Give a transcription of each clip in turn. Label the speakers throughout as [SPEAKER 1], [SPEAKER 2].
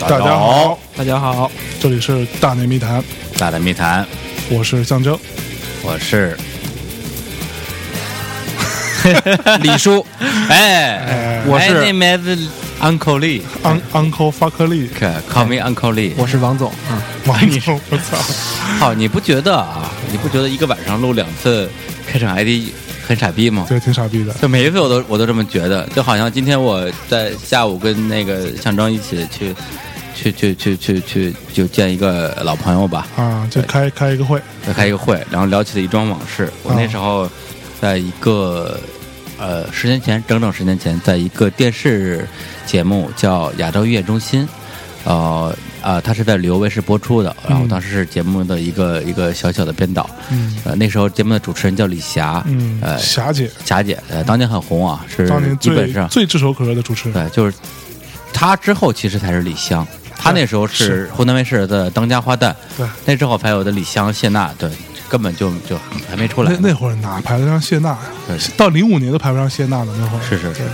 [SPEAKER 1] 大家好，，
[SPEAKER 2] 大家好，
[SPEAKER 1] 这里是大内密谈，
[SPEAKER 3] 大胆密谈，
[SPEAKER 1] 我是象征。
[SPEAKER 3] 我 是
[SPEAKER 2] 李叔，
[SPEAKER 3] 哎，
[SPEAKER 2] 我是
[SPEAKER 3] My name is Uncle Lee，
[SPEAKER 1] Un Uncle Fuck Lee，
[SPEAKER 3] 可哎 call me Uncle Lee。
[SPEAKER 2] 我是王总，嗯，
[SPEAKER 3] 哎
[SPEAKER 1] 王总，我操！
[SPEAKER 3] 靠，你不觉得啊？你不觉得一个晚上录两次开场 ID 哎很傻逼吗？
[SPEAKER 1] 对，挺傻逼的。
[SPEAKER 3] 就每一次我都我都这么觉得，就好像今天我在下午跟那个象征一起去。去去去去去，就见一个老朋友吧，
[SPEAKER 1] 啊，就开开一个会，
[SPEAKER 3] 再开一个会，然后聊起了一桩往事。我那时候，在一个呃十年前，整整十年前，在一个电视节目叫《亚洲音乐中心》，呃啊、它是在旅游卫视播出的。然后当时是节目的一个一个小小的编导，
[SPEAKER 1] 嗯
[SPEAKER 3] 呃，那时候节目的主持人叫李霞，
[SPEAKER 1] 嗯，
[SPEAKER 3] 呃，
[SPEAKER 1] 霞姐，
[SPEAKER 3] 霞姐，呃，当年很红啊，是
[SPEAKER 1] 当年
[SPEAKER 3] 基本
[SPEAKER 1] 最
[SPEAKER 3] 上
[SPEAKER 1] 最炙手可热的主持人，
[SPEAKER 3] 对，就是她之后其实才是李湘。她那时候是湖南卫视的当家花旦，
[SPEAKER 1] 对，
[SPEAKER 3] 那之后才有的李湘、谢娜，对，根本就就还没出来
[SPEAKER 1] 那
[SPEAKER 3] 呢。
[SPEAKER 1] 那会儿哪排得上谢娜呀
[SPEAKER 3] 对？
[SPEAKER 1] 到零五年都排不上谢娜的那会儿。
[SPEAKER 3] 是是是
[SPEAKER 1] 对，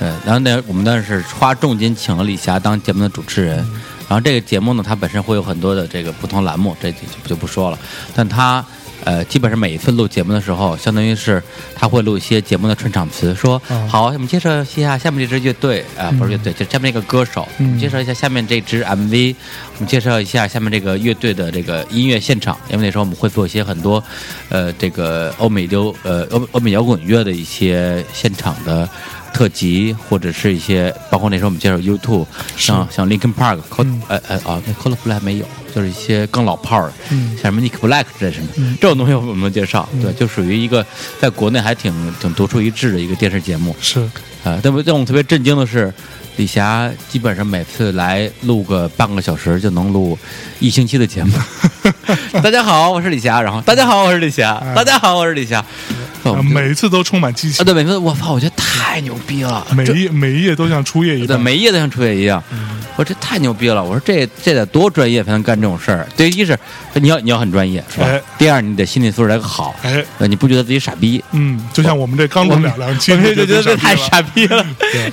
[SPEAKER 3] 对，然后那我们那是花重金请了李霞当节目的主持人，
[SPEAKER 1] 嗯
[SPEAKER 3] 然后这个节目呢，它本身会有很多的这个不同栏目，这就就不说了。但它呃，基本上每一次录节目的时候，相当于是他会录一些节目的串场词，说、
[SPEAKER 1] 嗯
[SPEAKER 3] 好，我们介绍一下下面这支乐队啊、不是乐队，就下面这个歌手，我们介绍一下下面这支 MV，我们介绍一下下面这个乐队的这个音乐现场，因为那时候我们会做一些很多呃这个欧美流呃欧欧美摇滚乐的一些现场的。特辑或者是一些，包括那时候我们介绍 YouTube，像像 Linkin Park、Col 呃呃啊，那 Coldplay 还没有，就是一些更老炮儿的，
[SPEAKER 1] 嗯
[SPEAKER 3] 像什么 Nick Black 之类什么，这种东西我们介绍，对，就属于一个在国内还挺挺独树一帜的一个电视节目
[SPEAKER 1] 是，
[SPEAKER 3] 啊。但不，让我特别震惊的是，李霞基本上每次来录个半个小时就能录一星期的节目。 大家好，我是李霞，然后大家好，我是李霞，大家好，我是李霞。哦我
[SPEAKER 1] 哎啊
[SPEAKER 3] 们
[SPEAKER 1] 每一次都充满激
[SPEAKER 3] 啊，
[SPEAKER 1] 情，
[SPEAKER 3] 对，每次我操，我觉得太牛逼了，
[SPEAKER 1] 每
[SPEAKER 3] 啊这
[SPEAKER 1] 一嗯每一页都像初夜一
[SPEAKER 3] 对，
[SPEAKER 1] 般。
[SPEAKER 3] 每一页都像初夜一样。我说这太牛逼了！我说这这得多专业才能干这种事儿。对，一是你要你要很专业，是吧？
[SPEAKER 1] 哎
[SPEAKER 3] 第二，你得心理素质得好，
[SPEAKER 1] 哎，
[SPEAKER 3] 呃，你不觉得自己傻逼？
[SPEAKER 1] 嗯，就像我们这刚录两两期，
[SPEAKER 3] 我就觉得这太
[SPEAKER 1] 傻
[SPEAKER 3] 傻逼了，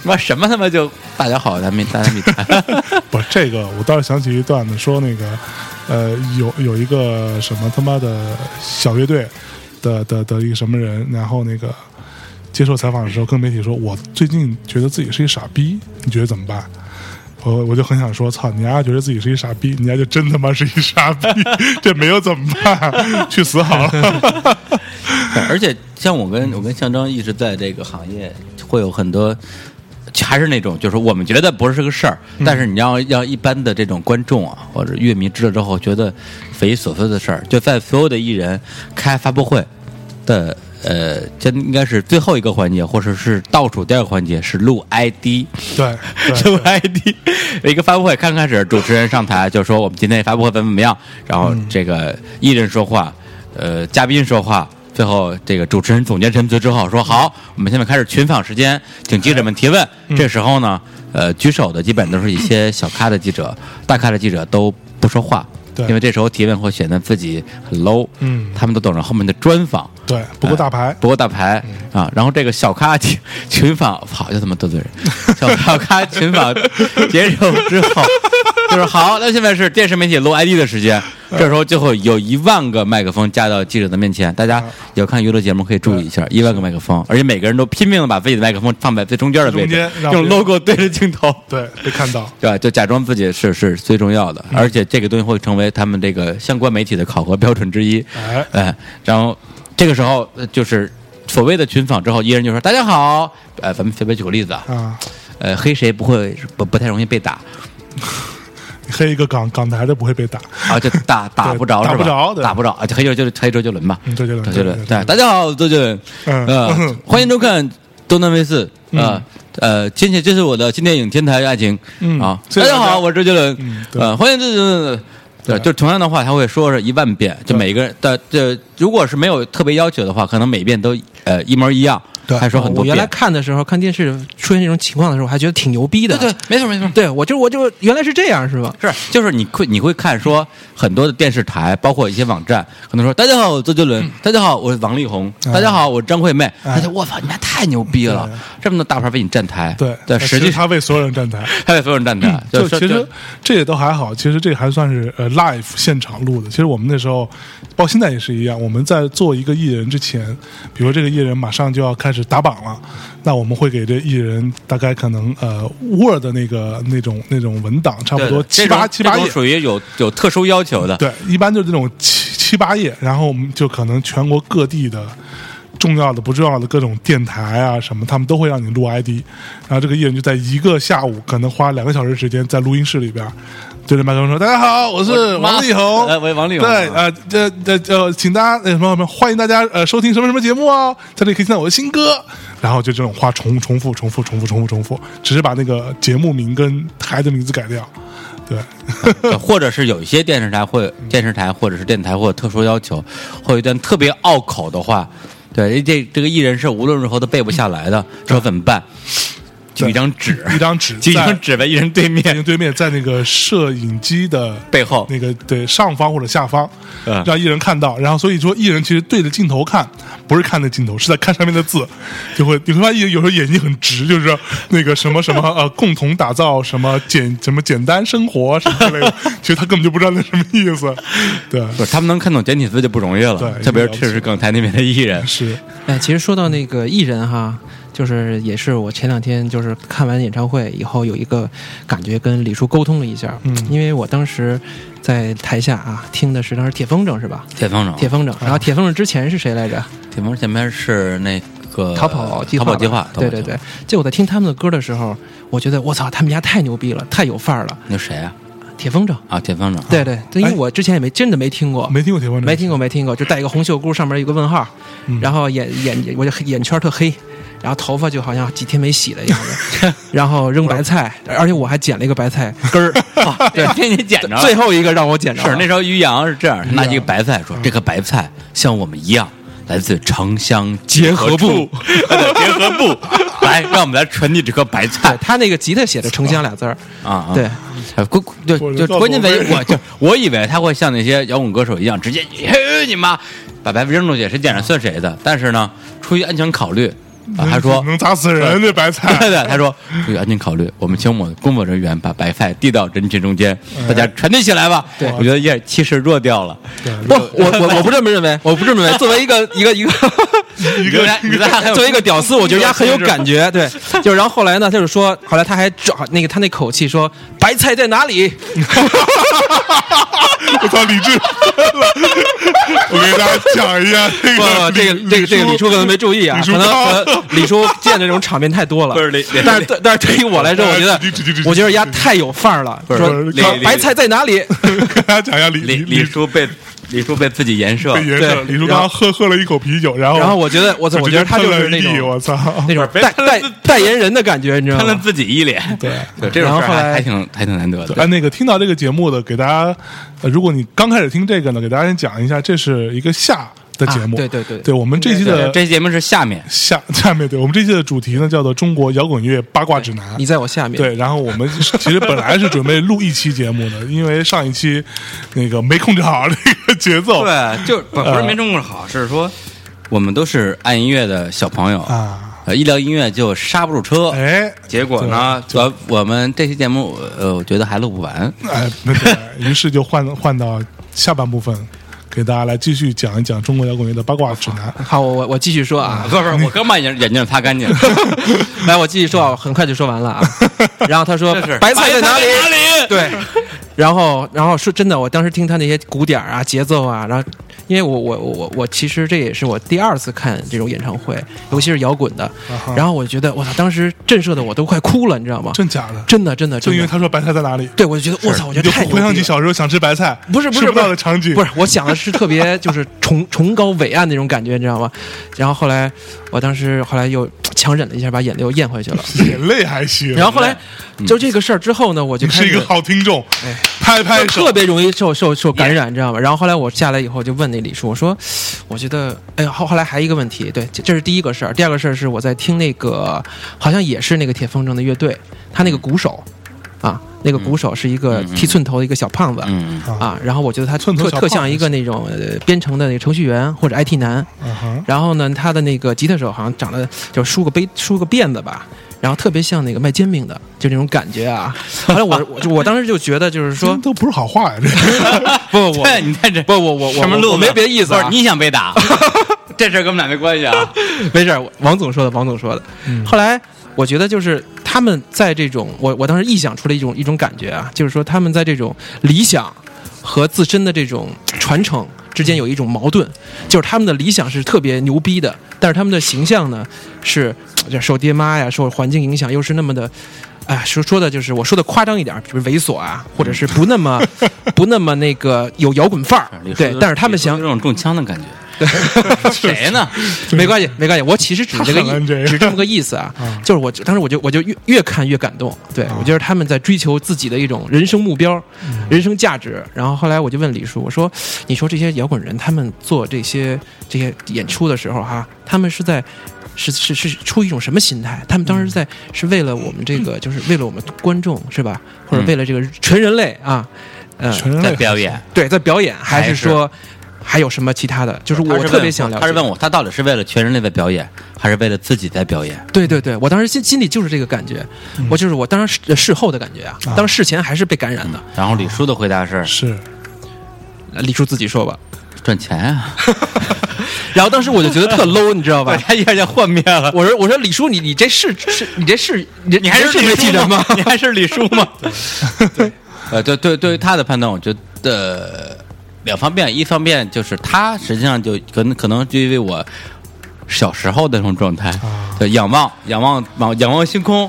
[SPEAKER 3] 妈什么他妈就大家好，咱们大家比
[SPEAKER 1] 逼了。不，这个我倒是想起一段子，说那个，呃，有有一个什么他妈的小乐队的的的一个什么人，然后那个接受采访的时候跟媒体说，我最近觉得自己是一傻逼，你觉得怎么办？我我就很想说，操，你丫觉得自己是一傻逼，你丫就真他妈是一傻逼， 这没有怎么办？去死好了！
[SPEAKER 3] 而且像我跟我跟象征一直在这个行业，会有很多。还是那种，就是我们觉得不是个事儿，但是你要让一般的这种观众啊或者乐迷知道之后，觉得匪夷所思的事儿，就在所有的艺人开发布会的呃，这应该是最后一个环节，或者是倒数第二个环节是录 ID，
[SPEAKER 1] 对， 对
[SPEAKER 3] 录 ID 一个发布会，刚开始主持人上台就说我们今天发布会怎么怎么样，然后
[SPEAKER 1] 嗯
[SPEAKER 3] 这个艺人说话，呃，嘉宾说话。最后，这个主持人总结陈词之后说：“好，我们现在开始群访时间，请记者们提问。”
[SPEAKER 1] 嗯
[SPEAKER 3] 这时候呢，呃，举手的基本都是一些小咖的记者，大咖的记者都不说话，
[SPEAKER 1] 对
[SPEAKER 3] 因为这时候提问会显得自己很 low。
[SPEAKER 1] 嗯
[SPEAKER 3] 他们都等着后面的专访。
[SPEAKER 1] 对，不过大牌，嗯
[SPEAKER 3] 不过大牌啊，然后这个小咖群群访，好就他妈得罪人。 小小咖群访结束之后，就是好，那现在是电视媒体录 ID 的时间。
[SPEAKER 1] 嗯
[SPEAKER 3] 这时候就会有一万个麦克风架到记者的面前，大
[SPEAKER 1] 嗯
[SPEAKER 3] 家有看娱乐节目可以注意一下，一万个麦克风，而且每个人都拼命的把自己的麦克风放在最中间的位
[SPEAKER 1] 中
[SPEAKER 3] 置
[SPEAKER 1] 间，让别
[SPEAKER 3] 用
[SPEAKER 1] 人
[SPEAKER 3] logo 对着镜头。
[SPEAKER 1] 对，被看到。
[SPEAKER 3] 对吧？就假装自己是是最重要的，而且这个东西会成为他们这个相关媒体的考核标准之一。
[SPEAKER 1] 哎
[SPEAKER 3] 哎，然后这个时候呃就是所谓的群访之后，一人就说：“大家好。”呃，咱们随便举个例子啊，
[SPEAKER 1] 啊，
[SPEAKER 3] 呃，黑谁不会不不太容易被打
[SPEAKER 1] 黑一个港港台的不会被打。
[SPEAKER 3] 啊？就 打打不着
[SPEAKER 1] 打
[SPEAKER 3] 是吧？
[SPEAKER 1] 不着对
[SPEAKER 3] 打不着啊！就黑球就是黑周杰伦吧？
[SPEAKER 1] 嗯周杰伦
[SPEAKER 3] 周杰
[SPEAKER 1] 对
[SPEAKER 3] 伦。
[SPEAKER 1] 对
[SPEAKER 3] 对，大家好，周杰伦。
[SPEAKER 1] 嗯
[SPEAKER 3] 呃，欢迎收看东南卫视啊。呃，今天这是我的新电影《天台爱情》
[SPEAKER 1] 嗯
[SPEAKER 3] 啊。
[SPEAKER 1] 谢
[SPEAKER 3] 大
[SPEAKER 1] 谢
[SPEAKER 3] 家
[SPEAKER 1] 大家
[SPEAKER 3] 好，我是周杰伦
[SPEAKER 1] 嗯。对
[SPEAKER 3] 呃，欢迎周杰伦。对，就同样的话，他会说是一万遍，就每个人的这，如果是没有特别要求的话，可能每遍都呃一模一样。
[SPEAKER 1] 对
[SPEAKER 3] 还说很多
[SPEAKER 2] 我
[SPEAKER 3] 遍
[SPEAKER 2] 原。来看的时候，看电视出现这种情况的时候，我还觉得挺牛逼的。
[SPEAKER 3] 对对，没错没错。
[SPEAKER 2] 对我就我就原来是这样是吧？
[SPEAKER 3] 是，就是你会你会看说很多的电视台，包括一些网站，可能说大家好，我周杰
[SPEAKER 1] 嗯
[SPEAKER 3] 伦，大家好，我是王力宏，
[SPEAKER 1] 哎
[SPEAKER 3] 大家好，我是张惠妹，
[SPEAKER 1] 哎
[SPEAKER 3] 大家我操，你们太牛逼了，这么多大牌为你站台，
[SPEAKER 1] 嗯对，呃
[SPEAKER 3] 对，
[SPEAKER 1] 其
[SPEAKER 3] 实际上
[SPEAKER 1] 他为所有人站台。
[SPEAKER 3] 他为所有人站台，
[SPEAKER 1] 嗯就是
[SPEAKER 3] 说
[SPEAKER 1] 其实这也都还好，其实这还算是呃 live 现场录的。其实我们那时候，包括现在也是一样，我们在做一个艺人之前，比如这个艺人马上就要开始打榜了，那我们会给这艺人大概可能呃 Word 的那个那种那种文档，差不
[SPEAKER 3] 对
[SPEAKER 1] 多
[SPEAKER 3] 对
[SPEAKER 1] 七
[SPEAKER 3] 这种
[SPEAKER 1] 八七八
[SPEAKER 3] 这种
[SPEAKER 1] 页，
[SPEAKER 3] 属于有有特殊要求 的，
[SPEAKER 1] 对，一般就是这种七七八页，然后我们就可能全国各地的。重要的、不重要的各种电台啊什么，他们都会让你录 ID，然后这个艺人就在一个下午，可能花两个小时时间在录音室里边，对着麦克风说：“大家好，我是王力宏。
[SPEAKER 3] 呃，”为王力宏，
[SPEAKER 1] 对，呃，这这呃，请大家那什么什么，欢迎大家呃收听什么什么节目哦，在这里可以听到我的新歌。然后就这种话重重复、重复、重复、重复、重复，只是把那个节目名跟台的名字改掉。对，嗯
[SPEAKER 3] 对或者是有一些电视台会电视台或者是电台或者特殊要求，会有一段特别拗口的话，对，这这个艺人是无论如何都背不下来的，这时候怎么办？举一张纸，
[SPEAKER 1] 一张 纸
[SPEAKER 3] 举一
[SPEAKER 1] 在
[SPEAKER 3] 张纸在艺人 对面
[SPEAKER 1] 面对面，在那个摄影机的
[SPEAKER 3] 背后，
[SPEAKER 1] 那个对上方或者下方，
[SPEAKER 3] 嗯
[SPEAKER 1] 让艺人看到。然后所以说，艺人其实对着镜头看，不是看那镜头，是在看上面的字，就会你会发现艺人有时候眼睛很直，就是那个什么 什么呃，共同打造什么简什么简单生活什么之类 的，其实他根本就不知道那什么意思。对，
[SPEAKER 3] 不是他们能看懂简体字就不容易了，
[SPEAKER 1] 对
[SPEAKER 3] 特别是是港台那边的艺 人，
[SPEAKER 1] 是
[SPEAKER 2] 哎，其实说到那个艺人哈，就是也是我前两天就是看完演唱会以后有一个感觉，跟李叔沟通了一下，
[SPEAKER 1] 嗯
[SPEAKER 2] 因为我当时在台下啊听的是当时铁风筝是吧？
[SPEAKER 3] 铁风筝，
[SPEAKER 2] 铁风筝，然后铁风筝之前是谁来着？
[SPEAKER 3] 铁风筝前面是那个
[SPEAKER 2] 呃逃跑计划
[SPEAKER 3] 逃
[SPEAKER 2] 吧，
[SPEAKER 3] 跑计划，
[SPEAKER 2] 对对对。就我在听他们的歌的时候，我觉得我操，他们家太牛逼了，太有范儿了，
[SPEAKER 3] 那谁啊？
[SPEAKER 2] 铁风筝。
[SPEAKER 3] 啊，铁风筝，
[SPEAKER 2] 对对，对因为
[SPEAKER 1] 哎
[SPEAKER 2] 我之前也没真的没听过，
[SPEAKER 1] 没听过铁观众，
[SPEAKER 2] 没听过，没听过，就戴一个红袖箍，上面有个问号，
[SPEAKER 1] 嗯
[SPEAKER 2] 然后眼眼我就眼圈特黑，然后头发就好像几天没洗的样 子，然后扔白菜，而且我还捡了一个白菜根儿，
[SPEAKER 3] 啊 对，天你捡着了
[SPEAKER 2] 最后一个让我捡着 了
[SPEAKER 3] 是那时候于洋是这样，他拿起一个白菜说：“
[SPEAKER 2] 嗯
[SPEAKER 3] 这颗白菜像我们一样，来自城乡结合 部，啊结合部， 来，让我们来传递这颗白
[SPEAKER 2] 对
[SPEAKER 3] 菜
[SPEAKER 2] 他那个吉他写着“城乡”俩字儿，
[SPEAKER 3] 啊！啊
[SPEAKER 2] 对，
[SPEAKER 3] 哎关对
[SPEAKER 1] 我
[SPEAKER 3] 就
[SPEAKER 1] 知道
[SPEAKER 3] 关键在
[SPEAKER 1] 我 为
[SPEAKER 3] 于
[SPEAKER 1] 什么
[SPEAKER 3] 我就我以为他会像那些摇滚歌手一样，直接嘿你妈把白菜扔出去，谁捡着算谁的。但是呢，出于安全考虑，啊，他说
[SPEAKER 1] 能砸死人那白菜，
[SPEAKER 3] 对对，他说出于安全考虑，我们请我们工作人员把白菜递到人群中间，
[SPEAKER 1] 哎
[SPEAKER 3] 大家传递起来吧。
[SPEAKER 2] 对
[SPEAKER 3] 我觉得有点气势弱掉了。
[SPEAKER 2] 不，我我我不这么认为，我不这么认为。作为一个一个一个
[SPEAKER 1] 一
[SPEAKER 3] 原来
[SPEAKER 1] 个
[SPEAKER 3] 原来还有
[SPEAKER 2] 作为一个屌丝，我觉得人家很有 感觉。对，就然后后来呢，他就说，后来他还找那个他那口气说：“白菜在哪里？”
[SPEAKER 1] 我操，李志，我给大家讲一下这
[SPEAKER 2] 不
[SPEAKER 1] 个
[SPEAKER 2] 不，这个这个这个李叔可能没注意啊，
[SPEAKER 1] 李
[SPEAKER 2] 可
[SPEAKER 1] 叔
[SPEAKER 2] 能
[SPEAKER 1] 高
[SPEAKER 2] 可 能李叔见的这种场面太多了。
[SPEAKER 3] 不是李李
[SPEAKER 2] 但是对但是对于我来说，我觉得
[SPEAKER 1] 李李李
[SPEAKER 2] 我觉得丫太有范儿了。
[SPEAKER 3] 是
[SPEAKER 2] 说
[SPEAKER 1] 李哦
[SPEAKER 2] 说
[SPEAKER 3] 李
[SPEAKER 2] 白菜在哪里？
[SPEAKER 1] 给大家讲一下李
[SPEAKER 3] 李
[SPEAKER 1] 李
[SPEAKER 3] 李叔被李叔被自己颜射
[SPEAKER 1] 被，颜色
[SPEAKER 2] 对
[SPEAKER 1] 李叔
[SPEAKER 2] 然
[SPEAKER 1] 刚
[SPEAKER 2] 后
[SPEAKER 1] 刚喝喝了一口啤酒，然后
[SPEAKER 2] 然后我觉得我操，我
[SPEAKER 1] 直
[SPEAKER 2] 觉
[SPEAKER 1] 接
[SPEAKER 2] 得他就
[SPEAKER 1] 喷
[SPEAKER 2] 是
[SPEAKER 1] 了
[SPEAKER 2] 那
[SPEAKER 1] 一地
[SPEAKER 2] 种
[SPEAKER 1] 我操，
[SPEAKER 2] 那种
[SPEAKER 3] 不是
[SPEAKER 2] 代
[SPEAKER 3] 喷
[SPEAKER 2] 代
[SPEAKER 3] 了
[SPEAKER 2] 代言人的感觉，你知道
[SPEAKER 3] 喷了
[SPEAKER 2] 吗？
[SPEAKER 3] 自己一脸。
[SPEAKER 1] 啊对。
[SPEAKER 3] 对，这种
[SPEAKER 2] 然后
[SPEAKER 3] 事儿
[SPEAKER 2] 后
[SPEAKER 3] 还
[SPEAKER 2] 来
[SPEAKER 3] 还挺还挺难得的。
[SPEAKER 1] 哎，那个听到这个节目的，给大家，呃如果你刚开始听这个呢，给大家先讲一下，这是一个夏的节目，
[SPEAKER 2] 啊对对对
[SPEAKER 1] 对我们这期的
[SPEAKER 3] 这期节目是下面
[SPEAKER 1] 夏下面对我们这期的主题呢叫做中国摇滚乐八卦指南，
[SPEAKER 2] 你在我下面，
[SPEAKER 1] 对，然后我们其实本来是准备录一期节目的，因为上一期那个没控制好这个节奏，
[SPEAKER 3] 对，就不
[SPEAKER 2] 呃
[SPEAKER 3] 不是没中国好，是说我们都是爱音乐的小朋友，
[SPEAKER 1] 啊，
[SPEAKER 3] 呃，医疗音乐就刹不住车。
[SPEAKER 1] 哎，
[SPEAKER 3] 结果呢，我我们这期节目，呃，我觉得还录不 完。
[SPEAKER 1] 哎，那对，于是就换换到下半部分，给大家来继续讲一讲中国摇滚乐的八卦指南。
[SPEAKER 2] 好，我我我继续说啊。
[SPEAKER 3] 不是，我刚把眼眼镜擦干 净。
[SPEAKER 2] 来，我继续说啊，我很快就说完了啊。然后他说
[SPEAKER 3] 这是：“
[SPEAKER 2] 白菜在哪里？”
[SPEAKER 3] 哪里？
[SPEAKER 2] 对，然后然后说真的，我当时听他那些鼓点儿啊、节奏啊，然后因为我我我我我其实这也是我第二次看这种演唱会，尤其是摇滚的，
[SPEAKER 1] 啊哈
[SPEAKER 2] 然后我觉得我操，当时震慑的我都快哭了，你知道吗？
[SPEAKER 1] 真假的？
[SPEAKER 2] 真的真的
[SPEAKER 1] 就
[SPEAKER 2] 真
[SPEAKER 1] 因为
[SPEAKER 2] 的，
[SPEAKER 1] 他说白菜在哪里，
[SPEAKER 2] 对我就觉得我操，我觉
[SPEAKER 1] 你就
[SPEAKER 2] 得太牛
[SPEAKER 1] 回想
[SPEAKER 2] 逼
[SPEAKER 1] 起
[SPEAKER 2] 了
[SPEAKER 1] 小时候想吃白菜，
[SPEAKER 2] 不是不
[SPEAKER 1] 吃
[SPEAKER 2] 是
[SPEAKER 1] 不
[SPEAKER 2] 不
[SPEAKER 1] 到
[SPEAKER 2] 是
[SPEAKER 1] 的场景，
[SPEAKER 2] 不是，我想的是特别就是崇崇高伟岸那种感觉，你知道吗？然后后来，我当时后来又强忍了一下，把眼泪又咽回去了。
[SPEAKER 1] 眼泪还行。
[SPEAKER 2] 然后后来就这个事儿之后呢，我就
[SPEAKER 1] 你
[SPEAKER 2] 开
[SPEAKER 1] 是一
[SPEAKER 2] 始哎
[SPEAKER 1] 个好听众，拍拍手
[SPEAKER 2] 特。别容易受受受感染，知道吗？然后后来我下来以后就问那李叔，我说，我觉得，哎呀，后后来还一个问题，对，这这是第一个事儿。第二个事儿是我在听那个，好像也是那个铁风筝的乐队，他那个鼓手，啊，那个鼓手是一个
[SPEAKER 3] 嗯嗯
[SPEAKER 2] 剃寸头的一个小胖子。
[SPEAKER 3] 嗯，
[SPEAKER 2] 啊，然后我觉得他
[SPEAKER 1] 寸头
[SPEAKER 2] 特
[SPEAKER 1] 小
[SPEAKER 2] 特
[SPEAKER 1] 胖
[SPEAKER 2] 像
[SPEAKER 1] 子
[SPEAKER 2] 一个那种呃编程的那个程序员或者 IT 男，
[SPEAKER 1] 嗯哼，
[SPEAKER 2] 然后呢，他的那个吉他手好像长得就梳个背梳个辫子吧，然后特别像那个卖煎饼的，就那种感觉啊。后来我我就我当时就觉得就是说
[SPEAKER 1] 真都不是好话呀，这个
[SPEAKER 2] 不 不
[SPEAKER 3] 对，你看这
[SPEAKER 2] 不我我我
[SPEAKER 3] 什么
[SPEAKER 2] 我
[SPEAKER 3] 路子？
[SPEAKER 2] 我没别的意思啊
[SPEAKER 3] 不是你想被 打，这事儿跟我们俩没关系啊。
[SPEAKER 2] 不没事儿，我王总说的，王总说的。后来我觉得就是他们在这种我我当时臆想出了一种一种感觉啊，就是说他们在这种理想和自身的这种传承。之间有一种矛盾，就是他们的理想是特别牛逼的，但是他们的形象呢是就受爹妈呀、受环境影响，又是那么的哎，说说的就是我说的夸张一点，比如猥琐啊，或者是不那么不那么那个有摇滚范儿
[SPEAKER 3] 李，叔
[SPEAKER 2] 对。但是他们想
[SPEAKER 3] 有种中枪的感觉， 谁呢？
[SPEAKER 2] 没关系，没关系，我其实只是这个
[SPEAKER 1] 他很
[SPEAKER 2] 意，
[SPEAKER 1] 难这样
[SPEAKER 2] 只是这么个意 思啊
[SPEAKER 1] 啊。
[SPEAKER 2] 就是我当时我就我就越越看越感动，对我觉得他们在追求自己的一种人生目标、人生价值。然后后来我就问李叔，我说：“你说这些摇滚人他们做这些这些演出的时候哈、他们是在？”是是是出于一种什么心态？他们当时在是为了我们这个，就是为了我们观众是吧？或者为了这个全人类啊，嗯，
[SPEAKER 1] 全人
[SPEAKER 3] 在
[SPEAKER 1] 类
[SPEAKER 3] 表演，
[SPEAKER 2] 对，在表演还
[SPEAKER 3] 还
[SPEAKER 2] 是
[SPEAKER 3] 是
[SPEAKER 2] 说还有什么其他的？就是
[SPEAKER 3] 他
[SPEAKER 2] 我
[SPEAKER 3] 是问
[SPEAKER 2] 特别想了解。
[SPEAKER 3] 他是问我，他到底是为了全人类在表演，还是为了自己在表演？
[SPEAKER 2] 对对对，我当时心心里就是这个感觉，我就是我当时事呃事后的感觉啊，当时事前还是被感染的。
[SPEAKER 3] 然后李叔的回答是
[SPEAKER 1] 是
[SPEAKER 2] 李叔自己说吧，
[SPEAKER 3] 赚钱啊，
[SPEAKER 2] 然后当时我就觉得特 low，你知道吧？
[SPEAKER 3] 他一下就幻灭了。
[SPEAKER 2] 我说我说李叔，你你这是是你这是你
[SPEAKER 3] 你还
[SPEAKER 2] 是
[SPEAKER 3] 是
[SPEAKER 2] 媒体 人吗？
[SPEAKER 3] 你还是李叔吗？ 呃，对对，对于他的判断，我觉得呃两方面，一方面就是他实际上就可能可能就因为我小时候的那种状态，
[SPEAKER 1] 啊
[SPEAKER 3] 对，仰望仰望仰仰望星空，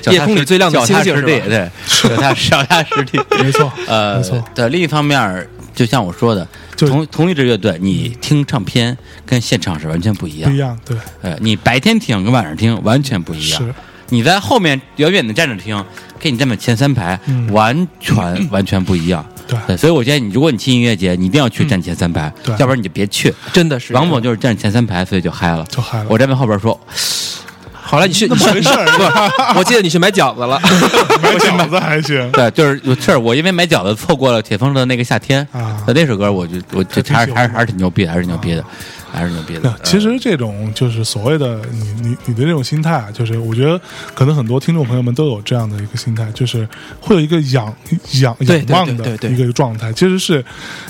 [SPEAKER 3] 脚踏
[SPEAKER 2] 夜空里
[SPEAKER 3] 实
[SPEAKER 2] 最亮的
[SPEAKER 3] 脚踏
[SPEAKER 2] 星星
[SPEAKER 3] 实地，
[SPEAKER 2] 是吧
[SPEAKER 3] 对，脚 踏脚踏实地，
[SPEAKER 1] 没错，
[SPEAKER 3] 呃，
[SPEAKER 1] 没错，
[SPEAKER 3] 对，另一方面，就像我说的，
[SPEAKER 1] 就
[SPEAKER 3] 同同一支乐队，你听唱片跟现场是完全不一
[SPEAKER 1] 不
[SPEAKER 3] 样
[SPEAKER 1] 一。样，对，
[SPEAKER 3] 呃，你白天听跟晚上听完全不一
[SPEAKER 1] 是
[SPEAKER 3] 样。你在后面远远的站着听，跟你站在前三排、
[SPEAKER 1] 嗯
[SPEAKER 3] 完全完全不一样。
[SPEAKER 1] 对
[SPEAKER 3] 对，所以我建议你，如果你去音乐节，你一定要去站前三排，
[SPEAKER 1] 对
[SPEAKER 3] 要不然你就别去。
[SPEAKER 2] 真的是
[SPEAKER 3] 王总就是站前三排，所以就嗨了。
[SPEAKER 1] 就嗨了
[SPEAKER 3] 我站在后边说，
[SPEAKER 2] 好了，你去你去
[SPEAKER 1] 回事儿
[SPEAKER 2] 我记得你去买饺子了，
[SPEAKER 1] 买饺子还 行，
[SPEAKER 3] 对，就是是我因为买饺子错过了铁风筝的那个夏天
[SPEAKER 1] 啊
[SPEAKER 3] 那那首歌我就我就
[SPEAKER 1] 挺
[SPEAKER 3] 还是
[SPEAKER 1] 喜欢啊
[SPEAKER 3] 还是还是挺牛逼的，还是牛逼的，还是牛逼的
[SPEAKER 1] 那。其实这种就是所谓的你你你的这种心态啊，就是我觉得可能很多听众朋友们都有这样的一个心态，就是会有一个仰仰
[SPEAKER 2] 对
[SPEAKER 1] 仰望
[SPEAKER 2] 对对
[SPEAKER 1] 的
[SPEAKER 2] 对对
[SPEAKER 1] 一个状态，其实是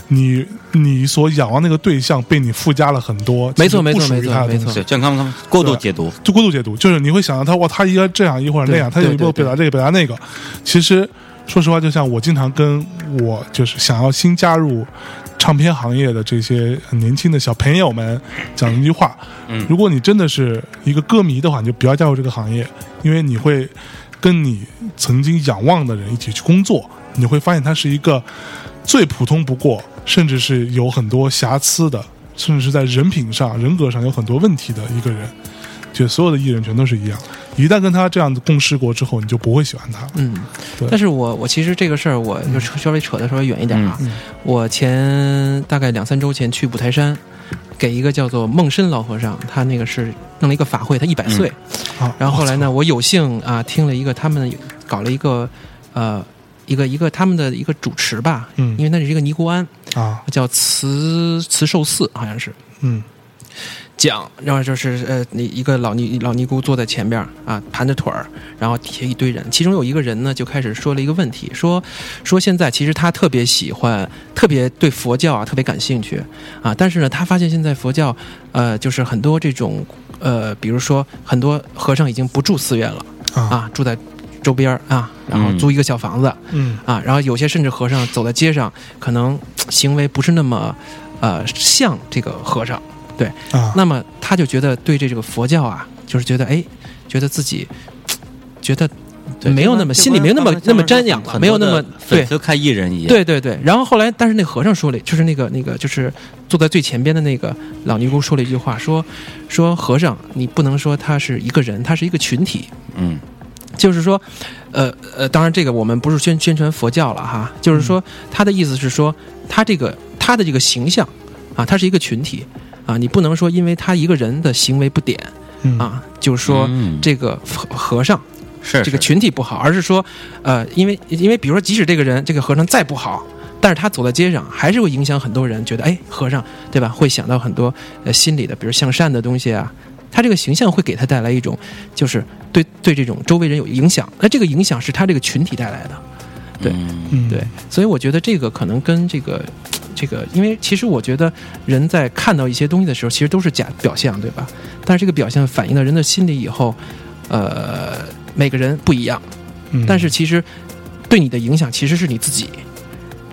[SPEAKER 1] 你你所仰望那个对象被你附加了很多，
[SPEAKER 2] 没错
[SPEAKER 1] 其实不
[SPEAKER 2] 没错
[SPEAKER 1] 属于他的
[SPEAKER 2] 没错
[SPEAKER 1] 东西
[SPEAKER 2] 没错
[SPEAKER 3] 对，就刚刚过度
[SPEAKER 1] 对
[SPEAKER 3] 解读，
[SPEAKER 1] 就过度解读，就是你会想到他哇，他应该这样，一会儿那样，
[SPEAKER 2] 对
[SPEAKER 1] 他有一
[SPEAKER 2] 对
[SPEAKER 1] 波
[SPEAKER 2] 对
[SPEAKER 1] 表达这个表达那个。其实说实话，就像我经常跟我就是想要新加入唱片行业的这些年轻的小朋友们讲一句话：，
[SPEAKER 3] 嗯
[SPEAKER 1] 如果你真的是一个歌迷的话，你就不要加入这个行业，因为你会跟你曾经仰望的人一起去工作，你会发现他是一个最普通不过，甚至是有很多瑕疵的，甚至是在人品上、人格上有很多问题的一个人。就所有的艺人全都是一样，一旦跟他这样子共事过之后，你就不会喜欢他了。
[SPEAKER 2] 嗯
[SPEAKER 1] 对，
[SPEAKER 2] 但是我我其实这个事儿我就稍微扯的稍微远一点啊，
[SPEAKER 1] 嗯嗯
[SPEAKER 2] 我前大概两三周前去五台山，给一个叫做梦深老和尚，他那个是弄了一个法会，他一百岁，
[SPEAKER 1] 啊，
[SPEAKER 2] 然后后来呢，我有幸啊听了一个他们搞了一个呃一个一个他们的一个主持吧，
[SPEAKER 1] 嗯
[SPEAKER 2] 因为那是一个尼姑庵，
[SPEAKER 1] 我操啊，
[SPEAKER 2] 叫慈慈寿寺，好像是。
[SPEAKER 1] 嗯
[SPEAKER 2] 讲，然后就是呃，你一个老尼老尼姑坐在前边儿啊，盘着腿儿，然后底下一堆人，其中有一个人呢就开始说了一个问题，说说现在其实他特别喜欢，特别对佛教啊特别感兴趣啊，但是呢，他发现现在佛教呃就是很多这种呃，比如说很多和尚已经不住寺院了
[SPEAKER 1] 啊，
[SPEAKER 2] 啊，住在周边儿啊，然后租一个小房子，
[SPEAKER 1] 嗯
[SPEAKER 2] 啊，然后有些甚至和尚走在街上，可能嘖行为不是那么，呃，像这个和尚。对，
[SPEAKER 1] 啊，
[SPEAKER 2] 那么他就觉得对这这个佛教啊，就是觉得哎，觉得自己嘖觉得
[SPEAKER 3] 对
[SPEAKER 2] 没有那么
[SPEAKER 3] 这
[SPEAKER 2] 心里没有那么
[SPEAKER 3] 这
[SPEAKER 2] 那么瞻仰了，
[SPEAKER 3] 很
[SPEAKER 2] 没有那
[SPEAKER 3] 多
[SPEAKER 2] 么
[SPEAKER 3] 的粉
[SPEAKER 2] 对
[SPEAKER 3] 丝看艺人一样，
[SPEAKER 2] 对对对。然后后来，但是那和尚说了，就是那个那个就是坐在最前边的那个老尼姑说了一句话，说说和尚，你不能说他是一个人，他是一个群体。
[SPEAKER 3] 嗯，
[SPEAKER 2] 就是说，呃呃，当然这个我们不是宣宣传佛教了哈，就是说他的意思是说，他这个他的这个形象啊，他是一个群体啊，你不能说因为他一个人的行为不点
[SPEAKER 1] 嗯，
[SPEAKER 2] 啊，就是说
[SPEAKER 3] 嗯
[SPEAKER 2] 这个和和尚
[SPEAKER 3] 是
[SPEAKER 2] 这
[SPEAKER 3] 是
[SPEAKER 2] 个群体不好，而是说，呃，因为因为比如说，即使这个人这个和尚再不好。但是他走在街上，还是会影响很多人，觉得哎，和尚对吧？会想到很多呃心里的，比如向善的东西啊。他这个形象会给他带来一种，就是对对这种周围人有影响。那这个影响是他这个群体带来的。对
[SPEAKER 3] 嗯
[SPEAKER 1] 嗯
[SPEAKER 2] 对，，所以我觉得这个可能跟这个这个，因为其实我觉得人在看到一些东西的时候，其实都是假表象，对吧？但是这个表象反映到人的心理以后，呃，每个人不一样，
[SPEAKER 1] 嗯
[SPEAKER 2] 但是其实对你的影响其实是你自己。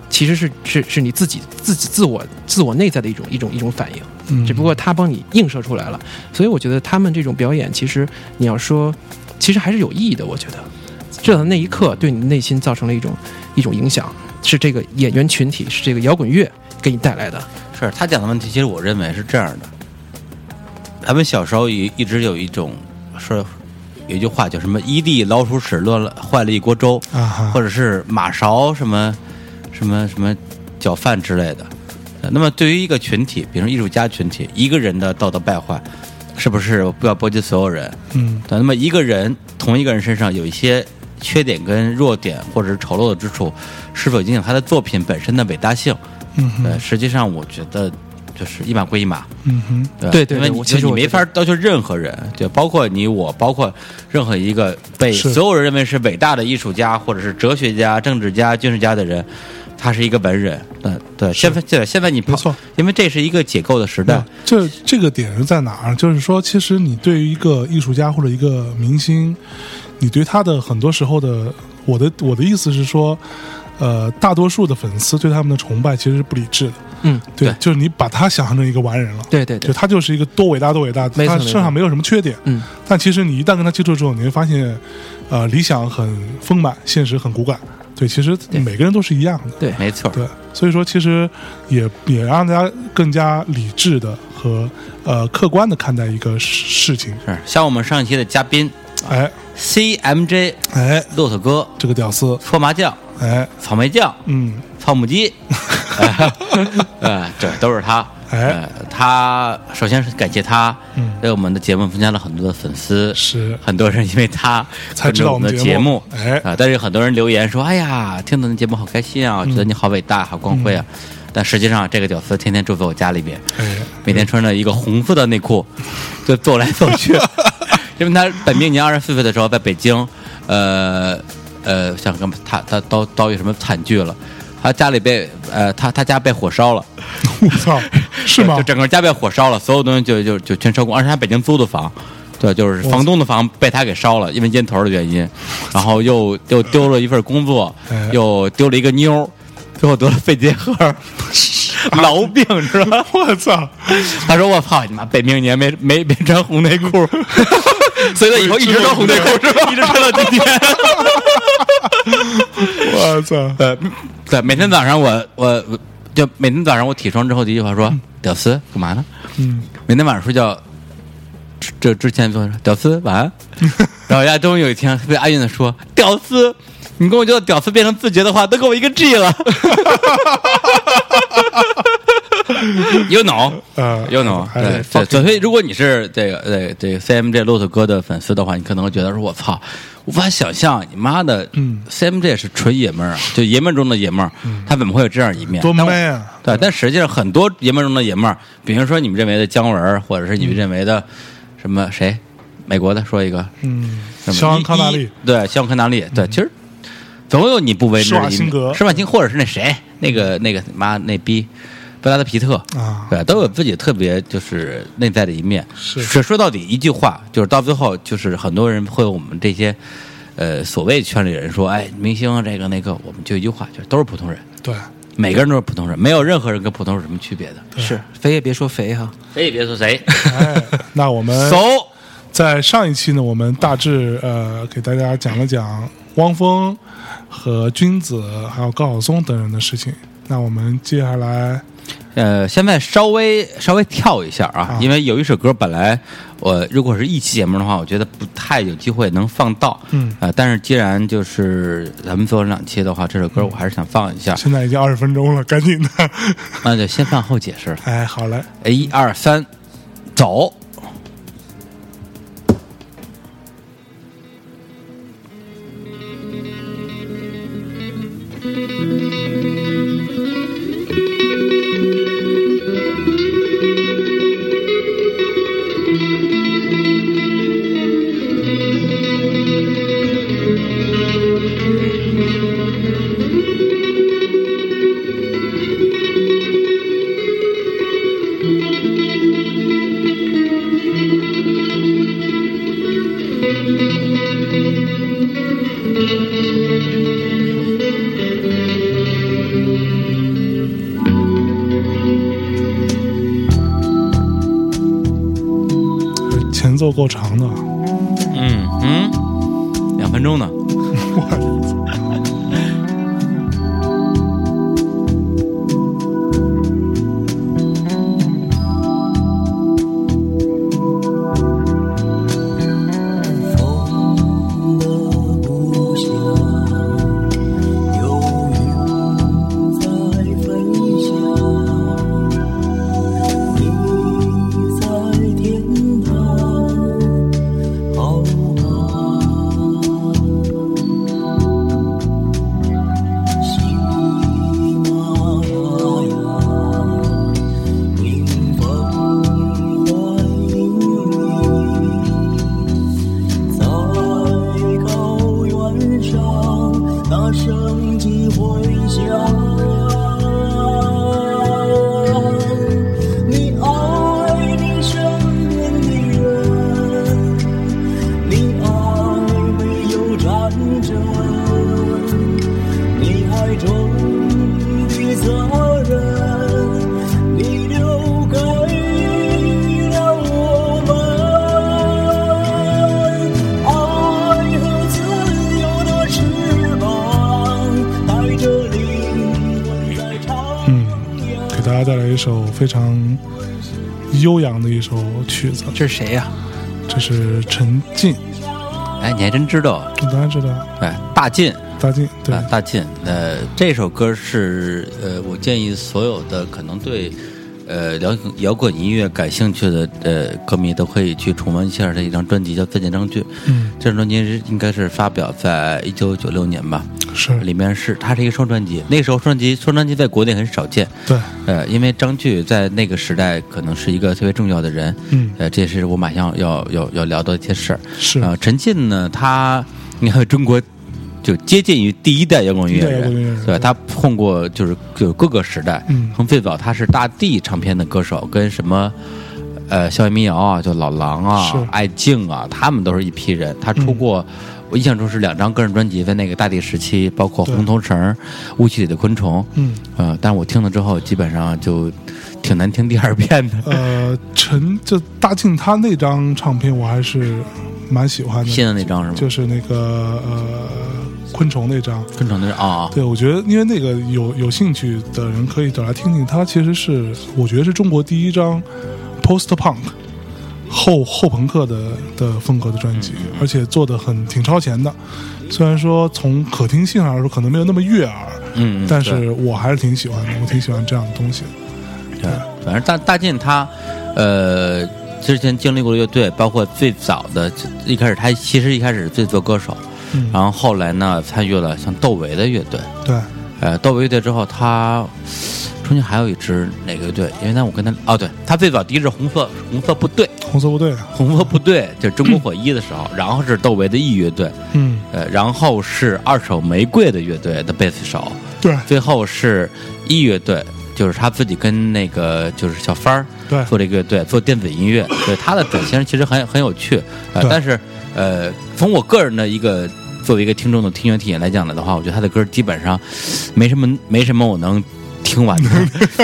[SPEAKER 2] 其实是是是你自己自己自我自我内在的一种一种一种反应，
[SPEAKER 1] 嗯
[SPEAKER 2] 只不过他帮你映射出来了，所以我觉得他们这种表演，其实你要说，其实还是有意义的。我觉得，至少那一刻对你内心造成了一种一种影响，是这个演员群体，是这个摇滚乐给你带来的。
[SPEAKER 3] 是他讲的问题，其实我认为是这样的。咱们小时候一一直有一种说，有一句话叫什么“一地老鼠屎乱了坏了一锅粥”，
[SPEAKER 1] 啊哈
[SPEAKER 3] 或，者是马勺什么什么什么搅饭之类的。呃那么对于一个群体，比如说艺术家群体，一个人的道德败坏，是不是不要波及所有人？
[SPEAKER 1] 嗯
[SPEAKER 3] 对，那么一个人同一个人身上有一些缺点跟弱点，或者是丑陋的之处，是否影响他的作品本身的伟大性？
[SPEAKER 1] 嗯
[SPEAKER 3] 呃，
[SPEAKER 1] 哼
[SPEAKER 3] 实际上我觉得就是一码归一码，
[SPEAKER 1] 嗯哼，
[SPEAKER 3] 对吧
[SPEAKER 2] 对对
[SPEAKER 3] 因为
[SPEAKER 2] 对
[SPEAKER 3] 你
[SPEAKER 2] 我其实
[SPEAKER 3] 你
[SPEAKER 2] 我
[SPEAKER 3] 没
[SPEAKER 2] 觉
[SPEAKER 3] 法要求任何人，对，包括你我，包括任何一个被
[SPEAKER 1] 是
[SPEAKER 3] 所有人认为是伟大的艺术家，或者是哲学家、政治家、军事家的人，他是一个文人，嗯，对，现在对现在你
[SPEAKER 1] 没
[SPEAKER 3] 跑
[SPEAKER 1] 错，
[SPEAKER 3] 因为这是一个解构的时代
[SPEAKER 2] 嗯
[SPEAKER 1] 那，这这个点是在哪儿？就是说，其实你对于一个艺术家或者一个明星，你对他的很多时候的，我的我的意思是说，呃，大多数的粉丝对他们的崇拜其实是不理智的。
[SPEAKER 2] 嗯，
[SPEAKER 1] 对，
[SPEAKER 3] 对
[SPEAKER 1] 就是你把他想象成一个完人了。
[SPEAKER 2] 对对
[SPEAKER 1] 就
[SPEAKER 2] 对，
[SPEAKER 1] 他就是一个多伟大多伟大，
[SPEAKER 2] 没错
[SPEAKER 1] 他
[SPEAKER 2] 没错
[SPEAKER 1] 身上没有什么缺点。
[SPEAKER 2] 嗯，
[SPEAKER 1] 但其实你一旦跟他接触之后，你会发现，呃，理想很丰满，现实很骨感。对，其实
[SPEAKER 2] 对
[SPEAKER 1] 每个人都是一样的。
[SPEAKER 3] 没错，
[SPEAKER 1] 对，所以说其实也也让大家更加理智的和呃客观的看待一个事事情。
[SPEAKER 3] 是像我们上一期的嘉宾
[SPEAKER 1] 哎
[SPEAKER 3] CMJ
[SPEAKER 1] 哎，
[SPEAKER 3] 骆驼哥、
[SPEAKER 1] 这个屌丝，
[SPEAKER 3] 搓麻将、
[SPEAKER 1] 哎
[SPEAKER 3] 草莓酱、
[SPEAKER 1] 嗯
[SPEAKER 3] 草母 鸡，呃，这都是他。
[SPEAKER 1] 哎
[SPEAKER 3] 呃，他首先是感谢他
[SPEAKER 1] 嗯
[SPEAKER 3] 为我们的节目增加了很多的粉丝，
[SPEAKER 1] 是
[SPEAKER 3] 很多人因为他
[SPEAKER 1] 才知道
[SPEAKER 3] 关注我们的
[SPEAKER 1] 节
[SPEAKER 3] 目。
[SPEAKER 1] 哎
[SPEAKER 3] 啊、但是有很多人留言说：“哎呀，听到你节目好开心啊，
[SPEAKER 1] 嗯
[SPEAKER 3] 觉得你好伟大，好光辉啊。但实际上，这个屌丝天天住在我家 里边，
[SPEAKER 1] 哎
[SPEAKER 3] 每天穿着一个红色的内裤，就走来走 去。因为他本命年二十四岁的时候在北京，呃呃，像什么他他遭遭遇什么惨剧了，他家里被呃他他家被火烧了，
[SPEAKER 1] 我操，是吗
[SPEAKER 3] 就？整个家被火烧了，所有东西就就就全烧光，而且他北京租的房。对，就是房东的房被他给烧了，因为烟头的原因，然后又又丢了一份工作
[SPEAKER 1] 哎，啊
[SPEAKER 3] 又丢了一个妞儿，最后得了肺 结核， 痨病是吧？
[SPEAKER 1] 我操，
[SPEAKER 3] 他说：“我操你妈，北命年没没没穿红内裤，所以他以后一直穿红内裤是吧？一直穿到今天。
[SPEAKER 1] 我操，
[SPEAKER 3] 呃，对，每天早上我我我就每天早上我起床之后第一句话说：屌丝干嘛呢？
[SPEAKER 1] 嗯，
[SPEAKER 3] 每天晚上睡觉，之这之前就说屌丝晚 安。然后人家终于有一天特别哀怨的说：屌丝，你跟我觉得屌丝变成自觉的话，都给我一个 G 了。you know。”
[SPEAKER 1] 呃，
[SPEAKER 3] 又能
[SPEAKER 1] 哎
[SPEAKER 3] 对对，所以如果你是这个对对 CMJ 骆驼哥的粉丝的话，你可能会觉得说：“我操，无法想象你妈的，
[SPEAKER 1] 嗯
[SPEAKER 3] ，CMJ 是纯爷们儿啊，就爷们儿中的爷们儿，他怎么会有这样一面？
[SPEAKER 1] 多
[SPEAKER 3] 但我
[SPEAKER 1] man 啊
[SPEAKER 3] 对，但实际上很多爷们儿中的爷们儿，比如说你们认为的姜文儿，或者是
[SPEAKER 1] 嗯
[SPEAKER 3] 你们认为的什么谁，美国的说一个
[SPEAKER 1] 嗯，
[SPEAKER 3] 什么
[SPEAKER 1] 肖恩
[SPEAKER 3] 伊
[SPEAKER 1] 康纳利嗯
[SPEAKER 3] 伊，对，肖恩康纳利，对，其实总有你不为之
[SPEAKER 1] 施瓦
[SPEAKER 3] 的一
[SPEAKER 1] 辛格
[SPEAKER 3] 面。施瓦辛格，或者是那谁，那个那个妈那逼，布拉德皮特
[SPEAKER 1] 啊
[SPEAKER 3] 对，都有自己特别就是内在的一面。
[SPEAKER 1] 是
[SPEAKER 3] 说说到底一句话，就是到最后，就是很多人会有我们这些呃所谓圈里人说，哎，明星啊这个那个，我们就一句话，就是都是普通人，
[SPEAKER 1] 对，
[SPEAKER 3] 每个人都是普通人，没有任何人跟普通人有什么区别的。
[SPEAKER 2] 是肥也别说肥哈，
[SPEAKER 3] 谁也别说谁
[SPEAKER 1] 哎，那我们
[SPEAKER 3] ，so
[SPEAKER 1] 在上一期呢，我们大致呃给大家讲了讲汪峰和君子还有高晓松等人的事情。那我们接下来
[SPEAKER 3] 呃，现在稍微稍微跳一下啊
[SPEAKER 1] 啊，
[SPEAKER 3] 因为有一首歌本来我如果是一期节目的话，我觉得不太有机会能放到，
[SPEAKER 1] 嗯
[SPEAKER 3] 呃，但是既然就是咱们做了两期的话，这首歌我还是想放 一下，
[SPEAKER 1] 现在已经二十分钟了，赶紧的。
[SPEAKER 3] 那就先放后解释。
[SPEAKER 1] 哎，好嘞，
[SPEAKER 3] 哎一二三，走。
[SPEAKER 1] 前奏够长的啊，
[SPEAKER 3] 嗯嗯，两分钟呢。
[SPEAKER 4] 风的故乡，有云在飞翔，你在天堂，好吗？喜马拉雅，迎风欢迎你。在高原上，那声机回响。你爱你身边的人，你爱没有战争，你爱中的责任，你留给了我们。爱和自由的翅膀，带着灵魂在徜
[SPEAKER 1] 嗯
[SPEAKER 4] 徉。
[SPEAKER 1] 给大家带来一首非常悠扬的一首曲子，
[SPEAKER 2] 这是谁呀、
[SPEAKER 1] 这是陈进，
[SPEAKER 3] 哎，你还真知道，
[SPEAKER 1] 大家知道
[SPEAKER 3] 哎，大进
[SPEAKER 1] 大进对
[SPEAKER 3] 啊，大进。呃，这首歌是呃，我建议所有的可能对呃摇滚摇滚音乐感兴趣的呃歌迷都可以去重温一下这一张专辑，叫《再见张炬》。
[SPEAKER 1] 嗯
[SPEAKER 3] 这张专辑是应该是发表在一九九六年吧，
[SPEAKER 1] 是
[SPEAKER 3] 里面是它是一个双专辑，那时候双专辑双专辑在国内很少见，
[SPEAKER 1] 对
[SPEAKER 3] 呃，因为张炬在那个时代可能是一个特别重要的人，
[SPEAKER 1] 嗯
[SPEAKER 3] 呃，这也是我马上要要要聊到一些事儿。
[SPEAKER 1] 是
[SPEAKER 3] 啊、陈进呢，他你看中国就接近于第一代摇滚音乐
[SPEAKER 1] 第一代摇滚音乐人
[SPEAKER 3] 对吧？他碰过就是就是各个时代，
[SPEAKER 1] 嗯
[SPEAKER 3] 从最早他是大地唱片的歌手，跟什么呃校园民谣啊，就老狼
[SPEAKER 1] 是嗯
[SPEAKER 3] 啊、爱静啊，他们都是一批人。他出过、我印象中是两张个人专辑，在那个大地时期，包括《
[SPEAKER 1] 对
[SPEAKER 3] 红头绳》《雾气里的昆虫》。
[SPEAKER 1] 嗯
[SPEAKER 3] 呃，但我听了之后，基本上就挺难听第二 遍的。
[SPEAKER 1] 呃陈就大进他那张唱片我还是蛮喜欢
[SPEAKER 3] 新
[SPEAKER 1] 的，
[SPEAKER 3] 的那张是吗？
[SPEAKER 1] 就是那个呃昆虫那张，
[SPEAKER 3] 昆虫那是啊，
[SPEAKER 1] 对我觉得因为那个有有兴趣的人可以找来听听，它其实是我觉得是中国第一张 post punk 后后朋克的的风格的专辑，
[SPEAKER 3] 嗯
[SPEAKER 1] 而且做的很挺超前的，虽然说从可听性上来说可能没有那么悦耳。
[SPEAKER 3] 嗯，嗯
[SPEAKER 1] 但
[SPEAKER 3] 对
[SPEAKER 1] 是我还是挺喜欢的，我挺喜欢这样的东西的。
[SPEAKER 3] 对，
[SPEAKER 1] 嗯
[SPEAKER 3] 反正大大进他，呃，之前经历过的乐队，包括最早的一开始他其实一开始最做歌手，
[SPEAKER 1] 嗯
[SPEAKER 3] 然后后来呢参与了像窦唯的乐队，
[SPEAKER 1] 对，
[SPEAKER 3] 呃，窦唯乐队之后他中间还有一支哪个乐队？因为那我跟他哦，对他最早第一支红色红色部队，
[SPEAKER 1] 红色部队，啊
[SPEAKER 3] 红色部队就是中国火一的时候，然后是窦唯的 E 乐队，
[SPEAKER 1] 嗯，
[SPEAKER 3] 呃，然后是二手玫瑰的乐队的贝斯手，
[SPEAKER 1] 对
[SPEAKER 3] 最后是一乐队，就是他自己跟那个就是小帆儿
[SPEAKER 1] 对
[SPEAKER 3] 做这个乐队，做电子 音乐，对他的转型其实很很有趣，呃，
[SPEAKER 1] 对
[SPEAKER 3] 但是呃，从我个人的一个作为一个听众的听觉体验来讲呢的话，我觉得他的歌基本上没什么没什么我能 听完的，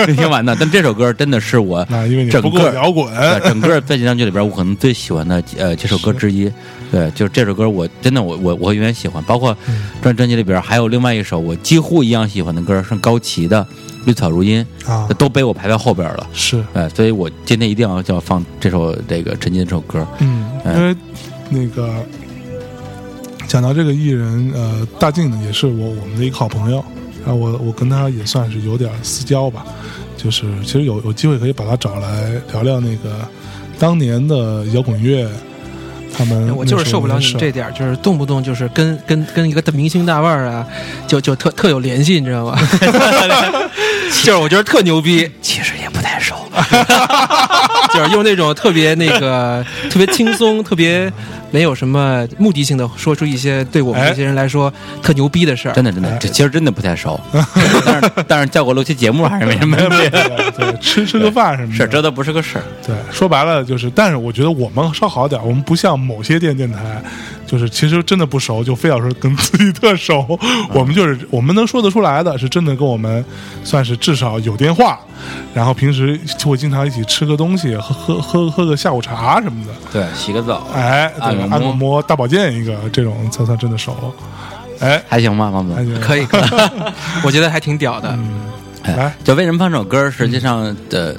[SPEAKER 3] 没听完的。但这首歌真的是我
[SPEAKER 1] 那因为你
[SPEAKER 3] 整
[SPEAKER 1] 不够
[SPEAKER 3] 个
[SPEAKER 1] 摇滚，
[SPEAKER 3] 对整个在单曲里边，我可能最喜欢的呃几首歌之一。对，就是这首歌我，真的我我我永远喜欢。包括
[SPEAKER 1] 嗯
[SPEAKER 3] 专专辑里边还有另外一首我几乎一样喜欢的歌，是高旗的《绿草如茵》，
[SPEAKER 1] 啊，
[SPEAKER 3] 都被我排在后边了。
[SPEAKER 1] 是，
[SPEAKER 3] 哎，所以我今天一定要要放这首这个陈进这首歌。
[SPEAKER 1] 嗯，
[SPEAKER 3] 哎
[SPEAKER 1] 因为那个讲到这个艺人，呃，大靖呢也是我我们的一个好朋友，然后我我跟他也算是有点私交吧，就是其实有有机会可以把他找来聊聊那个当年的摇滚乐，他们
[SPEAKER 2] 哎我就是受不了你
[SPEAKER 1] 那时候的
[SPEAKER 2] 们这
[SPEAKER 1] 事
[SPEAKER 2] 点儿，就是动不动就是跟跟跟一个明星大腕儿啊，就就特特有联系，你知道吗？ 就是我觉得特牛逼，其实也不太熟， 就是用那种特别那个特别轻松、特别没有什么目的性的说出一些对我们
[SPEAKER 1] 哎
[SPEAKER 2] 这些人来说特牛逼的事儿
[SPEAKER 3] 真。的真的，这其实真的不太 熟，但是但是叫过录期节目还是没什么问题。
[SPEAKER 1] 儿， 对，吃吃个饭什么的，
[SPEAKER 3] 是，这都不是个事儿。
[SPEAKER 1] 对，说白了就是，但是我觉得我们稍好点儿，我们不像某些电电台，就是其实真的不熟，就非要说跟自己特熟。
[SPEAKER 3] 嗯
[SPEAKER 1] 我们就是我们能说得出来的，是真的跟我们算是至少有电话，然后平时就会经常一起吃个东西，喝喝喝喝个下午茶什么的。
[SPEAKER 3] 对，洗个澡，
[SPEAKER 1] 哎，对
[SPEAKER 3] 按个摩
[SPEAKER 1] 按个摩、大保健一个这种才算真的熟。哎，
[SPEAKER 3] 还行吧，王总
[SPEAKER 1] 还。行
[SPEAKER 2] 可以，可以 我觉得还挺屌的。
[SPEAKER 1] 来，
[SPEAKER 3] 就为什么放这首歌？实际上的，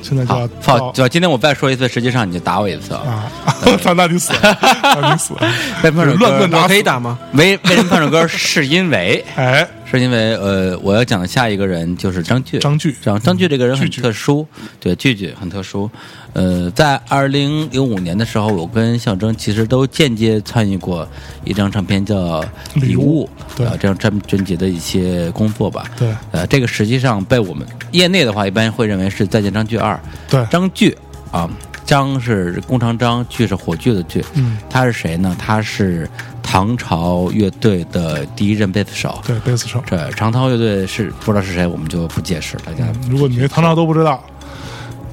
[SPEAKER 1] 现在就嗯
[SPEAKER 3] 好
[SPEAKER 1] 要，
[SPEAKER 3] 放。
[SPEAKER 1] 到
[SPEAKER 3] 就今天我再说一次，实际上你就打我一次啊。
[SPEAKER 1] 啊！ 操，那你死了，那你死了。
[SPEAKER 3] 为什么放这首
[SPEAKER 1] 啊乱问
[SPEAKER 3] 歌？
[SPEAKER 1] 打
[SPEAKER 2] 我
[SPEAKER 1] 死
[SPEAKER 2] 可以打吗？
[SPEAKER 3] 为为什么放这首歌？是因为
[SPEAKER 1] 哎，
[SPEAKER 3] 是因为呃，我要讲的下一个人就是张炬。
[SPEAKER 1] 张炬嗯
[SPEAKER 3] 张张炬这个人
[SPEAKER 1] 炬
[SPEAKER 3] 很
[SPEAKER 1] 炬
[SPEAKER 3] 特殊，对，炬炬很特殊。呃，在二零零五年的时候，我跟象征其实都间接参与过一张唱片叫《
[SPEAKER 1] 礼
[SPEAKER 3] 礼
[SPEAKER 1] 物
[SPEAKER 3] 物》，
[SPEAKER 1] 对
[SPEAKER 3] 呃这张专专辑的一些工作吧。
[SPEAKER 1] 对
[SPEAKER 3] 呃，这个实际上被我们业内的话，一般会认为是《再见张炬二》。
[SPEAKER 1] 对，
[SPEAKER 3] 张炬啊，张是弓长张，炬是火炬的炬。
[SPEAKER 1] 嗯，
[SPEAKER 3] 他是谁呢？他是唐朝乐队的第一任贝斯手。
[SPEAKER 1] 对，贝斯手。
[SPEAKER 3] 这长涛乐队是不知道是谁，我们就不解释，大家
[SPEAKER 1] 嗯如果你连唐朝都不知道，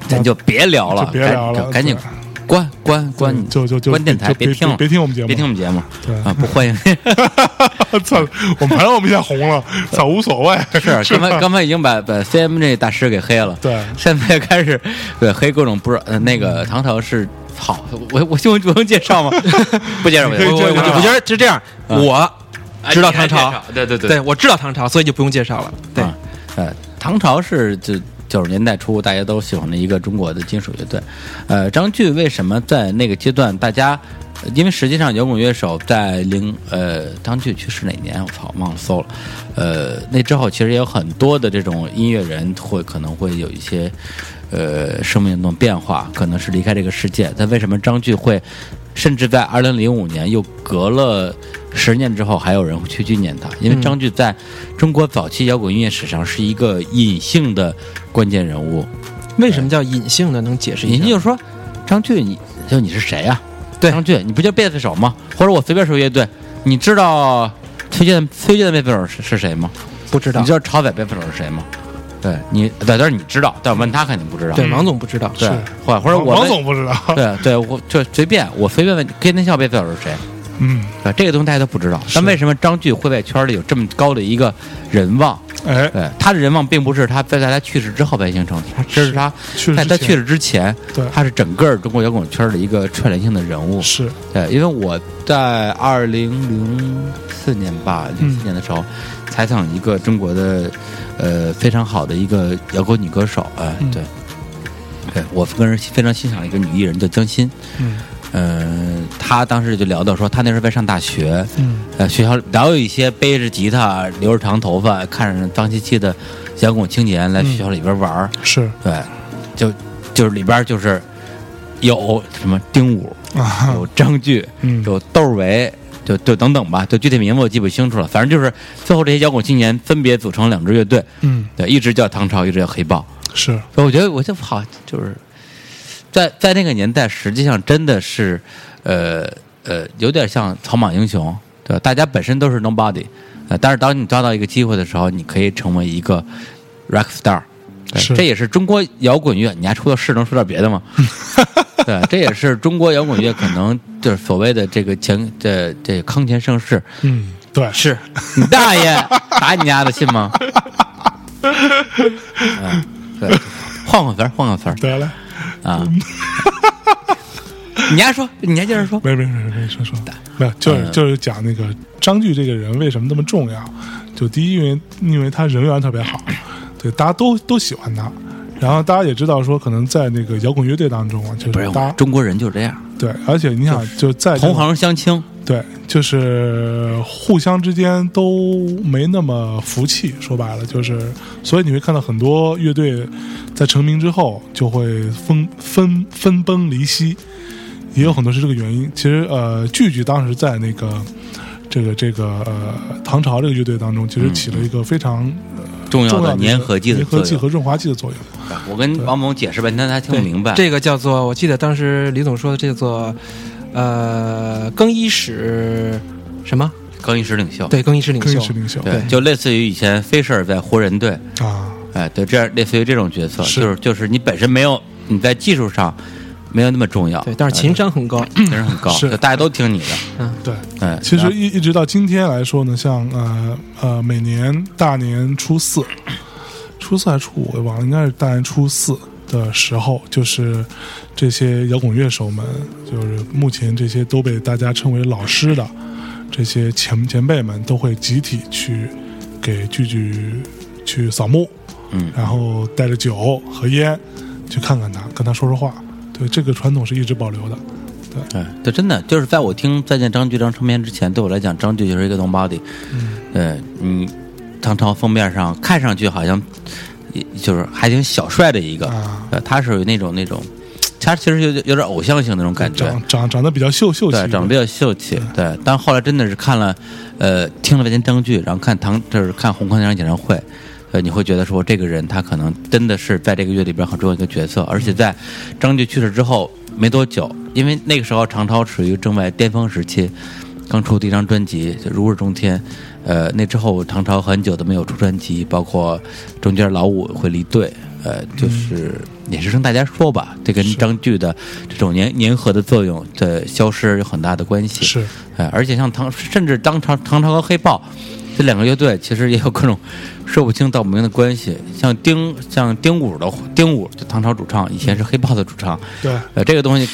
[SPEAKER 3] 咱就别聊了，
[SPEAKER 1] 就别聊了
[SPEAKER 3] 赶紧
[SPEAKER 1] 对
[SPEAKER 3] 关关关，
[SPEAKER 1] 就就就
[SPEAKER 3] 关电台，
[SPEAKER 1] 就别
[SPEAKER 3] 听了，
[SPEAKER 1] 别别听我们节目
[SPEAKER 3] 别听我们节目
[SPEAKER 1] 对
[SPEAKER 3] 啊！不 欢迎，
[SPEAKER 1] 操，我们反正我们现在红了，操，无所谓。
[SPEAKER 3] 是啊刚才刚才已经把把 CM 这大师给黑了，
[SPEAKER 1] 啊对嗯
[SPEAKER 3] 现在开始对黑各种不知道呃那个唐朝是好，我我就不用介 绍吗？不介绍，不
[SPEAKER 1] 可
[SPEAKER 3] 介
[SPEAKER 1] 以
[SPEAKER 3] 绍
[SPEAKER 2] 我
[SPEAKER 1] 介
[SPEAKER 2] 我
[SPEAKER 1] 绍啊
[SPEAKER 2] 我觉得是这样，我知道唐
[SPEAKER 3] 啊哎你来
[SPEAKER 2] 朝
[SPEAKER 3] 介绍，对对对
[SPEAKER 2] 对我知道唐朝，所以就不用介绍了。对，
[SPEAKER 3] 啊，呃，唐朝是就九十年代初大家都喜欢的一个中国的金属乐队，呃，张炬为什么在那个阶段大家？呃因为实际上摇滚乐手在零呃张炬去世哪年我操忘了搜了，呃那之后其实也有很多的这种音乐人会可能会有一些呃生命的那种变化，可能是离开这个世界。但为什么张炬会甚至在二零零五年又隔了十年之后还有人会去纪念他？因为张炬在中国早期摇滚音乐史上是一个隐性的关键人物。
[SPEAKER 2] 为什么叫隐性呢？能解释一
[SPEAKER 3] 人
[SPEAKER 2] 下
[SPEAKER 3] 家？就说张炬，你就你是谁呀、
[SPEAKER 2] 对
[SPEAKER 3] 张炬，你不就贝斯手吗？或者我随便说乐队，你知道崔健崔健的贝斯手是是谁吗？
[SPEAKER 2] 不知道
[SPEAKER 3] 你知，道超载贝斯手是谁吗？对你，对，但是你知道，但我问他肯定不知
[SPEAKER 1] 嗯
[SPEAKER 3] 道。
[SPEAKER 2] 对，王总不知道。
[SPEAKER 3] 对
[SPEAKER 1] 是，
[SPEAKER 3] 或或者我
[SPEAKER 1] 王
[SPEAKER 3] 问
[SPEAKER 1] 总不知 道，
[SPEAKER 3] 对对，我就随便，我随便问跟天笑贝斯手是谁，
[SPEAKER 1] 嗯，
[SPEAKER 3] 对吧，这个东西大家都不知道。但
[SPEAKER 1] 是
[SPEAKER 3] 为什么张炬会在圈里有这么高的一个人望？
[SPEAKER 1] 哎，
[SPEAKER 3] 对，他的人望并不是他在在他去世之后才形成的，他这是他
[SPEAKER 1] 去世
[SPEAKER 3] 在他
[SPEAKER 1] 之前
[SPEAKER 3] 去世之前，
[SPEAKER 1] 对
[SPEAKER 3] 他是整个中国摇滚圈的一个串联性的人物。
[SPEAKER 1] 是，
[SPEAKER 3] 对，因为我在二零零四年吧，
[SPEAKER 1] 嗯
[SPEAKER 3] 零四年的时候，采访一个中国的呃非常好的一个摇滚女歌手，啊，
[SPEAKER 1] 嗯
[SPEAKER 3] 对，对我个人非常欣赏一个女艺人叫江欣，
[SPEAKER 1] 嗯
[SPEAKER 3] 嗯，她当时就聊到说，她那时候在上大学，
[SPEAKER 1] 嗯，
[SPEAKER 3] 呃，学校老有一些背着吉他、留着长头发、看着脏兮兮的摇滚青年来学校里边玩儿，
[SPEAKER 1] 是
[SPEAKER 3] 对，就就是里边就是有什么丁武，
[SPEAKER 1] 啊，
[SPEAKER 3] 有张炬，
[SPEAKER 1] 嗯
[SPEAKER 3] 有窦唯，就就等等吧，就具体名字我记不清楚了。反正就是最后这些摇滚青年分别组成两支乐队，
[SPEAKER 1] 嗯，
[SPEAKER 3] 对，一支叫唐朝，一支叫黑豹。
[SPEAKER 1] 是，
[SPEAKER 3] 所以我觉得我就好，就是在在那个年代，实际上真的是，呃呃，有点像草莽英雄，对吧？大家本身都是 nobody，呃，但是当你抓到一个机会的时候，你可以成为一个 rock star。对
[SPEAKER 1] 是
[SPEAKER 3] 这也是中国摇滚乐，你还出了事能说点别的吗？对，这也是中国摇滚乐可能就是所谓的这个前这这康乾盛世，
[SPEAKER 1] 嗯，对，
[SPEAKER 2] 是
[SPEAKER 3] 你大爷，打你丫的信吗？嗯对，换换词儿，换换词儿
[SPEAKER 1] 得了，
[SPEAKER 3] 啊！你还说，你还接着说，
[SPEAKER 1] 没没没没说说，没有，
[SPEAKER 3] 嗯
[SPEAKER 1] 就是就是讲那个张炬这个人为什么那么重要？就第一，因为因为他人缘特别好，对，大家都都喜欢他。然后大家也知道说，可能在那个摇滚乐队当中啊，就
[SPEAKER 3] 不是
[SPEAKER 1] 是
[SPEAKER 3] 我
[SPEAKER 1] 大
[SPEAKER 3] 们
[SPEAKER 1] 家
[SPEAKER 3] 中国人就是这样，
[SPEAKER 1] 对，而且你想，就在这
[SPEAKER 3] 同
[SPEAKER 1] 种
[SPEAKER 3] 行相轻，
[SPEAKER 1] 对，就是互相之间都没那么服气。说白了，就是所以你会看到很多乐队在成名之后就会分分分崩离析，也有很多是这个原因。其实呃，句句当时在那个这个这个呃唐朝这个乐队当中，其实起了一个非常
[SPEAKER 3] 重要
[SPEAKER 1] 重要的
[SPEAKER 3] 的
[SPEAKER 1] 一个
[SPEAKER 3] 粘合剂的
[SPEAKER 1] 粘合
[SPEAKER 3] 作
[SPEAKER 1] 剂
[SPEAKER 3] 用。
[SPEAKER 1] 和润滑剂的作用。
[SPEAKER 3] 我跟王蒙解释半天，他听不明白。
[SPEAKER 2] 这个叫做，我记得当时李总说的，这叫做，呃，更衣室什么？
[SPEAKER 3] 更衣室领袖，
[SPEAKER 2] 对，更衣室领
[SPEAKER 1] 更衣
[SPEAKER 2] 袖。
[SPEAKER 1] 室领袖
[SPEAKER 3] 对，就类似于以前菲舍尔在湖人队，
[SPEAKER 1] 啊，
[SPEAKER 3] 哎，对，这样类似于这种角色，
[SPEAKER 1] 是
[SPEAKER 3] 就是就是你本身没有你在技术上没有那么重要，
[SPEAKER 2] 对，但是情商很
[SPEAKER 1] 啊
[SPEAKER 2] 高。
[SPEAKER 3] 情商很高，
[SPEAKER 1] 是嗯
[SPEAKER 3] 就大家都听你的。
[SPEAKER 1] 对。
[SPEAKER 3] 哎，
[SPEAKER 1] 其
[SPEAKER 3] 然
[SPEAKER 1] 实
[SPEAKER 3] 后
[SPEAKER 1] 一一直到今天来说呢，像呃呃，每年大年初四、初四还是初五，我忘了，应该是大年初四的时候，就是这些摇滚乐手们，就是目前这些都被大家称为老师的这些前前辈们，都会集体去给聚聚去扫墓，
[SPEAKER 3] 嗯，
[SPEAKER 1] 然后带着酒和烟去看看他，跟他说说话。对，这个传统是一直保留的。
[SPEAKER 3] 对，对，真的就是在我听《再见张炬》这张唱片之前，对我来讲，张炬就是一个 nobody。嗯，嗯，唐朝封面上看上去好像也就是还挺小帅的一个，
[SPEAKER 1] 啊
[SPEAKER 3] 呃，他是有那种那种，他其实有有点偶像性那种感觉，
[SPEAKER 1] 长长长得比较秀秀气一
[SPEAKER 3] 对，
[SPEAKER 1] 点，
[SPEAKER 3] 长得比较秀气，对。但后来真的是看了，呃，听了半天张炬，然后看唐，就是看红宽那场演唱会，呃，你会觉得说这个人他可能真的是在这个乐里边很重要的一个角色，而
[SPEAKER 1] 嗯
[SPEAKER 3] 且在张炬去世之后没多久，因为那个时候唐超处于正在巅峰时期。刚出第一张专辑就如日中天，呃，那之后唐朝很久都没有出专辑，包括中间老五会离队，呃，就是、也是跟大家说吧，这跟张炬的这种粘粘合的作用的消失有很大的关系。
[SPEAKER 1] 是。
[SPEAKER 3] 哎，而且像唐，甚至当唐唐朝和黑豹这两个乐队，其实也有各种说不清道不明的关系。像丁，像丁武的丁武，就唐朝主唱，以前是黑豹的主唱。
[SPEAKER 1] 对
[SPEAKER 3] 呃，这个东西，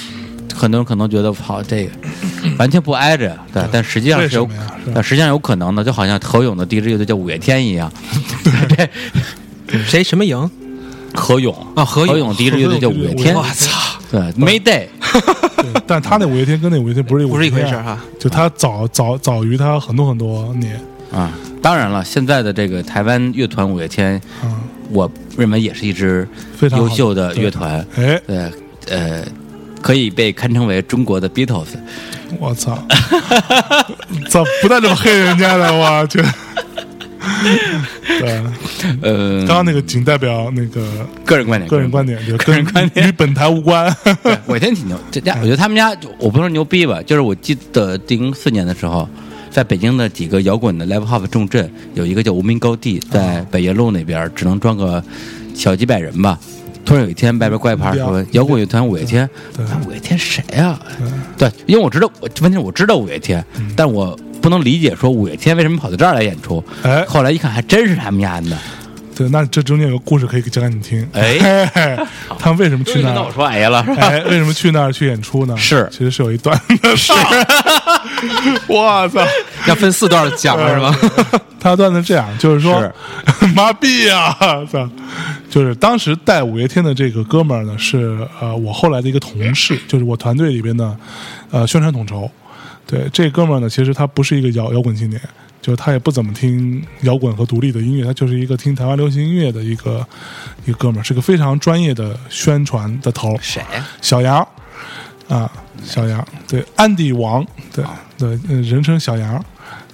[SPEAKER 3] 很多人可能觉得好，这个完全不挨着，对，但实际上
[SPEAKER 1] 为
[SPEAKER 3] 是
[SPEAKER 1] 什
[SPEAKER 3] 有
[SPEAKER 1] 么呀是吧
[SPEAKER 3] 但实际上有可能的，就好像何勇的第一支乐队叫五月天一样，
[SPEAKER 2] 谁什么营？
[SPEAKER 3] 何勇
[SPEAKER 2] 啊何勇
[SPEAKER 3] 勇第一支乐队叫五月天
[SPEAKER 1] 何
[SPEAKER 2] 我，操，
[SPEAKER 3] 对，Mayday，
[SPEAKER 1] 对，但他那五月天跟那五月天不是
[SPEAKER 2] 不是一回事儿
[SPEAKER 1] 儿
[SPEAKER 2] 哈。
[SPEAKER 1] 就他早早早于他很多很多年，
[SPEAKER 3] 啊，当然了，现在的这个台湾乐团五月天，
[SPEAKER 1] 嗯，
[SPEAKER 3] 我认为也是一支
[SPEAKER 1] 非常好
[SPEAKER 3] 优秀的乐团，
[SPEAKER 1] 哎，
[SPEAKER 3] 呃呃，可以被堪称为中国的 Beatles。
[SPEAKER 1] 我操，咋不带这么黑人家的？我去，对，
[SPEAKER 3] 呃，
[SPEAKER 1] 刚刚那个仅代表那个
[SPEAKER 3] 个人观点，
[SPEAKER 1] 个人观点，就
[SPEAKER 3] 嗯个人观点
[SPEAKER 1] 跟与本台无关。
[SPEAKER 3] 对，五月天挺牛，这家
[SPEAKER 1] 嗯
[SPEAKER 3] 我觉得他们家，我不说牛逼吧，就是我记得零四年的时候。在北京的几个摇滚的 live house 重镇，有一个叫无名高地，在北岳路那边，只能装个小几百人吧。突然有一天，外边挂一牌说
[SPEAKER 1] 嗯对啊
[SPEAKER 3] 摇滚乐团五月天，
[SPEAKER 1] 对嗯
[SPEAKER 3] 我说五月天谁啊？对，因为我知道，我问题是我知道五月天，但我不能理解说五月天为什么跑到这儿来演出。
[SPEAKER 1] 哎
[SPEAKER 3] 后来一看，还真是他们家的。
[SPEAKER 1] 对，那这中间有个故事可以讲给你听。
[SPEAKER 3] 哎
[SPEAKER 1] 嘿嘿， 他们为什么去那
[SPEAKER 3] 那我
[SPEAKER 1] 儿？
[SPEAKER 3] 说哎呀了，是吧？
[SPEAKER 1] 哎，为什么去那儿去演出呢？
[SPEAKER 3] 是
[SPEAKER 1] 其实是有一段的 事儿。我操！
[SPEAKER 2] 要分四段讲了是
[SPEAKER 1] 嗯
[SPEAKER 2] 吧？
[SPEAKER 1] 他的段子这样，就是说， 麻痹呀、操！就是当时带五月天的这个哥们儿呢，是呃我后来的一个同事，就是我团队里边的呃宣传统筹。对，这哥们儿呢，其实他不是一个摇摇滚青年，就是他也不怎么听摇滚和独立的音乐，他就是一个听台湾流行音乐的一个一个哥们儿，是个非常专业的宣传的头。
[SPEAKER 3] 谁呀？
[SPEAKER 1] 小杨啊，小杨，对，安迪王，对
[SPEAKER 3] 啊
[SPEAKER 1] 对，呃人称小杨。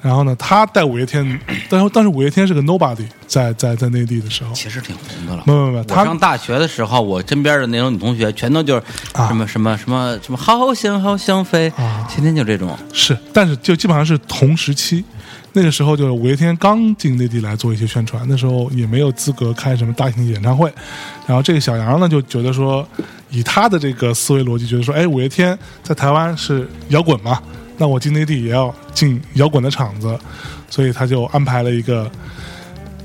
[SPEAKER 1] 然后呢，他带五月天，但是但是五月天是个 nobody，在在在内地的时候，
[SPEAKER 3] 其实挺红的了。
[SPEAKER 1] 没有没有没有，
[SPEAKER 3] 我上
[SPEAKER 1] 他
[SPEAKER 3] 大学的时候，我身边的那种女同学，全都就是
[SPEAKER 1] 啊
[SPEAKER 3] 什么什么什么什么，好想好想飞
[SPEAKER 1] 啊，
[SPEAKER 3] 天天就这种。
[SPEAKER 1] 是，但是就基本上是同时期。那个时候就是五月天刚进内地来做一些宣传，那时候也没有资格开什么大型演唱会。然后这个小杨呢就觉得说，以他的这个思维逻辑，觉得说，哎，五月天在台湾是摇滚嘛，那我进内地也要进摇滚的场子，所以他就安排了一个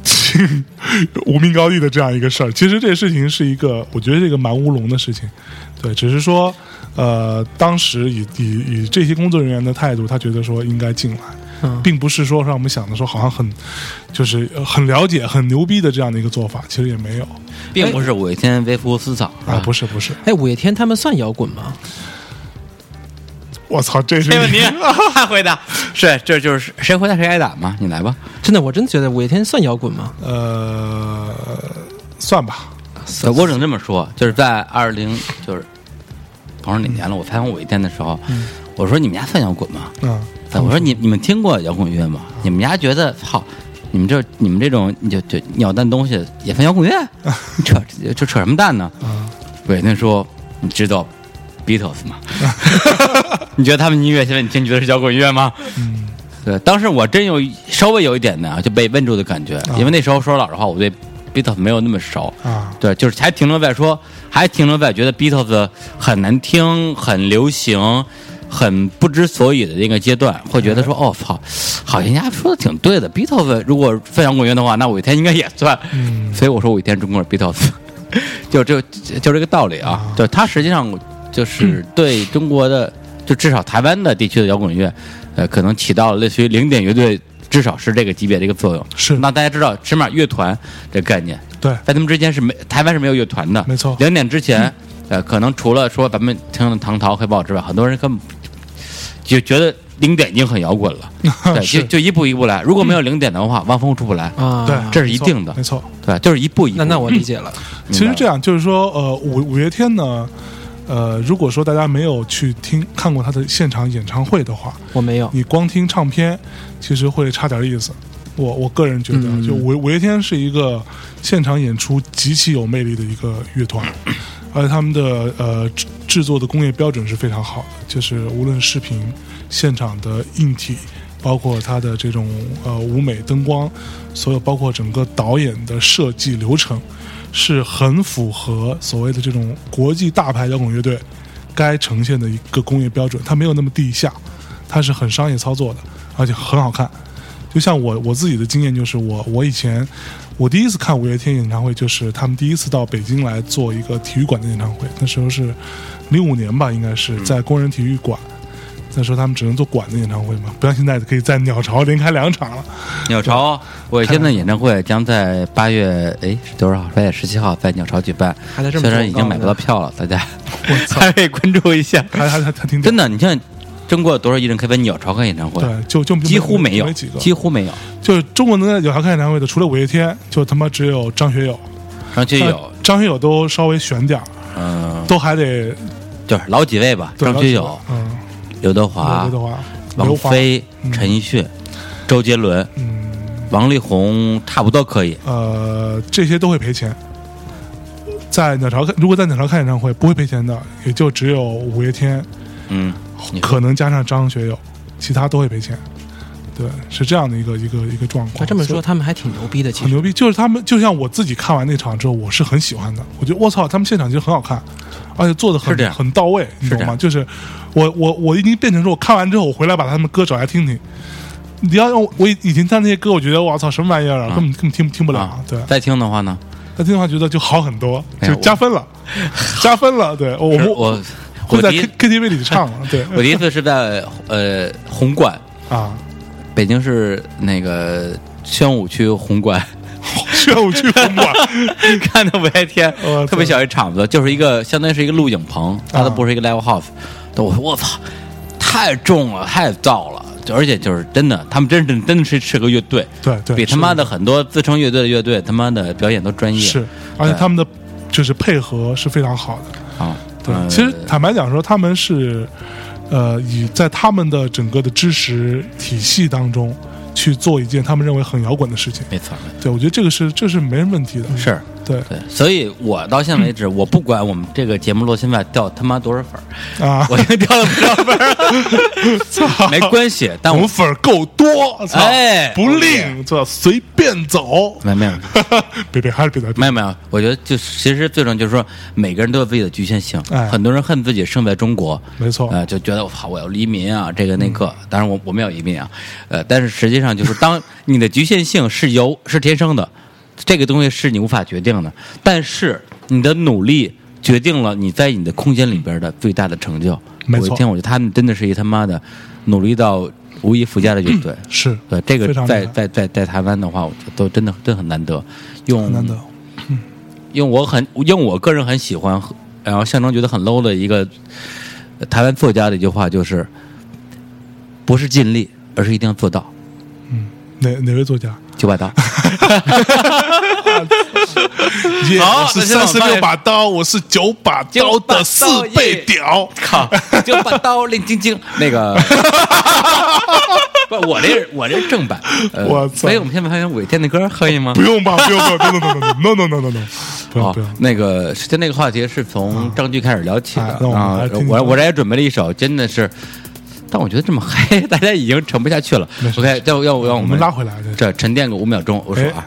[SPEAKER 1] 进 无名高地的这样一个事儿。其实这个事情是一个，我觉得是一个蛮乌龙的事情，对，只是说，呃，当时以以以这些工作人员的态度，他觉得说应该进来，
[SPEAKER 2] 嗯
[SPEAKER 1] 并不是说让我们想的说好像很就是呃很了解、很牛逼的这样的一个做法，其实也没有
[SPEAKER 3] 并不是我先为夫思想
[SPEAKER 1] 啊，不
[SPEAKER 3] 是
[SPEAKER 1] 是不是，
[SPEAKER 2] 哎，五月天他们算摇滚吗？
[SPEAKER 1] 我操，这是
[SPEAKER 3] 吧？没问题， 他回答是，这就是谁回答谁挨打嘛，你来吧。
[SPEAKER 2] 真的，我真觉得五月天算摇滚吗？
[SPEAKER 1] 呃，算吧，
[SPEAKER 3] 呃我只能这么说，就是在二零就是，我说哪年了？我采访五一天的时候，我说你们家算摇滚吗？
[SPEAKER 1] 嗯，
[SPEAKER 3] 我说你你们听过摇滚乐吗？你们家觉得操，你们这你们这种你就就鸟蛋东西也算摇 滚乐？你扯就就扯什么蛋呢？
[SPEAKER 1] 啊，
[SPEAKER 3] 伟天说：“你知道 Beatles 吗？ 你觉得他们音乐现在你听觉得是摇滚乐吗？”
[SPEAKER 1] 嗯，
[SPEAKER 3] 对，当时我真有稍微有一点的啊，就被问住的感觉，因为那时候说老实话，我对 Beatles 没有那么熟。
[SPEAKER 1] 啊，
[SPEAKER 3] 对，就是还停留在说，还停留在觉得 Beatles 很难听、很流行、很不知所以的那个阶段，会觉得
[SPEAKER 1] 嗯
[SPEAKER 3] 说，哦操，好像人家说的挺对的，Beatles 如果算摇滚乐的话，那五月天应该也算。
[SPEAKER 1] 嗯
[SPEAKER 3] 所以我说五月天中国是 Beatles，就 就就这个道理啊。就他实际上就是对中国的，就至少台湾的地区的摇滚乐，呃，可能起到了类似于零点乐队。至少是这个级别的一个作用，
[SPEAKER 1] 是
[SPEAKER 3] 那大家知道，起码乐团这概念，
[SPEAKER 1] 对，
[SPEAKER 3] 在他们之间是没台湾是没有乐团的，
[SPEAKER 1] 没错
[SPEAKER 3] 两点之前，呃，可能除了说咱们听的唐朝黑豹之外，很多人根本就觉得零点已经很摇滚了， 对，就是就一步一步来。如果没有零点的话，汪峰出不来，
[SPEAKER 2] 啊，
[SPEAKER 1] 对，
[SPEAKER 3] 这是一定的
[SPEAKER 1] 没错。没错
[SPEAKER 3] 对，就是一步一步。
[SPEAKER 2] 那那我理解了。
[SPEAKER 3] 明白
[SPEAKER 1] 其实这样就是说，呃，五五月天呢，呃，如果说大家没有去听看过他的现场演唱会的话，
[SPEAKER 2] 我没有，
[SPEAKER 1] 你光听唱片，其实会差点意思。我我个人觉得，啊
[SPEAKER 2] 嗯
[SPEAKER 1] 就五五月天是一个现场演出极其有魅力的一个乐 团，而且他们的呃制制作的工业标准是非常好的，就是无论视频、现场的硬体，包括它的这种呃舞美、灯光，所有包括整个导演的设计流程，是很符合所谓的这种国际大牌摇滚乐队该呈现的一个工业标准，它没有那么地下，它是很商业操作的，而且很好看。就像我我自己的经验就是我，我以前我第一次看五月天演唱会，就是他们第一次到北京来做一个体育馆的演唱会，那时候是零五年吧，应该是在工人体育馆。那时候他们只能做馆的演唱会嘛，不像现在可以在鸟巢连开两场了。
[SPEAKER 3] 鸟巢，我现在演唱会将在八月哎是多少号？八月十七号在鸟巢举办，
[SPEAKER 2] 还在这么
[SPEAKER 3] 虽然已
[SPEAKER 2] 做
[SPEAKER 3] 经买
[SPEAKER 2] 广
[SPEAKER 3] 不
[SPEAKER 2] 告
[SPEAKER 3] 到票
[SPEAKER 2] 呢
[SPEAKER 3] 了，大家 还可以关注一下。
[SPEAKER 1] 还还还还挺屌
[SPEAKER 3] 真的，你像中国有多少艺人可以在鸟巢开演唱会？
[SPEAKER 1] 对，就就
[SPEAKER 3] 几乎没
[SPEAKER 1] 没
[SPEAKER 3] 有，
[SPEAKER 1] 几个，
[SPEAKER 3] 几乎没有。
[SPEAKER 1] 就是中国能在有台看演唱会的，除了五月天，就他妈只有张学友。
[SPEAKER 3] 然后就 有
[SPEAKER 1] 呃，张学友都稍微悬点儿，
[SPEAKER 3] 嗯，
[SPEAKER 1] 都还得
[SPEAKER 3] 就是老几位吧，
[SPEAKER 1] 对
[SPEAKER 3] 张学友、
[SPEAKER 1] 嗯，
[SPEAKER 3] 刘德
[SPEAKER 1] 刘
[SPEAKER 2] 啊
[SPEAKER 3] 华、
[SPEAKER 1] 德华、
[SPEAKER 3] 王
[SPEAKER 1] 刘华，
[SPEAKER 3] 菲
[SPEAKER 1] 嗯、
[SPEAKER 3] 陈奕迅、周杰伦、
[SPEAKER 1] 嗯，
[SPEAKER 3] 王力宏，差不多可以。
[SPEAKER 1] 呃，这些都会赔钱。在鸟巢看，如果在鸟巢看演唱会不会赔钱的，也就只有五月天，
[SPEAKER 3] 嗯，你
[SPEAKER 1] 可能加上张学友，其他都会赔钱。对，是这样的一个一个一个状况。
[SPEAKER 2] 那这么
[SPEAKER 1] 所以
[SPEAKER 2] 说，他们还挺牛逼的，其
[SPEAKER 1] 很
[SPEAKER 2] 实
[SPEAKER 1] 牛逼，就是他们，就像我自己看完那场之后，我是很喜欢的。我觉得我操，他们现场其实很好看，而且做的很
[SPEAKER 3] 是这样
[SPEAKER 1] 很到位，你
[SPEAKER 3] 是
[SPEAKER 1] 懂
[SPEAKER 3] 这
[SPEAKER 1] 吗？
[SPEAKER 3] 样
[SPEAKER 1] 就是我我我已经变成说，我看完之后，我回来把他们歌找来听听。你要让我，我以以前看那些歌，我觉得我操什么玩意儿啊，
[SPEAKER 3] 啊
[SPEAKER 1] 根本根本听听不了
[SPEAKER 3] 啊。
[SPEAKER 1] 对，
[SPEAKER 3] 再听的话呢，
[SPEAKER 1] 那听的话觉得就好很多，
[SPEAKER 3] 哎
[SPEAKER 1] 就
[SPEAKER 3] 呀
[SPEAKER 1] 加 分了，加分了。对，我
[SPEAKER 3] 是
[SPEAKER 1] 们
[SPEAKER 3] 我
[SPEAKER 1] 会
[SPEAKER 3] 我
[SPEAKER 1] 在
[SPEAKER 3] 第
[SPEAKER 1] K
[SPEAKER 3] 一
[SPEAKER 1] KTV 里唱 了。对
[SPEAKER 3] 我第一次是在呃红馆，
[SPEAKER 1] 啊，
[SPEAKER 3] 北京市那个宣武区红馆
[SPEAKER 1] 炫舞去红 馆，
[SPEAKER 3] 看的五 月天
[SPEAKER 1] 我操，
[SPEAKER 3] 特别小一场子，就是一个相当于是一个录影棚，
[SPEAKER 1] 啊
[SPEAKER 3] 它都不是一个 live house。但我说我操，太重了，太燥了，就而且就是真的，他们真是真的是是个乐队，
[SPEAKER 1] 对对，
[SPEAKER 3] 比他妈
[SPEAKER 1] 是
[SPEAKER 3] 的很多自称乐队的乐队，他妈的表演都专业
[SPEAKER 1] 是，而且
[SPEAKER 3] 对
[SPEAKER 1] 他们的就是配合是非常好的。
[SPEAKER 3] 啊。
[SPEAKER 1] 对，
[SPEAKER 3] 呃
[SPEAKER 1] 其实坦白讲说，他们是呃以在他们的整个的知识体系当中去做一件他们认为很摇滚的事情。
[SPEAKER 3] 没错，没错
[SPEAKER 1] 对，我觉得这个是这是没人问题的。
[SPEAKER 3] 是。
[SPEAKER 1] 对
[SPEAKER 3] 对，所以我到现在为止，我不管我们这个节目录到现在掉他妈多少粉儿，
[SPEAKER 1] 啊，
[SPEAKER 3] 我已经掉了不少 粉儿了，没关系，但
[SPEAKER 1] 我
[SPEAKER 3] 我
[SPEAKER 1] 们粉儿够多，操
[SPEAKER 3] 哎
[SPEAKER 1] 不吝，这随便走，
[SPEAKER 3] 没没有
[SPEAKER 1] 别别还是别的，
[SPEAKER 3] 没有没有，我觉得就其实最重要就是说，每个人都有自己的局限性。
[SPEAKER 1] 哎
[SPEAKER 3] 很多人恨自己生在中国，
[SPEAKER 1] 没错嗯
[SPEAKER 3] 呃，就觉得我操，我要移民啊，这个那个。当然我我没有移民啊，呃，但是实际上就是当你的局限性是由是天生的，这个东西是你无法决定的，但是你的努力决定了你在你的空间里边的最大的成就。
[SPEAKER 1] 没错
[SPEAKER 3] 我一听我觉得他们真的是一他妈的努力到无以复加的乐队。
[SPEAKER 1] 嗯是
[SPEAKER 3] 对，这个
[SPEAKER 1] 非常
[SPEAKER 3] 在
[SPEAKER 1] 厉害
[SPEAKER 3] 在在在台湾的话，我觉得都真的真很难得。用
[SPEAKER 1] 难得，
[SPEAKER 3] 用我很用我个人很喜欢，然后象征觉得很 low 的一个呃台湾作家的一句话就是：不是尽力，而是一定要做到。
[SPEAKER 1] 哪哪位作家？
[SPEAKER 3] 九把刀，
[SPEAKER 1] 耶
[SPEAKER 3] 好
[SPEAKER 1] 我是
[SPEAKER 3] 那现在
[SPEAKER 1] 三
[SPEAKER 3] 我
[SPEAKER 1] 十
[SPEAKER 3] 发
[SPEAKER 1] 六
[SPEAKER 3] 现
[SPEAKER 1] 把刀，我是九把刀的四倍屌。
[SPEAKER 3] 靠，九啊把刀亮晶 晶。那个，不，我这我这是正版。呃
[SPEAKER 1] 我操
[SPEAKER 3] 所以我们现在发现伟天的歌可以吗
[SPEAKER 1] 不？用吧，不用，不用，不用，不用，no no no no no no，不用
[SPEAKER 3] 好
[SPEAKER 1] 不用，，啊
[SPEAKER 3] 那个今天那个话题是从张炬开始聊起的
[SPEAKER 1] 哎那我们
[SPEAKER 3] 啊
[SPEAKER 1] 来听，听
[SPEAKER 3] 我我这也准备了一首，真的是，但我觉得这么嗨， 大家已经沉不下去了
[SPEAKER 1] 没。事
[SPEAKER 3] OK，要要要我
[SPEAKER 1] 我
[SPEAKER 3] 们
[SPEAKER 1] 们拉回来，这
[SPEAKER 3] 这沉淀个五秒钟，我数啊，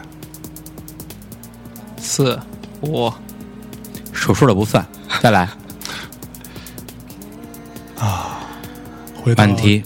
[SPEAKER 2] 四
[SPEAKER 1] 嗯
[SPEAKER 2] 五
[SPEAKER 3] 数数了不算，再来
[SPEAKER 1] 回到
[SPEAKER 3] 班提。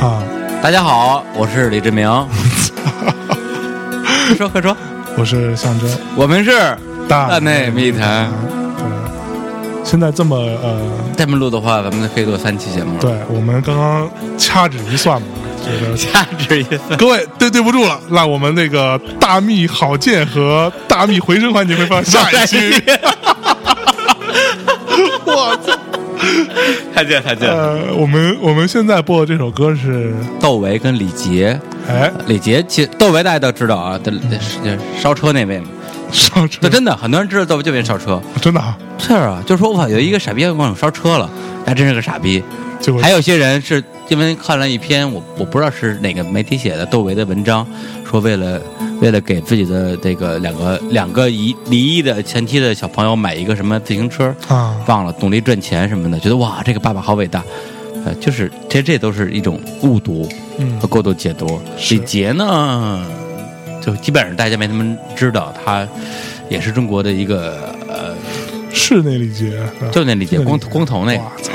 [SPEAKER 1] 啊，
[SPEAKER 3] 大家好，我是李志明。快说快说，
[SPEAKER 1] 我是象征
[SPEAKER 3] 我们是
[SPEAKER 1] 大
[SPEAKER 3] 大内密谈。
[SPEAKER 1] 对，现在这么呃，
[SPEAKER 3] 这么录的话，咱们可以做三期节目了。
[SPEAKER 1] 对我们刚刚掐指一算嘛，觉得
[SPEAKER 3] 掐指一 算，
[SPEAKER 1] 各位对对不住了，那我们那个大秘好剑和大秘回声环节会放下一期。我操！
[SPEAKER 3] 太见太见
[SPEAKER 1] 呃，我们我们现在播的这首歌是，
[SPEAKER 3] 窦唯跟李杰，
[SPEAKER 1] 哎，
[SPEAKER 3] 李杰其实窦唯大家都知道啊，这这这烧车那位嘛，
[SPEAKER 1] 上车
[SPEAKER 3] 这真的很多人知道窦唯就为烧车。
[SPEAKER 1] 真的啊，
[SPEAKER 3] 是啊，就说哇，有一个傻逼要管我烧车了，那真是个傻逼。
[SPEAKER 1] 结果
[SPEAKER 3] 还有些人是因为看了一篇我我不知道是哪个媒体写的窦唯的文章，说为了为了给自己的这个两个两个离离异的前妻的小朋友买一个什么自行车，
[SPEAKER 1] 啊，
[SPEAKER 3] 忘了努力赚钱什么的，觉得哇这个爸爸好伟大，呃，就是其实这都是一种误读
[SPEAKER 1] 嗯
[SPEAKER 3] 和过度解读。
[SPEAKER 1] 是
[SPEAKER 3] 李杰呢，就基本上大家没他们知道，他也是中国的一个呃，
[SPEAKER 1] 是那李杰，是吧
[SPEAKER 3] 就那李杰
[SPEAKER 1] 那李
[SPEAKER 3] 光
[SPEAKER 1] 杰
[SPEAKER 3] 光头那个。
[SPEAKER 1] 哇操，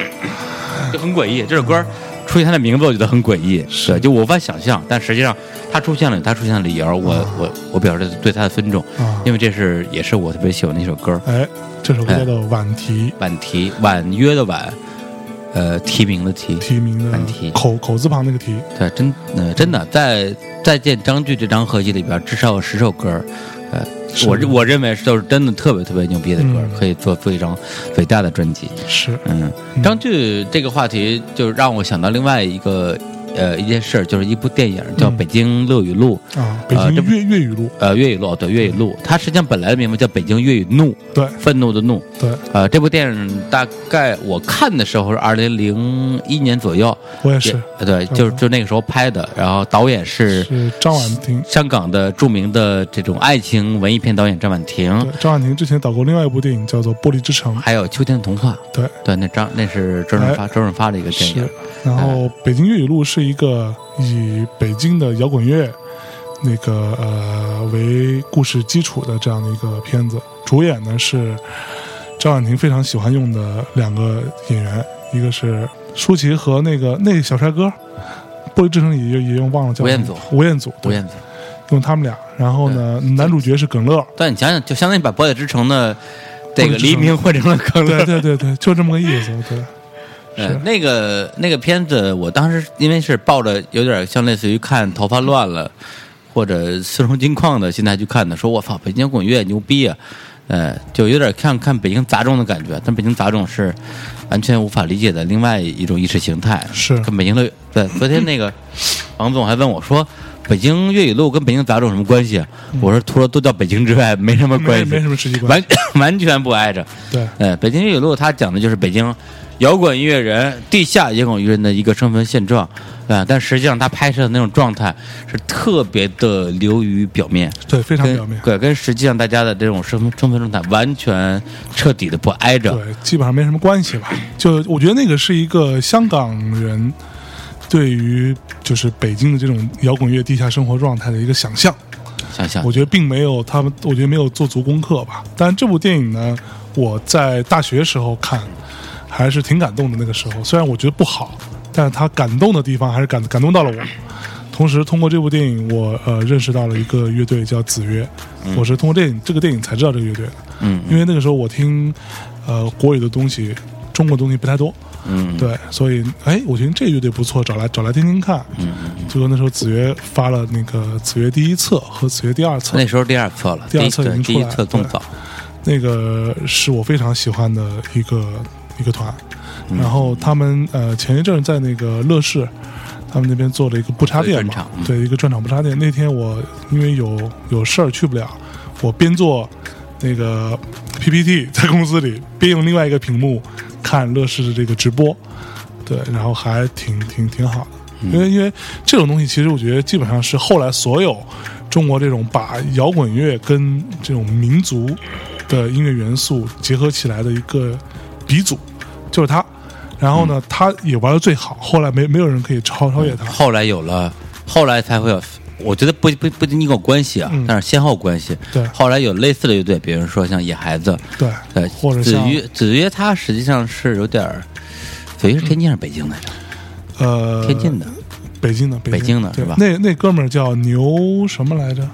[SPEAKER 3] 就很诡异。这首歌出现它的名字，我觉得很诡异，
[SPEAKER 1] 是
[SPEAKER 3] 对就我无法想象。但实际上，它出现了，它出现的理由，我、我我表示对它的尊重，
[SPEAKER 1] 啊
[SPEAKER 3] 因为这是也是我特别喜欢的一首歌。
[SPEAKER 1] 哎，这首歌叫做《晚提》，
[SPEAKER 3] 婉提，婉约的婉，呃，提名的提，
[SPEAKER 1] 提名
[SPEAKER 3] 晚提
[SPEAKER 1] 的口口字旁那个提，
[SPEAKER 3] 对，真呃真的在《再见张炬》这张合集里边，至少有十首歌。呃，
[SPEAKER 1] 是
[SPEAKER 3] 我我认为都是真的特别特别牛逼的歌，
[SPEAKER 1] 嗯
[SPEAKER 3] 可以做做一张伟大的专辑。
[SPEAKER 1] 是
[SPEAKER 3] 嗯，
[SPEAKER 1] 嗯
[SPEAKER 3] 张炬这个话题就让我想到另外一个呃一件事儿，就是一部电影
[SPEAKER 1] 嗯
[SPEAKER 3] 叫《北京乐语录》
[SPEAKER 1] 啊，北
[SPEAKER 3] 呃这
[SPEAKER 1] 京
[SPEAKER 3] 不
[SPEAKER 1] 粤粤语录，
[SPEAKER 3] 呃，粤语录，对，粤语
[SPEAKER 1] 嗯
[SPEAKER 3] 录，它实际上本来的名字叫《北京粤语怒》，
[SPEAKER 1] 对
[SPEAKER 3] 愤怒的怒。
[SPEAKER 1] 对，
[SPEAKER 3] 呃，这部电影大概我看的时候是二零零一年左右，
[SPEAKER 1] 我也啊是，嗯
[SPEAKER 3] 也呃对，就是就那个时候拍的，然后导演是
[SPEAKER 1] 是张婉婷。
[SPEAKER 3] 香港的著名的这种爱情文艺片导演张婉婷
[SPEAKER 1] 对，，张婉婷之前导过另外一部电影叫做《玻璃之城》，
[SPEAKER 3] 还有《秋天童话》。
[SPEAKER 1] 对哎
[SPEAKER 3] 对，那张那是周润发周润发的一个电影
[SPEAKER 1] 是，然后
[SPEAKER 3] 哎
[SPEAKER 1] 《北京粤语录》是一个以北京的摇滚乐那个呃为故事基础的这样的一个片子，主演呢是张婉婷非常喜欢用的两个演员，一个是舒淇和那个那个小帅哥，《玻璃之城》也也用忘了叫
[SPEAKER 3] 吴彦
[SPEAKER 1] 什么
[SPEAKER 3] 祖
[SPEAKER 1] 吴彦祖，
[SPEAKER 3] 吴
[SPEAKER 1] 对，
[SPEAKER 3] 彦祖。
[SPEAKER 1] 用他们俩。然后呢，男主角是耿乐，
[SPEAKER 3] 但你想想，就相当于把《博爱之城》的这
[SPEAKER 1] 玻
[SPEAKER 3] 个
[SPEAKER 1] 璃之城
[SPEAKER 3] 黎明换成了康乐
[SPEAKER 1] 对对对对，就这么个意思，对。
[SPEAKER 3] 呃，那个那个片子，我当时因为是抱着有点像类似于看《头发乱了》或者《四重金矿》的心态去看的，说我操，北京滚乐牛逼啊！呃，就有点像看北京杂种的感觉，但北京杂种是完全无法理解的另外一种意识形态，
[SPEAKER 1] 是
[SPEAKER 3] 跟北京的对。昨天 那个王总还问我说，北京粤语录跟北京杂种有什么关系？啊我说除了都叫北京之外，没什么关
[SPEAKER 1] 嗯没
[SPEAKER 3] 系，
[SPEAKER 1] 没什么实际关
[SPEAKER 3] 完
[SPEAKER 1] 系，
[SPEAKER 3] 完 全不挨着。
[SPEAKER 1] 对
[SPEAKER 3] 呃，北京粤语录它讲的就是北京摇滚音乐人、地下摇滚音乐人的一个生存现状啊、呃但实际上他拍摄的那种状态是特别的流于表面，
[SPEAKER 1] 对，非常
[SPEAKER 3] 跟
[SPEAKER 1] 表面，
[SPEAKER 3] 对，跟实际上大家的这种生生存状态完全彻底的不挨着。
[SPEAKER 1] 对，基本上没什么关系吧。就我觉得那个是一个香港人对于就是北京的这种摇滚乐地下生活状态的一个想象，
[SPEAKER 3] 想想
[SPEAKER 1] 我觉得并没有他们，我觉得没有做足功课吧。但这部电影呢，我在大学时候看还是挺感动的。那个时候虽然我觉得不好，但是他感动的地方还是感感动到了我。同时，通过这部电影，我呃认识到了一个乐队叫子曰，我是通过电影这个电影才知道这个乐队的。
[SPEAKER 3] 嗯
[SPEAKER 1] 因为那个时候我听呃国语的东西，中国东西不太多，
[SPEAKER 3] 嗯，
[SPEAKER 1] 对，所以哎，我觉得这乐队不错，找来找来听听看。嗯，结果那时候子曰发了那个子曰第一册和子曰第二册，
[SPEAKER 3] 那时候第二册了，
[SPEAKER 1] 第二
[SPEAKER 3] 一
[SPEAKER 1] 册已
[SPEAKER 3] 册
[SPEAKER 1] 经
[SPEAKER 3] 第
[SPEAKER 1] 出
[SPEAKER 3] 一
[SPEAKER 1] 来了
[SPEAKER 3] 册更早，
[SPEAKER 1] 那个是我非常喜欢的一个一个团。
[SPEAKER 3] 嗯
[SPEAKER 1] 然后他们呃前一阵儿在那个乐视，他们那边做了一个不插
[SPEAKER 3] 做一
[SPEAKER 1] 店
[SPEAKER 3] 专
[SPEAKER 1] 嘛
[SPEAKER 3] 场嗯，
[SPEAKER 1] 对，一个专场不插店。那天我因为有有事儿去不了，我边做那个 PPT 在公司里，边用另外一个屏幕看乐视的这个直播，对，然后还挺挺挺好的。因
[SPEAKER 3] 嗯
[SPEAKER 1] 为因为这种东西，其实我觉得基本上是后来所有中国这种把摇滚乐跟这种民族的音乐元素结合起来的一个鼻祖，就是他。然后
[SPEAKER 3] 嗯
[SPEAKER 1] 呢，他也玩的最好，后来没没有人可以超超越他。
[SPEAKER 3] 后来有了，后来才会有。我觉得不不不仅仅有关系啊，
[SPEAKER 1] 嗯
[SPEAKER 3] 但是先后关系。
[SPEAKER 1] 对
[SPEAKER 3] 后来有类似的乐队，比如说像野孩子，
[SPEAKER 1] 对，
[SPEAKER 3] 对，
[SPEAKER 1] 或者
[SPEAKER 3] 呃子
[SPEAKER 1] 像
[SPEAKER 3] 曰，子曰他实际上是有点儿，子曰是天津还是北京来着？
[SPEAKER 1] 嗯呃，
[SPEAKER 3] 天津的，
[SPEAKER 1] 北京的，
[SPEAKER 3] 北京的
[SPEAKER 1] 对
[SPEAKER 3] 是吧
[SPEAKER 1] 那那哥们儿叫牛什么来着？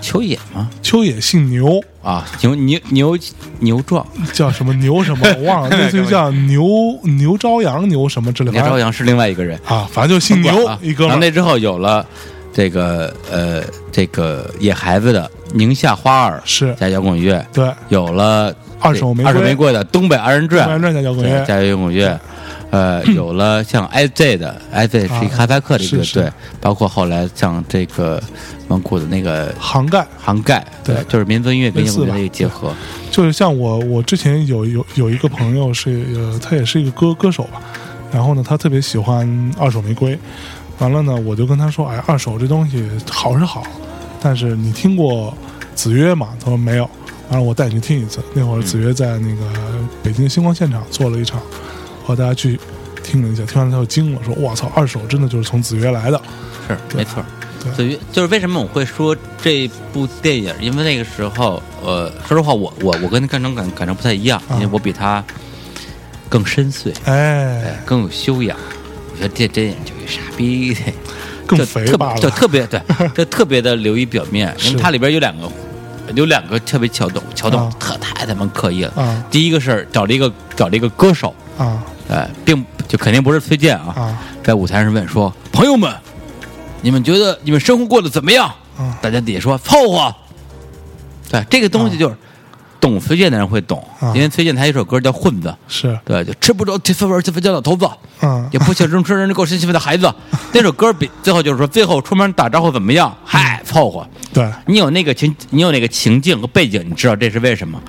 [SPEAKER 3] 秋野吗？
[SPEAKER 1] 秋野姓牛，
[SPEAKER 3] 啊，牛牛牛牛壮，
[SPEAKER 1] 叫什么牛什么我 忘了，类似于叫牛牛朝阳牛什么之类的。
[SPEAKER 3] 牛朝阳是另外一个人，
[SPEAKER 1] 啊，反正就姓牛
[SPEAKER 3] 啊
[SPEAKER 1] 一哥们
[SPEAKER 3] 然后
[SPEAKER 1] 儿。
[SPEAKER 3] 那之后有了这个呃这个野孩子的宁夏花儿
[SPEAKER 1] 是
[SPEAKER 3] 加摇滚乐，
[SPEAKER 1] 对，
[SPEAKER 3] 有了
[SPEAKER 1] 二手玫瑰
[SPEAKER 3] 二手玫瑰的东北二人
[SPEAKER 1] 万
[SPEAKER 3] 转
[SPEAKER 1] 转加摇滚
[SPEAKER 3] 对
[SPEAKER 1] 乐，
[SPEAKER 3] 加摇滚乐。呃，有了像 IZ 的，IZ 是一个
[SPEAKER 1] 啊
[SPEAKER 3] 哈萨克的一个
[SPEAKER 1] 是是
[SPEAKER 3] 队，包括后来像这个蒙古的那个
[SPEAKER 1] 杭盖
[SPEAKER 3] 涵盖，呃
[SPEAKER 1] 对
[SPEAKER 3] 就是民族音乐跟
[SPEAKER 1] 类
[SPEAKER 3] 摇
[SPEAKER 1] 似
[SPEAKER 3] 滚乐
[SPEAKER 1] 吧
[SPEAKER 3] 的一个结合。
[SPEAKER 1] 就是像我，我之前有有有一个朋友是，呃，他也是一个歌歌手吧，然后呢，他特别喜欢二手玫瑰，完了呢，我就跟他说，哎，二手这东西好是好，但是你听过子曰吗？他说没有，完了我带你去听一次。那会儿
[SPEAKER 3] 嗯
[SPEAKER 1] 子曰在那个北京的星光现场做了一场，和大家去听了一下，听完了他就惊了，说，我操，二手真的就是从子曰来的，
[SPEAKER 3] 是
[SPEAKER 1] 对
[SPEAKER 3] 没错
[SPEAKER 1] 对。
[SPEAKER 3] 所以就是为什么我会说这部电影，因为那个时候，呃，说实话，我我我跟干成感感成不太一样，
[SPEAKER 1] 啊
[SPEAKER 3] 因为我比他更深邃，
[SPEAKER 1] 哎，
[SPEAKER 3] 更有修养。我觉得这电影就是傻逼，
[SPEAKER 1] 更
[SPEAKER 3] 就
[SPEAKER 1] 肥
[SPEAKER 3] 特
[SPEAKER 1] 罢
[SPEAKER 3] 就
[SPEAKER 1] 了，
[SPEAKER 3] 特别对，这特别的流于表面，因
[SPEAKER 1] 是
[SPEAKER 3] 为它里边有两个有两个特别桥段，桥段
[SPEAKER 1] 啊
[SPEAKER 3] 特太他妈刻意了。
[SPEAKER 1] 啊
[SPEAKER 3] 第一个是找了一个找了一个歌手，
[SPEAKER 1] 啊
[SPEAKER 3] 哎，并就肯定不是崔健啊，
[SPEAKER 1] 啊
[SPEAKER 3] 在舞台上问说：“朋友们，你们觉得你们生活过得怎么样？”
[SPEAKER 1] 啊
[SPEAKER 3] 大家底下说：“凑合。”对，这个东西就是、懂崔健的人会懂，
[SPEAKER 1] 啊
[SPEAKER 3] 因为崔健他有一首歌叫《混子》，
[SPEAKER 1] 是，
[SPEAKER 3] 对，就吃不着这份儿这份叫老头子，
[SPEAKER 1] 嗯
[SPEAKER 3] 也不想扔吃人这够身气分的孩子。那首歌比最后就是说，最后出门打招呼怎么样？嗨，凑合。
[SPEAKER 1] 对，
[SPEAKER 3] 你有那个情，你有那个情境和背景，你知道这是为什么？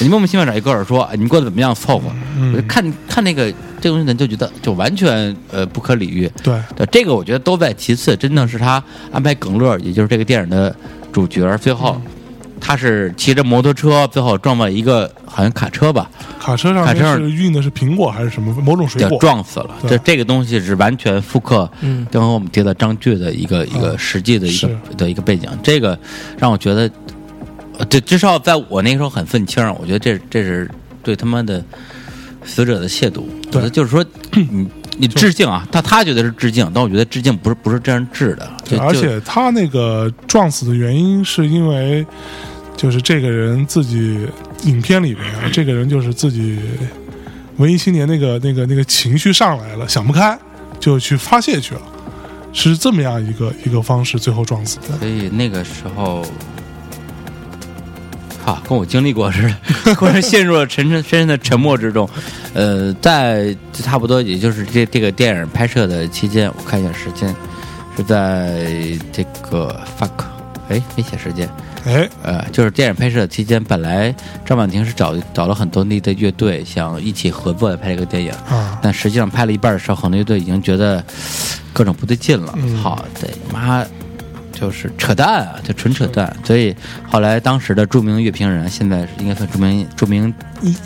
[SPEAKER 3] 你莫名其妙找一歌手说哎你过得怎么样，凑合。我就看看那个这东西呢，就觉得就完全呃不可理喻。
[SPEAKER 1] 对
[SPEAKER 3] 对，这个我觉得都在其次，真的是他安排耿乐，也就是这个电影的主角，最后。他是骑着摩托车，最后撞到一个好像卡车吧，
[SPEAKER 1] 卡车上
[SPEAKER 3] 卡
[SPEAKER 1] 面
[SPEAKER 3] 车上
[SPEAKER 1] 是运的是苹果还是什么某种水
[SPEAKER 3] 要
[SPEAKER 1] 果？
[SPEAKER 3] 撞死了。
[SPEAKER 1] 对
[SPEAKER 3] 这这个东西是完全复刻，
[SPEAKER 2] 嗯
[SPEAKER 3] 刚刚我们提到张炬的一个一个实际的一个
[SPEAKER 1] 嗯是
[SPEAKER 3] 的一个背景，这个让我觉得，呃这至少在我那时候很愤青，我觉得这这是对他妈的死者的亵渎。我觉得就是说，你你致敬啊，他他觉得是致敬，但我觉得致敬不是不是这样致的，就
[SPEAKER 1] 对，而
[SPEAKER 3] 就
[SPEAKER 1] 且他那个撞死的原因是因为，就是这个人自己影片里面啊，这个人就是自己文艺青年那个那个那个情绪上来了，想不开，就去发泄去了，是这么样一个一个方式，最后撞死的。
[SPEAKER 3] 所以那个时候，啊，跟我经历过似的， 忽然陷入了沉沉深深的沉默之中。呃，在差不多也就是这这个电影拍摄的期间，我看一下时间，是在这个 fuck，哎，没写时间。
[SPEAKER 1] 哎，
[SPEAKER 3] 呃，就是电影拍摄期间，本来张婉婷是找找了很多内地的乐队，想一起合作来拍这个电影。
[SPEAKER 1] 啊，
[SPEAKER 3] 但实际上拍了一半的时候，很多乐队已经觉得各种不对劲了。
[SPEAKER 1] 嗯
[SPEAKER 3] 好，对妈，就是扯淡啊，就纯扯淡。所以后来当时的著名乐评人，现在应该算著名著名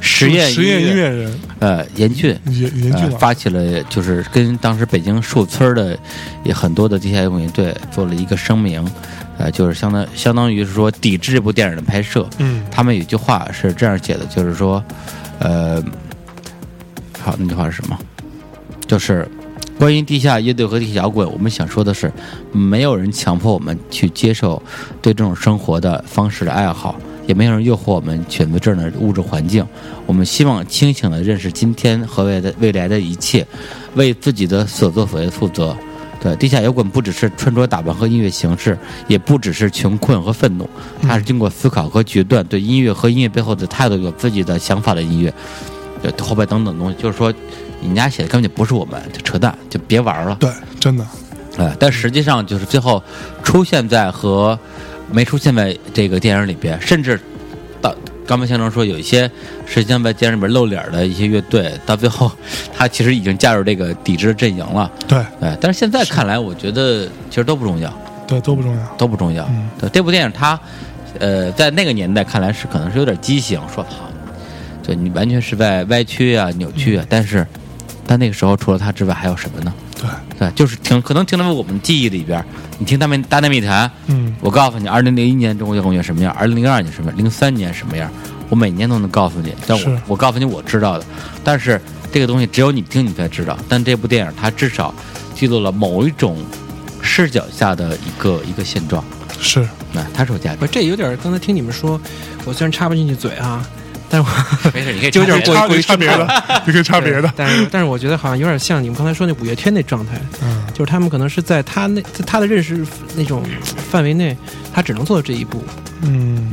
[SPEAKER 3] 实验
[SPEAKER 1] 实验
[SPEAKER 3] 音乐
[SPEAKER 1] 音乐人
[SPEAKER 3] 呃严俊。
[SPEAKER 1] 严严
[SPEAKER 3] 呃
[SPEAKER 1] 俊，老
[SPEAKER 3] 发起了就是跟当时北京树村儿的也很多的地下摇滚乐队做了一个声明，呃，就是相当相当于是说抵制这部电影的拍摄，
[SPEAKER 1] 嗯
[SPEAKER 3] 他们有句话是这样写的，就是说，呃，好，那句话是什么？就是关于地下乐队和地下摇滚，我们想说的是，没有人强迫我们去接受对这种生活的方式的爱好，也没有人诱惑我们选择这样的物质环境。我们希望清醒地认识今天和未来的未来的一切，为自己的所作所为负责。对，地下摇滚不只是穿着打扮和音乐形式，也不只是穷困和愤怒，它是经过思考和决断，对音乐和音乐背后的态度有自己的想法的音乐，对呃后边等等东西，就是说，你们家写的根本就不是我们，就扯淡，就别玩了。
[SPEAKER 1] 对，真的，
[SPEAKER 3] 呃，但实际上就是最后出现在和没出现在这个电影里边，甚至到刚才先生说有一些实际上在电影里边露脸儿的一些乐队，到最后他其实已经加入这个抵制阵营了。
[SPEAKER 1] 对
[SPEAKER 3] 哎，但是现在看来，我觉得其实都不重要，
[SPEAKER 1] 对都不重要，
[SPEAKER 3] 都不重要。
[SPEAKER 1] 嗯
[SPEAKER 3] 对，这部电影它，呃，在那个年代看来是可能是有点畸形，说操，对你完全是在歪曲啊、扭曲啊。
[SPEAKER 1] 嗯
[SPEAKER 3] 但是，但那个时候除了它之外还有什么呢？
[SPEAKER 1] 对，
[SPEAKER 3] 对，就是停，可能停留在我们记忆里边儿。你听大内大内密谈，
[SPEAKER 1] 嗯
[SPEAKER 3] 我告诉你，二零零一年中国摇滚乐什么样，二零零二年什么样，零三年什么样，我每年都能告诉你。但我
[SPEAKER 1] 是
[SPEAKER 3] 我告诉你我知道的，但是这个东西只有你听你才知道。但这部电影它至少记录了某一种视角下的一个一个现状，
[SPEAKER 1] 是
[SPEAKER 3] 那、它是有价值
[SPEAKER 2] 不，。这有点儿刚才听你们说，我虽然插不进去嘴啊，但是我
[SPEAKER 3] 没事，你可以
[SPEAKER 2] 就有点过于
[SPEAKER 1] 插
[SPEAKER 2] 过于
[SPEAKER 1] 插别
[SPEAKER 2] 正，
[SPEAKER 1] 的， 你可以插别的
[SPEAKER 2] 但是但是我觉得好像有点像你们刚才说那五月天那状态，
[SPEAKER 1] 嗯
[SPEAKER 2] 就是他们可能是在他那在他的认识那种范围内，他只能做到这一步。
[SPEAKER 1] 嗯。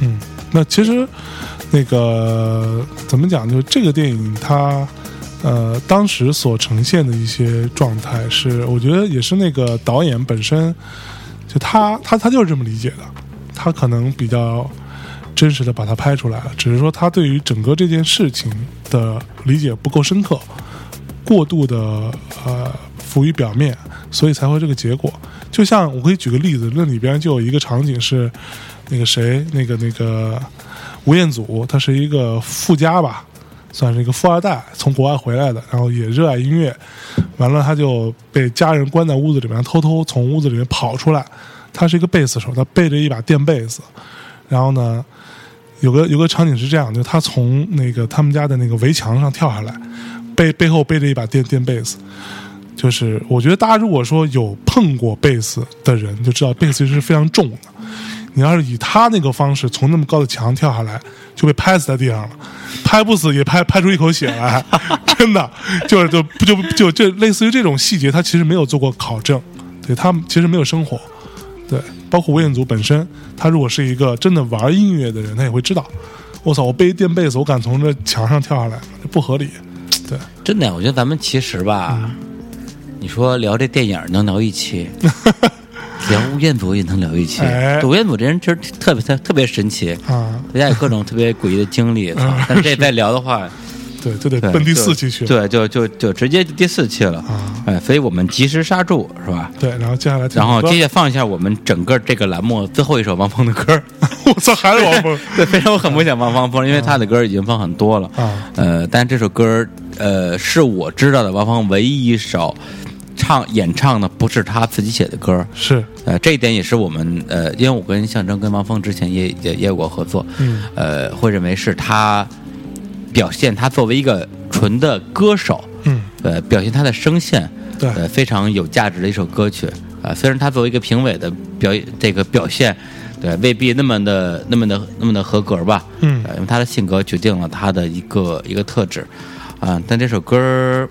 [SPEAKER 1] 嗯，那其实那个怎么讲？就这个电影它。呃，当时所呈现的一些状态是，我觉得也是那个导演本身，就他他他就是这么理解的，他可能比较真实的把它拍出来了，只是说他对于整个这件事情的理解不够深刻，过度的呃浮于表面，所以才会这个结果。就像我可以举个例子，那里边就有一个场景是，那个谁，那个那个呃吴彦祖，他是一个富家吧，算是一个富二代，从国外回来的，然后也热爱音乐。完了，他就被家人关在屋子里面，偷偷从屋子里面跑出来。他是一个贝斯手，他背着一把电贝斯。然后呢，有个有个场景是这样，就他从那个他们家的那个围墙上跳下来，背背后背着一把电电贝斯。就是我觉得大家如果说有碰过贝斯的人，就知道贝斯是非常重的。你要是以他那个方式从那么高的墙跳下来，就被拍死在地上了，拍不死也拍拍出一口血来， 真的，就是就就就就类似于这种细节，他其实没有做过考证，对他其实没有生活，对，包括吴彦祖本身，他如果是一个真的玩音乐的人，他也会知道，我操，我背一电贝斯，我敢从这墙上跳下来，这不合理。对，
[SPEAKER 3] 真的，我觉得咱们其实吧，你说聊这电影能聊一期，聊吴彦祖也能聊一期。
[SPEAKER 1] 哎
[SPEAKER 3] 对吴彦祖这人其实特别特特别神奇，
[SPEAKER 1] 啊，
[SPEAKER 3] 他家有各种特别诡异的经历。操但是这再聊的话，
[SPEAKER 1] 对，就得
[SPEAKER 3] 对
[SPEAKER 1] 奔第
[SPEAKER 3] 就
[SPEAKER 1] 四期去了。
[SPEAKER 3] 对，就就就直接第四期了。
[SPEAKER 1] 啊
[SPEAKER 3] 哎，所以我们及时刹住，是吧？
[SPEAKER 1] 对，然后接下来听
[SPEAKER 3] 然后
[SPEAKER 1] 歌
[SPEAKER 3] 接下来放一下我们整个这个栏目最后一首王峰的歌。
[SPEAKER 1] 我操，还是王峰
[SPEAKER 3] 对，非常我很不想放汪峰，因为他的歌已经放很多了。
[SPEAKER 1] 啊
[SPEAKER 3] 呃，但这首歌呃是我知道的汪峰唯一一首唱演唱的不是他自己写的歌。
[SPEAKER 1] 是
[SPEAKER 3] 呃，这一点也是我们呃，因为我跟象征跟汪峰之前也也也有过合作，
[SPEAKER 1] 嗯，
[SPEAKER 3] 呃，会认为是他表现他作为一个纯的歌手，
[SPEAKER 1] 嗯，
[SPEAKER 3] 呃，表现他的声线，
[SPEAKER 1] 对
[SPEAKER 3] 呃，非常有价值的一首歌曲啊、虽然他作为一个评委的表演这个表现，对，未必那么的、那么的、那么的合格吧，
[SPEAKER 1] 嗯
[SPEAKER 3] 呃因为他的性格决定了他的一个一个特质，啊、但这首歌儿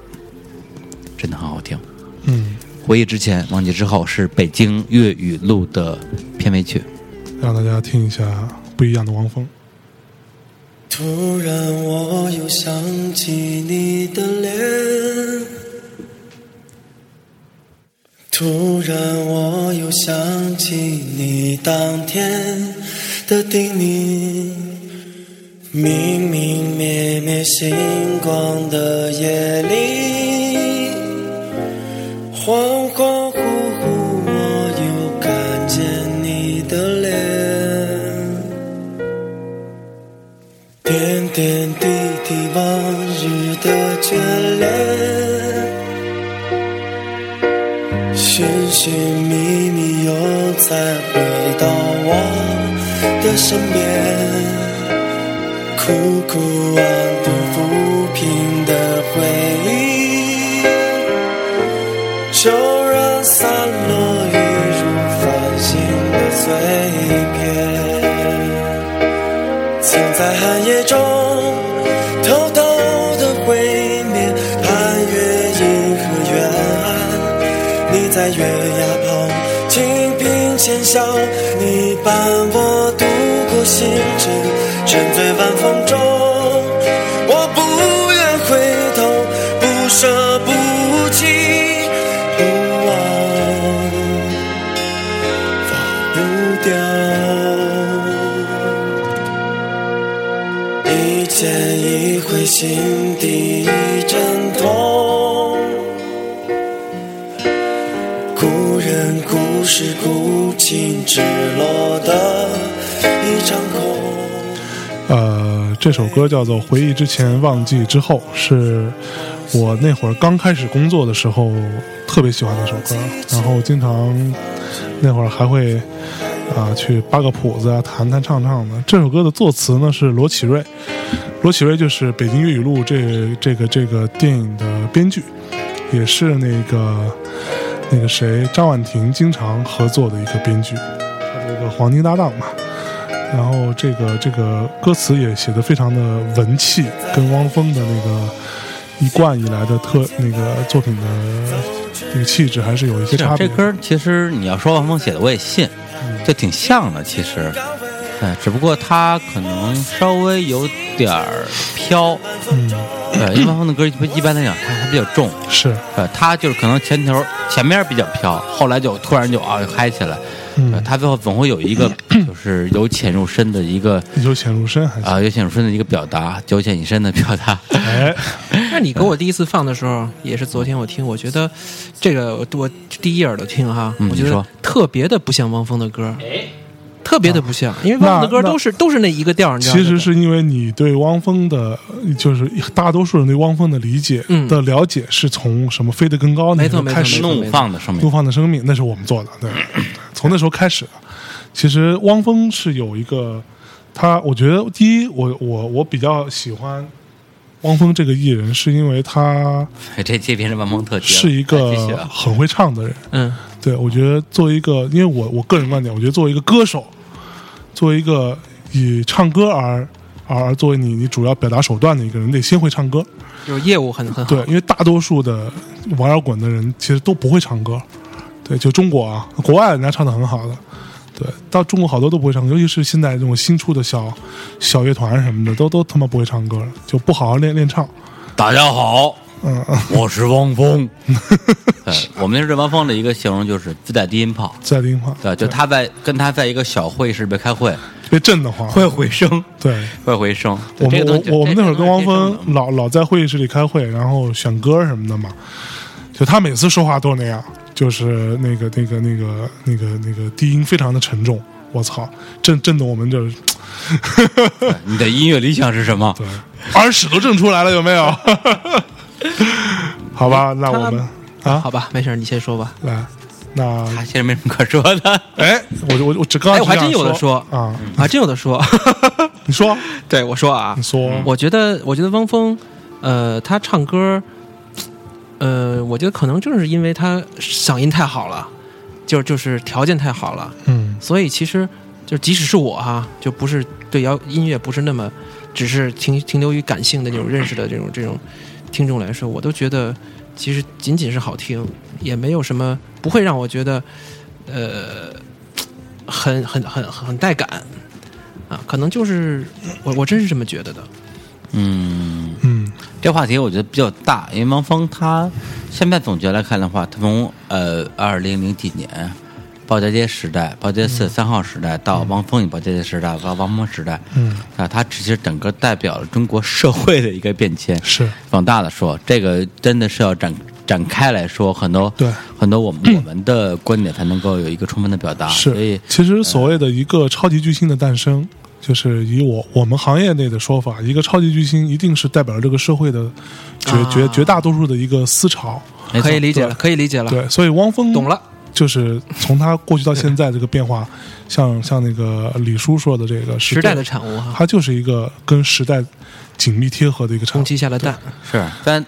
[SPEAKER 3] 真的很好听。
[SPEAKER 1] 嗯，
[SPEAKER 3] 回忆之前，忘记之后是北京粤语录的片尾曲。
[SPEAKER 1] 让大家听一下不一样的汪峰。
[SPEAKER 4] 突然我又想起你的脸，突然我又想起你当天的叮咛，明明灭灭星光的夜里，恍恍惚惚我又看见你的脸。点点滴滴往日的眷恋，寻寻觅觅又再回到我的身边，苦苦安顿抚平的回忆，就让散落一如繁星的碎片。曾在寒夜中偷偷的毁灭，攀越银河远岸。你在月牙旁轻颦浅笑，你伴我度过星辰，沉醉晚风中，我不愿回头，不舍不弃，不忘，忘不掉。一见一回，心底一阵痛。故人故事故情，只落得一场空。
[SPEAKER 1] 呃，这首歌叫做《回忆之前，忘记之后》，是我那会儿刚开始工作的时候特别喜欢的一首歌。然后经常那会儿还会啊、去扒个谱子啊，弹弹唱唱的。这首歌的作词呢是罗启瑞，罗启瑞就是《北京粤语录》这这个这个电影的编剧，也是那个那个谁张婉婷经常合作的一个编剧，他的一个黄金搭档嘛。然后这个这个歌词也写的非常的文气，跟汪峰的那个一贯以来的特那个作品的那个气质还是有一些差别嗯
[SPEAKER 3] 啊这
[SPEAKER 1] 的。
[SPEAKER 3] 歌儿其实你要说王峰写的，我也信，就挺像的。其实，哎，只不过他可能稍微有点儿飘。
[SPEAKER 1] 嗯，
[SPEAKER 3] 对，因为汪峰的歌一般来讲，他他比较重。
[SPEAKER 1] 是，
[SPEAKER 3] 呃，他就是可能前头前面比较飘，后来就突然就啊嗨起来，呃
[SPEAKER 1] 嗯，
[SPEAKER 3] 他最后总会有 一个就是由浅入深的一个
[SPEAKER 1] 由浅入深还是、
[SPEAKER 3] 啊、由浅入深的一个表达，由浅引深的表达。
[SPEAKER 1] 哎，
[SPEAKER 2] 那你给我第一次放的时候，也是昨天我听，我觉得这个我我第一耳朵听哈，
[SPEAKER 3] 嗯
[SPEAKER 2] 我觉
[SPEAKER 3] 你
[SPEAKER 2] 得
[SPEAKER 3] 说
[SPEAKER 2] 特别的不像汪峰的歌，特别的不像，因为
[SPEAKER 1] 啊那
[SPEAKER 2] 汪峰的歌
[SPEAKER 1] 那
[SPEAKER 2] 都是都是那一个调儿，你知道吗
[SPEAKER 1] 其实是因为你对汪峰的，就是大多数人对汪峰的理解、
[SPEAKER 2] 嗯
[SPEAKER 1] 的了解是从什么《飞得更高》那
[SPEAKER 2] 没
[SPEAKER 1] 时
[SPEAKER 2] 错
[SPEAKER 1] 候
[SPEAKER 2] 没错
[SPEAKER 1] 开 始的，
[SPEAKER 3] 怒放的上
[SPEAKER 1] 怒
[SPEAKER 3] 面，
[SPEAKER 1] 放的生命，那是我们做的，对，从那时候开始的。其实汪峰是有一个，他我觉得第一，我我我比较喜欢汪峰这个艺人，是因为他
[SPEAKER 3] 这这边是万峰特辑了，
[SPEAKER 1] 是一
[SPEAKER 3] 哎继续
[SPEAKER 1] 个
[SPEAKER 3] 啊
[SPEAKER 1] 很会唱的人。
[SPEAKER 2] 嗯
[SPEAKER 1] 对，我觉得作为一个，因为我我个人观点，我觉得作为一个歌手，作为一个以唱歌而而而作为你你主要表达手段的一个人，你得先会唱歌。
[SPEAKER 2] 就是业务很很好，
[SPEAKER 1] 对，因为大多数的玩摇滚的人其实都不会唱歌，对，就中国啊，国外人家唱的很好的，对，到中国好多都不会唱歌，尤其是现在这种新出的小小乐团什么的，都都他妈不会唱歌了，就不好好练练唱。
[SPEAKER 3] 大家好，
[SPEAKER 1] 嗯，
[SPEAKER 3] 我是汪 峰。对，我们那时候对汪峰的一个形容就是自带低音炮。
[SPEAKER 1] 在林话，
[SPEAKER 3] 对，就他在跟他在一个小会议室里边开会，
[SPEAKER 1] 被震得慌。
[SPEAKER 3] 会回声，
[SPEAKER 1] 对，
[SPEAKER 3] 会回声。对
[SPEAKER 1] 我
[SPEAKER 3] 这
[SPEAKER 1] 们
[SPEAKER 3] 个东西
[SPEAKER 1] 我我们那会儿跟汪
[SPEAKER 3] 这个东西是天生的
[SPEAKER 1] 峰老老在会议室里开会，然后选歌什么的嘛，就他每次说话都那样，就是那个那个那个那个那个低音非常的沉重，我操，震震得我们就是
[SPEAKER 3] 你的音乐理想是什么？
[SPEAKER 1] 对耳屎都震出来了，有没 有？好吧，那我们啊
[SPEAKER 2] 好吧，没事儿，你先说吧。
[SPEAKER 1] 来，那
[SPEAKER 3] 他现在没什么可说的。
[SPEAKER 1] 哎，我就我就我只刚
[SPEAKER 2] 哎，
[SPEAKER 1] 刚
[SPEAKER 2] 我还真有的
[SPEAKER 1] 说
[SPEAKER 2] 说，
[SPEAKER 1] 啊，
[SPEAKER 2] 我还真有的说。
[SPEAKER 1] 你说
[SPEAKER 2] 对，我说啊
[SPEAKER 1] 你，说，
[SPEAKER 2] 我觉得，我觉得汪峰，呃，他唱歌，呃，我觉得可能正是因为他嗓音太好了，就就是条件太好了，
[SPEAKER 1] 嗯
[SPEAKER 2] 所以其实就即使是我哈，就不是对摇音乐不是那么，只是停停留于感性的那种认识的这种这种听众来说，我都觉得其实仅仅是好听，也没有什么不会让我觉得，呃，很很很很带感啊，可能就是我我真是这么觉得的。
[SPEAKER 3] 嗯，
[SPEAKER 1] 嗯
[SPEAKER 3] 这话题我觉得比较大，因为汪峰他现在总结来看的话，他从呃二零零几年鲍家街时代、鲍家街四三号时代到汪峰与鲍家街时代到汪峰时代，
[SPEAKER 1] 嗯
[SPEAKER 3] 啊，他其实整个代表了中国社会的一个变迁。
[SPEAKER 1] 是
[SPEAKER 3] 往大了说，这个真的是要展展开来说，很多
[SPEAKER 1] 对
[SPEAKER 3] 很多我们、我们的观点才能够有一个充分的表达。
[SPEAKER 2] 啊
[SPEAKER 3] 所
[SPEAKER 1] 是
[SPEAKER 3] 以，
[SPEAKER 1] 其实所谓的一个超级巨星的诞生，就是以我我们行业内的说法，一个超级巨星一定是代表了这个社会的绝、
[SPEAKER 2] 啊
[SPEAKER 1] 绝绝大多数的一个思潮。
[SPEAKER 3] 没错
[SPEAKER 2] 可以理解了，
[SPEAKER 1] 对
[SPEAKER 2] 可以理解了，
[SPEAKER 1] 对，嗯所以汪峰
[SPEAKER 2] 懂了。
[SPEAKER 1] 就是从他过去到现在这个变 化，像像那个李叔说的这个是
[SPEAKER 2] 时代的
[SPEAKER 1] 对，
[SPEAKER 2] 产物啊哈，
[SPEAKER 1] 它就是一个跟时代紧密贴合的一个产
[SPEAKER 2] 空
[SPEAKER 1] 物。
[SPEAKER 2] 气下的蛋，
[SPEAKER 3] 是，但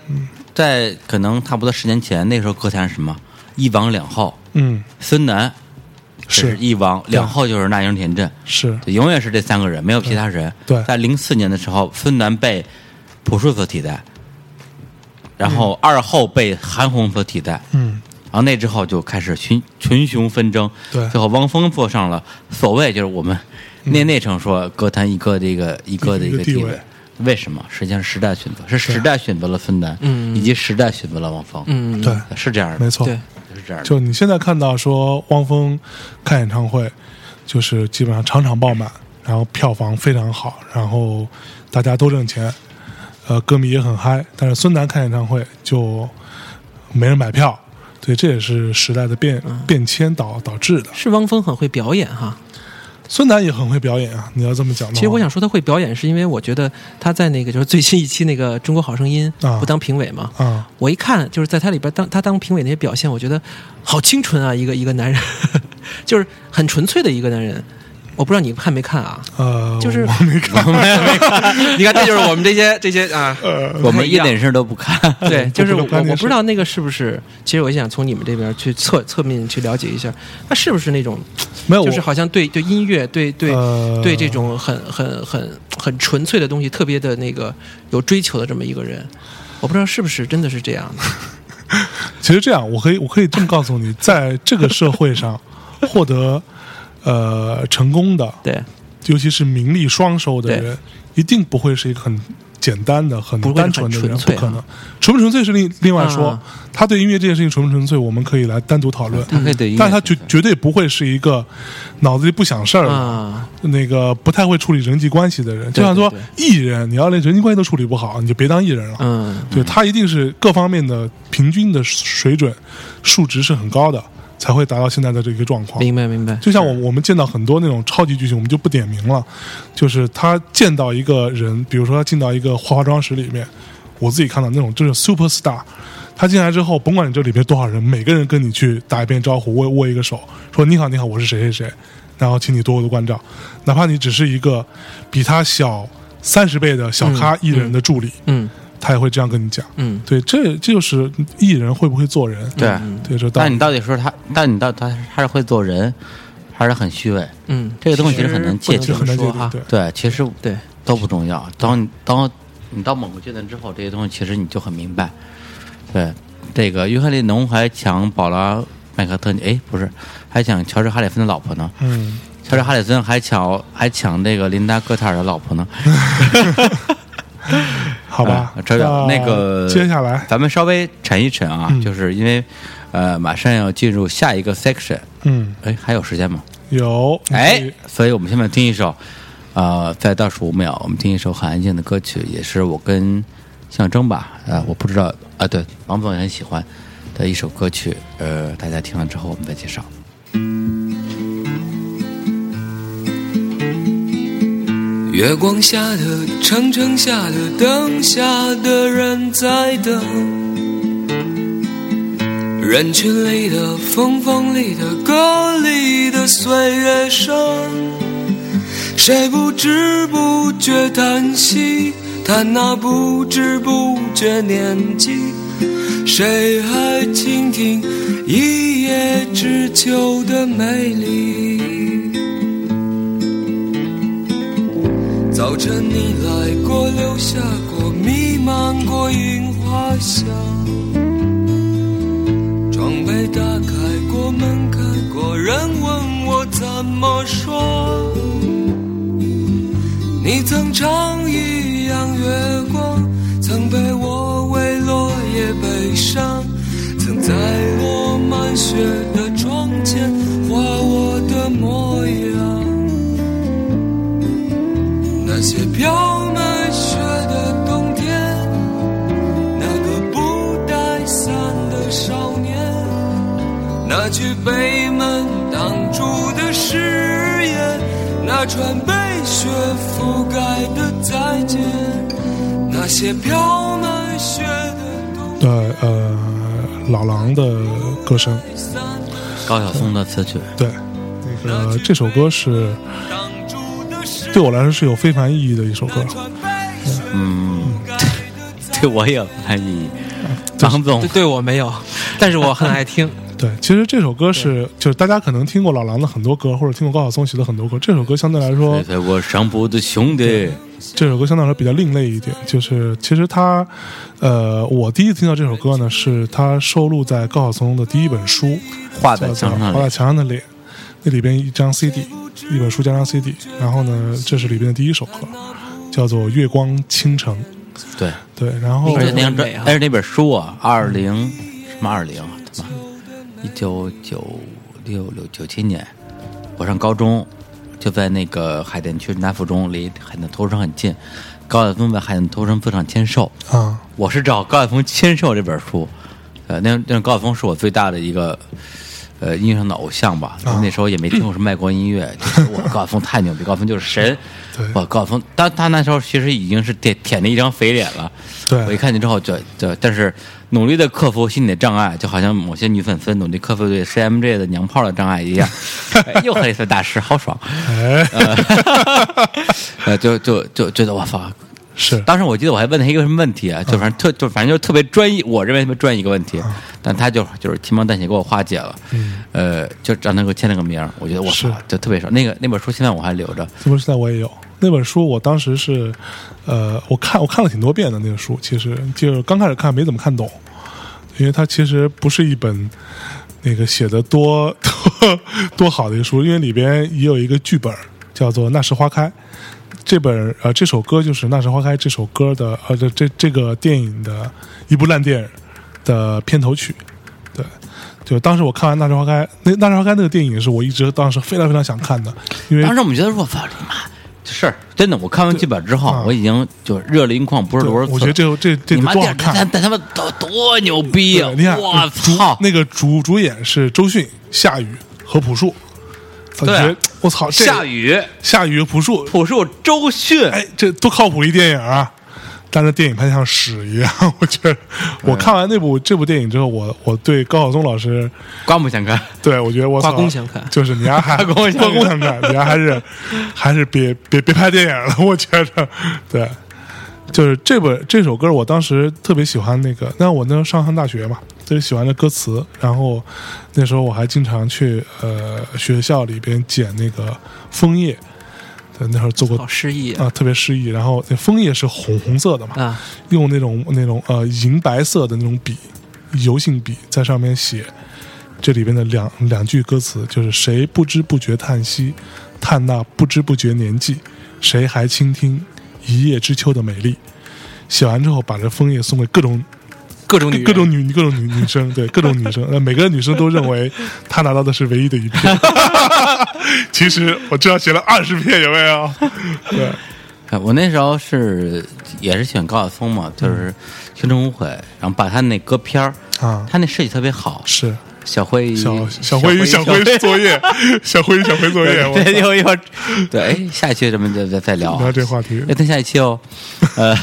[SPEAKER 3] 在可能差不多十年前，那时候歌坛是什么一王两后，
[SPEAKER 1] 嗯，
[SPEAKER 3] 孙楠
[SPEAKER 1] 是
[SPEAKER 3] 一王，两后就是那英、田震，
[SPEAKER 1] 是
[SPEAKER 3] 对永远是这三个人，没有其他人。
[SPEAKER 1] 对对
[SPEAKER 3] 在零四年的时候，孙楠被朴树所替代，然后二后被韩红所替代，
[SPEAKER 1] 嗯，
[SPEAKER 3] 然后那之后就开始群群雄纷争，
[SPEAKER 1] 对嗯
[SPEAKER 3] 最后汪峰坐上了所谓就是我们聂内称说歌坛一哥的一个一哥的
[SPEAKER 1] 一
[SPEAKER 3] 一
[SPEAKER 1] 个
[SPEAKER 3] 个
[SPEAKER 1] 地
[SPEAKER 3] 地
[SPEAKER 1] 位
[SPEAKER 3] 位。为什么？实际上是时代选择，是时代选择了孙楠，
[SPEAKER 2] 嗯
[SPEAKER 3] 以及时代选择了汪峰，
[SPEAKER 2] 嗯，
[SPEAKER 1] 对，
[SPEAKER 3] 是这样的，
[SPEAKER 1] 没错。
[SPEAKER 2] 对，
[SPEAKER 3] 是这样的。
[SPEAKER 1] 就你现在看到说汪峰看演唱会，就是基本上场场爆满，然后票房非常好，然后大家都挣钱，呃，歌迷也很嗨。但是孙楠看演唱会就没人买票，对，这也是时代的变
[SPEAKER 2] 嗯
[SPEAKER 1] 变迁导导致的。
[SPEAKER 2] 是汪峰很会表演哈。
[SPEAKER 1] 哦孙楠也很会表演啊，你要这么讲的话，
[SPEAKER 2] 其实我想说他会表演，是因为我觉得他在那个就是最新一期那个《中国好声音
[SPEAKER 1] 啊》
[SPEAKER 2] 不当评委嘛，
[SPEAKER 1] 啊，
[SPEAKER 2] 我一看就是在他里边当他当评委那些表现，我觉得好清纯啊，一个一个男人， 就是很纯粹的一个男人。我不知道你看没看啊？
[SPEAKER 1] 呃，
[SPEAKER 2] 就是
[SPEAKER 1] 我没 看，
[SPEAKER 2] 你看，这就是我们这些这些啊，
[SPEAKER 3] 我
[SPEAKER 2] 不太
[SPEAKER 3] 们
[SPEAKER 2] 一
[SPEAKER 3] 一
[SPEAKER 2] 样
[SPEAKER 3] 点事儿都不看，
[SPEAKER 2] 对，
[SPEAKER 1] 嗯不
[SPEAKER 2] 就是
[SPEAKER 1] 知道
[SPEAKER 2] 我
[SPEAKER 1] 关
[SPEAKER 2] 我
[SPEAKER 1] 键
[SPEAKER 2] 不
[SPEAKER 1] 是
[SPEAKER 2] 知道那个是不是，其实我也想从你们这边去侧侧面去了解一下，他是不是那种
[SPEAKER 1] 没有，
[SPEAKER 2] 就是
[SPEAKER 1] 我
[SPEAKER 2] 好像对对音乐对对、
[SPEAKER 1] 呃
[SPEAKER 2] 对这种很很很很纯粹的东西特别的那个有追求的这么一个人，我不知道是不是真的是这 样的。
[SPEAKER 1] 其实这样，我可以我可以这么告诉你，在这个社会上获得呃成功的，
[SPEAKER 2] 对，
[SPEAKER 1] 尤其是名利双收的
[SPEAKER 2] 对
[SPEAKER 1] 人，一定不会是一个很简单的、很
[SPEAKER 2] 不会
[SPEAKER 1] 单纯的
[SPEAKER 2] 很
[SPEAKER 1] 人，不
[SPEAKER 2] 纯粹啊
[SPEAKER 1] 可能。纯不纯粹是另另外说
[SPEAKER 2] 啊，
[SPEAKER 1] 他对音乐这件事情纯不纯粹，我们可以来单独讨论。
[SPEAKER 2] 嗯
[SPEAKER 3] 他可以对音乐
[SPEAKER 1] 但是他绝
[SPEAKER 3] 选择
[SPEAKER 1] 绝对不会是一个脑子里不想事儿的
[SPEAKER 2] 啊
[SPEAKER 1] 那个不太会处理人际关系的人。就
[SPEAKER 2] 对
[SPEAKER 1] 像说
[SPEAKER 2] 对
[SPEAKER 1] 艺人，你要连人际关系都处理不好，你就别当艺人了。
[SPEAKER 2] 嗯，
[SPEAKER 1] 对他一定是各方面的平均的水准数值是很高的，才会达到现在的这个状况。
[SPEAKER 2] 明白明白。
[SPEAKER 1] 就像我我们见到很多那种超级巨星，我们就不点名了，就是他见到一个人，比如说他进到一个化妆室里面，我自己看到那种就是 super star，他进来之后，甭管你这里面多少人，每个人跟你去打一遍招呼，握握一个手，说你好你好，我是谁谁谁，然后请你多多关照，哪怕你只是一个比他小三十倍的小咖艺人的助理，
[SPEAKER 2] 嗯
[SPEAKER 1] 他也会这样跟你讲。
[SPEAKER 2] 嗯，
[SPEAKER 1] 对，这这就是艺人会不会做人。
[SPEAKER 3] 对
[SPEAKER 1] 对，这道
[SPEAKER 3] 但
[SPEAKER 1] 理
[SPEAKER 3] 你到底说他，但你到底他他是会做人，还是很虚伪？
[SPEAKER 2] 嗯，
[SPEAKER 3] 这个东西其实很难界
[SPEAKER 2] 不
[SPEAKER 3] 定
[SPEAKER 1] 这
[SPEAKER 2] 能
[SPEAKER 1] 很
[SPEAKER 2] 这
[SPEAKER 1] 难界
[SPEAKER 2] 么说
[SPEAKER 1] 定。
[SPEAKER 2] 哈
[SPEAKER 1] 对。，
[SPEAKER 3] 对，其实
[SPEAKER 2] 对，
[SPEAKER 3] 都不重要。当你当你到某个阶段之后，这些东西其实你就很明白。对，这个约翰列侬还强保罗麦克特尼，哎，不是，还抢乔治哈里森的老婆呢。
[SPEAKER 1] 嗯，
[SPEAKER 3] 乔治哈里森还抢还抢那个琳达戈塔尔的老婆呢。
[SPEAKER 1] 好吧
[SPEAKER 3] 啊，这个那个
[SPEAKER 1] 接下来，
[SPEAKER 3] 咱们稍微沉一沉啊，
[SPEAKER 1] 嗯
[SPEAKER 3] 就是因为呃马上要进入下一个 section，
[SPEAKER 1] 嗯，
[SPEAKER 3] 哎，还有时间吗？
[SPEAKER 1] 有，
[SPEAKER 3] 哎， 所以我们现在听一首，呃，在倒数五秒，我们听一首很安静的歌曲，也是我跟象征吧，呃，我不知道，啊，对，王总也很喜欢的一首歌曲，呃，大家听完之后我们再介绍。
[SPEAKER 4] 月光下的长城下的灯下的人在等，人群里的风风里的歌里的岁月声，谁不知不觉叹息，叹那不知不觉年纪，谁还倾听一叶知秋的美丽？早晨你来过，留下过，弥漫过樱花香。窗被打开过，门开过，人问我怎么说。你曾唱一样月光，曾陪我为落叶悲伤，曾在落满雪的窗前画我的模样。那些飘满雪的冬天，那个不带伞的少年，那句被门挡住的誓言，那串被雪覆盖的再见，那些飘满雪的冬
[SPEAKER 1] 呃呃，老狼的歌声，
[SPEAKER 4] 伞
[SPEAKER 3] 高晓松的词曲，
[SPEAKER 1] 对，那个这首歌是
[SPEAKER 4] 挡住的誓
[SPEAKER 1] 对我来说是有非凡意义的一首歌
[SPEAKER 4] 那，串被雪覆盖的 再
[SPEAKER 3] 对我也有参 与。王总
[SPEAKER 2] 啊对，对我没有， 但是我很爱听。
[SPEAKER 1] 对，其实这首歌是就是大家可能听过老狼的很多歌，或者听过高晓松写的很多歌，这首歌相对来说
[SPEAKER 3] 对，对我上铺的兄弟，
[SPEAKER 1] 这首歌相对来说比较另类一点，就是其实它，呃，我第一次听到这首歌呢，是它收录在高晓松的第一本书，
[SPEAKER 3] 画在
[SPEAKER 1] 叫做
[SPEAKER 3] 墙上
[SPEAKER 1] 《画在墙上的脸》，那里边一张 CD，一本书加张 CD，然后呢，这是里边的第一首歌，叫做《月光倾城》，
[SPEAKER 3] 对，
[SPEAKER 1] 对，然后
[SPEAKER 3] 而且那
[SPEAKER 2] 个
[SPEAKER 3] 张专
[SPEAKER 2] 美啊，
[SPEAKER 3] 但是那本书啊，二零什么二零，他妈一九九六六九七年，我上高中，就在那个海淀区南附中，离海淀投诚很近，高晓松在海淀投诚字上签售，
[SPEAKER 1] 啊，
[SPEAKER 3] 我是找高晓松签售这本书，呃，那那高晓松是我最大的一个呃音乐上的偶像吧。
[SPEAKER 1] 啊
[SPEAKER 3] 那时候也没听过什么外国音乐， 就是我高晓松太牛逼，高晓松就是神
[SPEAKER 1] 对。
[SPEAKER 3] 我高晓松，他他那时候其实已经是舔舔着一张肥脸了。
[SPEAKER 1] 对
[SPEAKER 3] 我一看见之后就就，但是努力的克服心理的障碍，就好像某些女粉丝努力克服对 CMJ 的娘炮的障碍 一样，哎又黑色大师，好爽。
[SPEAKER 1] 哎，
[SPEAKER 3] 呃，就就就觉得我操，
[SPEAKER 1] 是
[SPEAKER 3] 当时我记得我还问他一个什么问题
[SPEAKER 1] 嗯
[SPEAKER 3] 啊，就反正特就反正就是特别专一，我认为特别专一一个问题，但他就就是轻描淡写给我化解了，呃，就让他给我签了个名儿，我觉得我操
[SPEAKER 1] 嗯是，
[SPEAKER 3] 就特别爽。那个那本书现在我还留着，
[SPEAKER 1] 这本书现在我也有。那本书我当时是，呃，我看我看了挺多遍的那个书，其实就是刚开始看没怎么看懂，因为它其实不是一本那个写的多 多多好的一个书，因为里边也有一个剧本叫做《那时花开》。这本呃这首歌就是《那时花开》这首歌的呃这这这个电影的一部烂电影的片头曲，对，就当时我看完《那时花开》，那《那时花开》那个电影是我一直当时非常非常想看的，因为
[SPEAKER 3] 当时我们觉得我操你妈，这事儿真的，我看完剧本之后
[SPEAKER 1] 啊，
[SPEAKER 3] 我已经就热泪盈眶，不是
[SPEAKER 1] 对
[SPEAKER 3] 多少次了。
[SPEAKER 1] 我觉得这这这
[SPEAKER 3] 你
[SPEAKER 1] 得
[SPEAKER 3] 妈
[SPEAKER 1] 多好
[SPEAKER 3] 电但
[SPEAKER 1] 看！
[SPEAKER 3] 但他们多多牛逼啊
[SPEAKER 1] 对！你看，
[SPEAKER 3] 我
[SPEAKER 1] 主
[SPEAKER 3] 操，
[SPEAKER 1] 那个主主演是周迅、夏雨和朴树。我
[SPEAKER 3] 对啊
[SPEAKER 1] 觉得我操，这
[SPEAKER 3] 夏雨、
[SPEAKER 1] 夏雨、朴树，
[SPEAKER 3] 朴树、周迅，
[SPEAKER 1] 哎，这多靠谱一电影啊！但是电影拍得像屎一样， 我觉得。
[SPEAKER 3] 啊
[SPEAKER 1] 我看完那部这部电影之后，我我对高晓松老师，
[SPEAKER 3] 刮目相看。
[SPEAKER 1] 对我觉得我操
[SPEAKER 2] 刮目相看
[SPEAKER 1] 就是你丫还刮
[SPEAKER 3] 目相看
[SPEAKER 1] 目相看，你丫还是还是别别别拍电影了，我觉得对。就是这本这首歌，我当时特别喜欢那个，那我那时候上上大学嘛，特别喜欢的歌词。然后那时候我还经常去呃学校里边捡那个枫叶，对，那时候做过
[SPEAKER 2] 好诗意啊
[SPEAKER 1] 啊，特别诗意。然后那枫叶是红红色的嘛，
[SPEAKER 2] 啊！
[SPEAKER 1] 用那种那种呃银白色的那种笔，油性笔在上面写这里边的两两句歌词就是“谁不知不觉叹息，叹那不知不觉年纪，谁还倾听一叶知秋的美丽。”写完之后，把这枫叶送给各种
[SPEAKER 2] 各种女人
[SPEAKER 1] 各种女各种女女生，对各种女生，呃，每个女生都认为她拿到的是唯一的一片。 其实我至少写了二十片，有没有？对，
[SPEAKER 3] 啊我那时候是也是喜欢高晓松嘛，就是《青春无悔》，然后把他那歌片儿
[SPEAKER 1] 嗯啊
[SPEAKER 3] 他那设计特别好，
[SPEAKER 1] 是
[SPEAKER 3] 小辉
[SPEAKER 1] 小小辉与小辉作业，小辉与小辉作业，我
[SPEAKER 3] 对，一会儿一会儿， 对，哎，下一期咱们再再再聊
[SPEAKER 1] 聊这话题
[SPEAKER 3] 哎，，等下一 期哦，呃，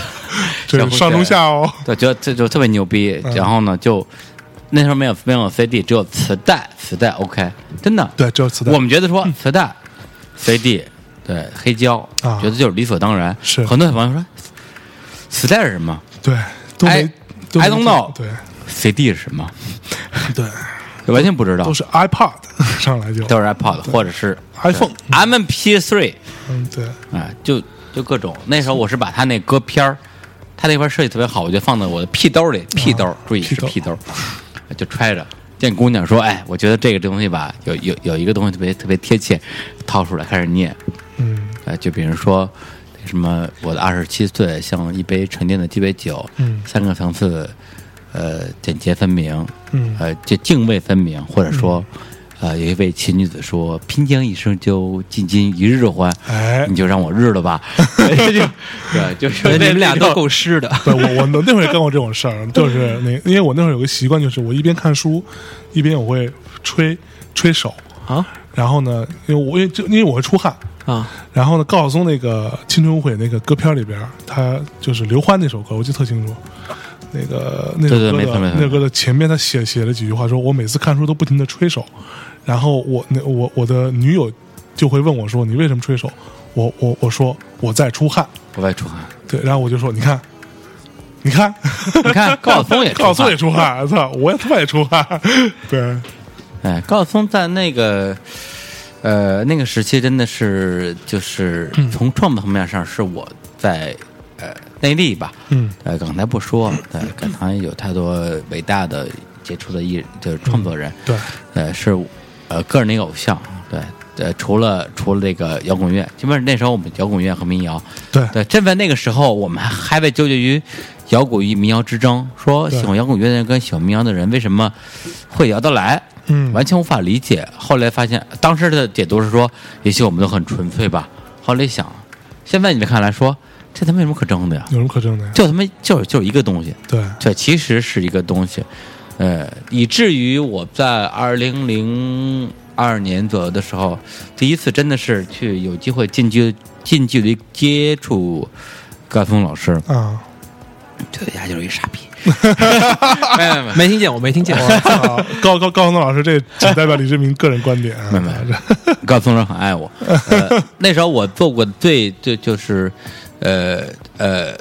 [SPEAKER 1] 这
[SPEAKER 3] 小
[SPEAKER 1] 是上中下嗯哦，
[SPEAKER 3] 对，觉得这就特别牛逼。然后呢，就那时候没有没有 CD，只有磁带，磁带 OK，真的。
[SPEAKER 1] 对，只有磁带嗯
[SPEAKER 3] 我们觉得说磁带、CD，对黑胶，
[SPEAKER 1] 啊
[SPEAKER 3] 觉得就是理所当然。
[SPEAKER 1] 是
[SPEAKER 3] 很多朋友说磁带是什么
[SPEAKER 1] 对，都没
[SPEAKER 3] I-
[SPEAKER 1] 都没
[SPEAKER 3] 哎 I don't know
[SPEAKER 1] 对
[SPEAKER 3] ，CD 是什么，
[SPEAKER 1] 对，
[SPEAKER 3] 完全不知道
[SPEAKER 1] 都。是 iPod 上来就
[SPEAKER 3] 都是 iPod 或者是
[SPEAKER 1] iPhone
[SPEAKER 3] MP3，
[SPEAKER 1] 嗯，对，
[SPEAKER 3] 啊，就就各种。那时候我是把他那歌片儿，他那块儿设计特别好，我就放在我的屁兜里，屁兜，注意
[SPEAKER 1] 啊屁
[SPEAKER 3] 是
[SPEAKER 1] 兜
[SPEAKER 3] 屁兜，就揣着。见姑娘说：“哎，我觉得这个这东西吧，有有有一个东西特别特别贴切，掏出来开始念。
[SPEAKER 1] 嗯
[SPEAKER 3] 呃，就比如说那什么，我的二十七岁像一杯沉淀的鸡尾酒，
[SPEAKER 1] 嗯
[SPEAKER 3] 三个层次，呃，简洁分明，
[SPEAKER 1] 嗯
[SPEAKER 3] 呃，就泾渭分明，或者说，呃，有一位奇女子说：‘拼将一生就尽今一日 还’，
[SPEAKER 1] 哎
[SPEAKER 3] 你就让我日 了吧，对，就是
[SPEAKER 2] 呃你们俩都
[SPEAKER 3] 够
[SPEAKER 2] 够湿的。
[SPEAKER 1] 对我我我那会儿干过这种事儿，就是那因为我那会儿有个习惯，就是我一边看书，一边我会吹吹手，
[SPEAKER 2] 啊
[SPEAKER 1] 然后呢，因为我因为就因为我会出汗，
[SPEAKER 2] 啊
[SPEAKER 1] 然后呢，高晓松那个《青春无悔》那个歌片里边，他就是刘欢那首歌，我记得特清楚。那个那首
[SPEAKER 3] 对对
[SPEAKER 1] 歌
[SPEAKER 3] 没错没
[SPEAKER 1] 的
[SPEAKER 3] 错
[SPEAKER 1] 那首歌的前面，他写写了几句话，说我每次看书都不停的吹手，然后我那我我的女友就会问我说你为什么吹手？我我我说我在出汗，
[SPEAKER 3] 不外出啊汗。
[SPEAKER 1] 对，然后我就说你看，你看，
[SPEAKER 3] 你看高晓 松也出
[SPEAKER 1] 高晓松也
[SPEAKER 3] 汗，
[SPEAKER 1] 出汗，操，我也他妈也出汗，对，
[SPEAKER 3] 哎，高晓松在那个呃那个时期真的是就是
[SPEAKER 1] 嗯
[SPEAKER 3] 从创作层面上是我在呃内地吧，
[SPEAKER 1] 嗯
[SPEAKER 3] 呃刚才不说，呃，港台有太多伟大的杰出的艺就是创作人，
[SPEAKER 1] 嗯对，
[SPEAKER 3] 呃，是呃个人的一个偶像，对，呃，除了除了这个摇滚乐，基本上那时候我们摇滚乐和民谣，
[SPEAKER 1] 对
[SPEAKER 3] 对，正在那个时候，我们还还被纠结于摇滚与民谣之争，说
[SPEAKER 1] 对
[SPEAKER 3] 喜欢摇滚乐的人跟喜欢民谣的人为什么会摇得来，
[SPEAKER 1] 嗯
[SPEAKER 3] 完全无法理解。后来发现，当时的解读是说，也许我们都很纯粹吧。后来想，现在你们看来说，这他妈有什么可争的呀？
[SPEAKER 1] 有什么可争的呀？
[SPEAKER 3] 就他妈就是就是一个东西，
[SPEAKER 1] 对，
[SPEAKER 3] 这其实是一个东西，呃，以至于我在二零零二年左右的时候，第一次真的是去有机会近距近距离接触高峰老师，
[SPEAKER 1] 啊，
[SPEAKER 3] 这家就是一傻逼， 没有没有没有
[SPEAKER 2] 没听见，我没听见。
[SPEAKER 1] 我操， 高高高晓松老师，这仅代表李志明个人观点啊，
[SPEAKER 3] 没有没有高松人很爱 我。呃，那时候我做过最最就是，呃呃，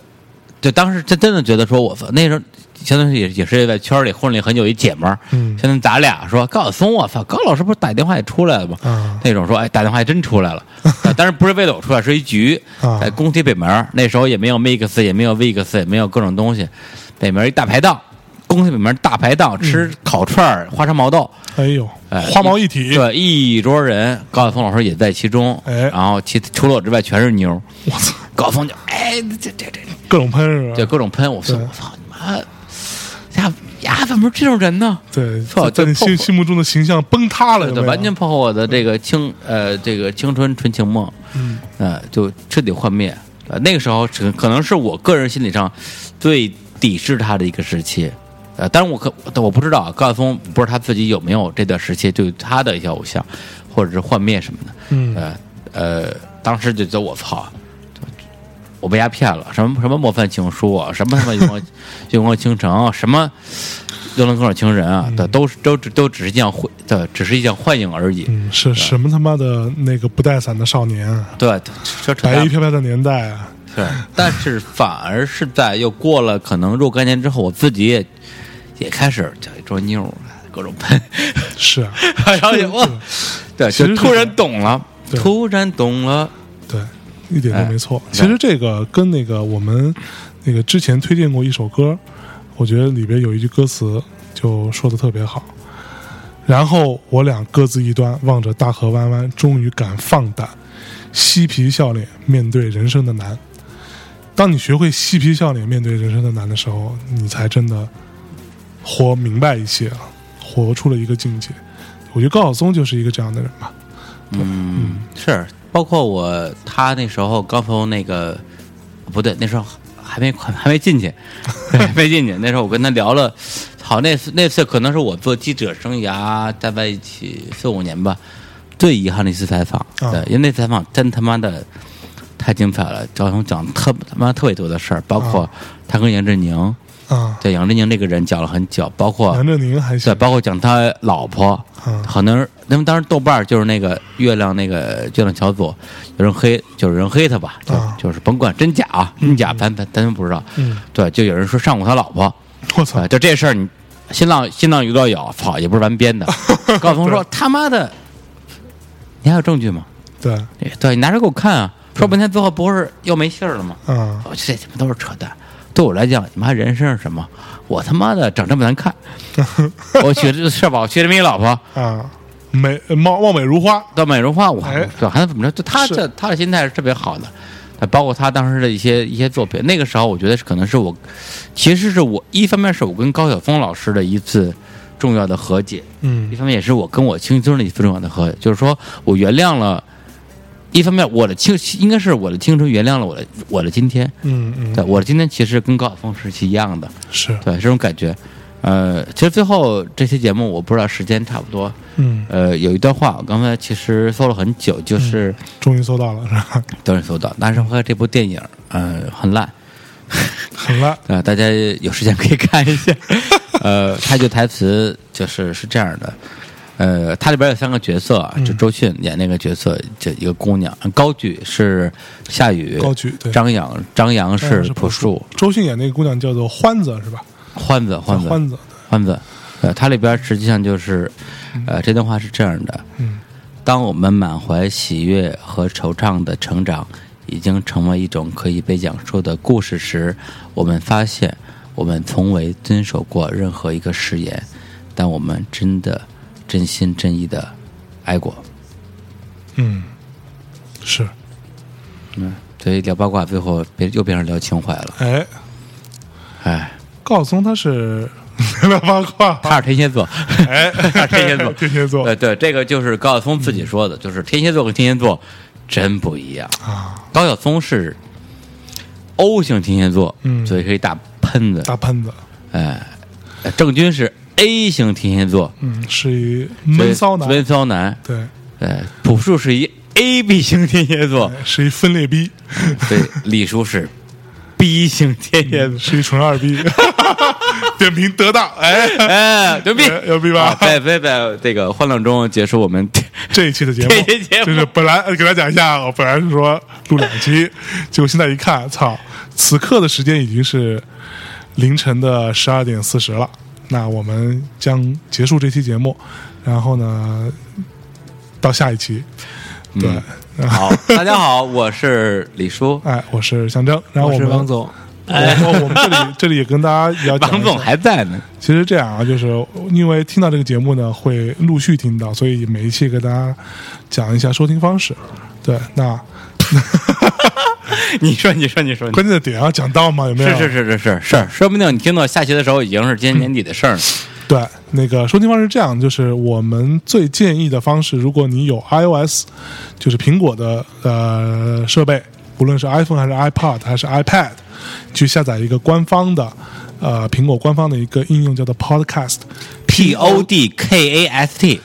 [SPEAKER 3] 就当时真真的觉得说我那时候相当于也也是在圈里混了很久一姐们儿，
[SPEAKER 1] 嗯
[SPEAKER 3] 相当于咱俩说高晓松，我操，高老师不是打电话也出来了吗？
[SPEAKER 1] 啊
[SPEAKER 3] 那种说哎打电话还真 出来了，啊当然不是为了我出来，是一局
[SPEAKER 1] 啊
[SPEAKER 3] 在工体北门儿那时候也没有 Mix 也没有 Vix 也没有各种东西，北门儿一大排档。工体北门儿大排档
[SPEAKER 1] 嗯
[SPEAKER 3] 吃烤串儿、花生毛豆，
[SPEAKER 1] 哎呦
[SPEAKER 3] 哎，
[SPEAKER 1] 花毛一体，
[SPEAKER 3] 对，一桌人，高晓松老师也在其中，
[SPEAKER 1] 哎
[SPEAKER 3] 然后其除了我之外全是妞儿，
[SPEAKER 1] 我操，
[SPEAKER 3] 高晓松就哎这这这
[SPEAKER 1] 各种喷是吧？
[SPEAKER 3] 就各种喷，我说
[SPEAKER 1] 对
[SPEAKER 3] 我操你妈，呀呀怎么这种人呢？
[SPEAKER 1] 对，
[SPEAKER 3] 错
[SPEAKER 1] 在
[SPEAKER 3] 就
[SPEAKER 1] 你
[SPEAKER 3] 破
[SPEAKER 1] 心心目中的形象崩塌了，
[SPEAKER 3] 对
[SPEAKER 1] 有没有
[SPEAKER 3] 完全破坏我的这个青呃这个青春纯情梦，
[SPEAKER 1] 嗯，
[SPEAKER 3] 呃就彻底幻灭。呃，那个时候只可能是我个人心理上最抵制他的一个时期。呃，当然我可但我不知道啊高晓松不是他自己有没有这段时期对他的一些偶像或者是幻灭什么的。
[SPEAKER 1] 嗯
[SPEAKER 3] 呃呃，当时就觉得我操，我被他骗了，什么什么模范情书啊，什么什么月 光月光倾城啊，什么流浪多少情人
[SPEAKER 1] 嗯
[SPEAKER 3] 啊，的都是都只都只是一件幻的，只是一件幻影而已。
[SPEAKER 1] 嗯，是什么他妈的那个不带伞的少年啊，
[SPEAKER 3] 对，说扯
[SPEAKER 1] 白
[SPEAKER 3] 淡
[SPEAKER 1] 衣飘飘的年代啊，
[SPEAKER 3] 是，但是反而是在又过了可能若干年之后，我自己也也开始叫一桌妞儿，各种喷，
[SPEAKER 1] 是啊，
[SPEAKER 3] 然后也我，对，
[SPEAKER 1] 其实
[SPEAKER 3] 就是突
[SPEAKER 1] 这
[SPEAKER 3] 然
[SPEAKER 1] 样
[SPEAKER 3] 懂了，
[SPEAKER 1] 对
[SPEAKER 3] 突然懂了，
[SPEAKER 1] 对，一点都没错。
[SPEAKER 3] 哎
[SPEAKER 1] 其实这个跟那个我们那个之前推荐过一首歌，我觉得里边有一句歌词就说的特别好，然后我俩各自一端，望着大河弯弯，终于敢放胆，嬉皮笑脸面对人生的难。当你学会嬉皮笑脸面对人生的难的时候，你才真的活明白一些了，活出了一个境界。我觉得高晓松就是一个这样的人吧。
[SPEAKER 3] 嗯，是，包括我他那时候刚从那个不对，那时候还没还没 进去，对没进去。那时候我跟他聊了，好，那次那次可能是我做记者生涯大概一起四五年吧，最遗憾的一次采访。
[SPEAKER 1] 啊
[SPEAKER 3] 对，因为那次采访真他妈的太精彩了，赵彤讲特他妈特别多的事儿，包括他跟杨振宁，
[SPEAKER 1] 啊，
[SPEAKER 3] 对杨振宁这个人讲了很久，包括
[SPEAKER 1] 杨振宁还
[SPEAKER 3] 对，
[SPEAKER 1] 行，
[SPEAKER 3] 包括讲他老婆，
[SPEAKER 1] 嗯
[SPEAKER 3] 可能那么当时豆瓣儿就是那个月亮那个月亮小组，有人黑就是人黑他吧，就、
[SPEAKER 1] 啊
[SPEAKER 3] 就是甭管真假啊，真假咱咱咱们不知道，
[SPEAKER 1] 嗯，
[SPEAKER 3] 对，就有人说上过他老婆，
[SPEAKER 1] 我操
[SPEAKER 3] 啊，，就这事儿你新浪新浪娱乐有，操也不是咱编的，高峰说他妈的，你还有证据吗？
[SPEAKER 1] 对
[SPEAKER 3] 对你拿出给我看啊，说半天最后不是又没信儿了吗？
[SPEAKER 1] 啊，
[SPEAKER 3] 我这他妈都是扯淡。对我来讲，你妈人生是什么？我他妈的长这么难看，我娶这是吧？我娶这么一老婆，
[SPEAKER 1] 啊，美貌貌美如花，
[SPEAKER 3] 到美容化我还
[SPEAKER 1] 哎
[SPEAKER 3] 对还能怎么着？就他
[SPEAKER 1] 是
[SPEAKER 3] 这他的心态是特别好的，呃包括他当时的一些一些作品。那个时候，我觉得是可能是我，其实是我一方面是我跟高晓松老师的一次重要的和解，一
[SPEAKER 1] 嗯
[SPEAKER 3] 方面也是我跟我青春的一次重要的和解，就是说我原谅了。一方面，我的青应该是我的青春原谅了我的我的今天，
[SPEAKER 1] 嗯嗯，
[SPEAKER 3] 对我的今天其实跟高晓松时期一样的，
[SPEAKER 1] 是，
[SPEAKER 3] 对这种感觉。呃，其实最后这期节目我不知道时间差不多，
[SPEAKER 1] 嗯，
[SPEAKER 3] 呃，有一段话我刚才其实搜了很久，就是
[SPEAKER 1] 终于搜到了，是吧？
[SPEAKER 3] 当时搜到，但是后来这部电影，呃，很烂，
[SPEAKER 1] 很 烂，
[SPEAKER 3] 呃，大家有时间可以看一 下。呃，他就台词就是是这样的，呃，它里边有三个角色啊，就周迅演那个角色，这一个姑娘，高举是夏雨，
[SPEAKER 1] 高举对
[SPEAKER 3] 张扬，张扬是
[SPEAKER 1] 是
[SPEAKER 3] 朴
[SPEAKER 1] 朴
[SPEAKER 3] 树，
[SPEAKER 1] 周迅演那个姑娘叫做欢子，是吧？
[SPEAKER 3] 欢子，
[SPEAKER 1] 叫
[SPEAKER 3] 欢啊子，
[SPEAKER 1] 欢子，
[SPEAKER 3] 欢子，呃，它里边实际上就是，呃，这段话是这样的：
[SPEAKER 1] 嗯
[SPEAKER 3] 当我们满怀喜悦和惆怅的成长，已经成为一种可以被讲述的故事时，我们发现我们从未遵守过任何一个誓言，但我们真的真心真意的爱过。
[SPEAKER 1] 嗯，是，
[SPEAKER 3] 嗯，所以聊八卦最后别又变成聊情怀了。
[SPEAKER 1] 哎，
[SPEAKER 3] 哎，
[SPEAKER 1] 高晓松他是聊聊八卦，
[SPEAKER 3] 他是天蝎座，
[SPEAKER 1] 哎，，
[SPEAKER 3] 他是 天蝎座 呃
[SPEAKER 1] 天蝎座嗯
[SPEAKER 3] 对对，这个就是高晓松自己说的，就是天蝎座跟天蝎座真不一样。
[SPEAKER 1] 啊，
[SPEAKER 3] 高晓松是 O 型天蝎座，
[SPEAKER 1] 嗯
[SPEAKER 3] 所以是一大喷子。
[SPEAKER 1] 大喷子，
[SPEAKER 3] 哎，呃郑钧是 A 型天蝎座，
[SPEAKER 1] 嗯，是一
[SPEAKER 3] 所以
[SPEAKER 1] 闷骚男，
[SPEAKER 3] 闷骚男。
[SPEAKER 1] 对，
[SPEAKER 3] 哎，朴树是一 AB 型天蝎座，
[SPEAKER 1] 是一分裂逼，哎
[SPEAKER 3] 所以李叔是 B 型天蝎座。
[SPEAKER 1] 是一纯二逼， 点评得当，哎，
[SPEAKER 3] 哎，牛逼，
[SPEAKER 1] 牛逼吧
[SPEAKER 3] 啊在在在这个欢乐中结束我们
[SPEAKER 1] 这一期的节目，
[SPEAKER 3] 这一期节目
[SPEAKER 1] 就是本来呃给大家讲一下，我本来是说录两期，结果现在一看，操，此刻的时间已经是凌晨的十二点四十了。那我们将结束这期节目，然后呢，到下一期。对，
[SPEAKER 3] 嗯好。大家好，我是李叔，
[SPEAKER 1] 哎，我是象征，然后
[SPEAKER 2] 我
[SPEAKER 1] 我
[SPEAKER 2] 是
[SPEAKER 1] 们
[SPEAKER 2] 王，总，
[SPEAKER 1] 我我我们这里这里也跟大家要讲一 下
[SPEAKER 3] 王总还在呢。
[SPEAKER 1] 其实这样啊，就是因为听到这个节目呢，会陆续听到，所以每一期给大家讲一下收听方式。对，那
[SPEAKER 3] 你说，你说，你说，你说
[SPEAKER 1] 关键的点要讲到嘛，有没有？
[SPEAKER 3] 是是是是是是，说不定你听到下期的时候已经是今年年底的事 儿了。
[SPEAKER 1] 对，那个收听方式这样，就是我们最建议的方式，如果你有 iOS，就是苹果的呃设备，无论是 iPhone 还是 iPod 还是 iPad，去下载一个官方的呃苹果官方的一个应用，叫做
[SPEAKER 3] P O D K A S T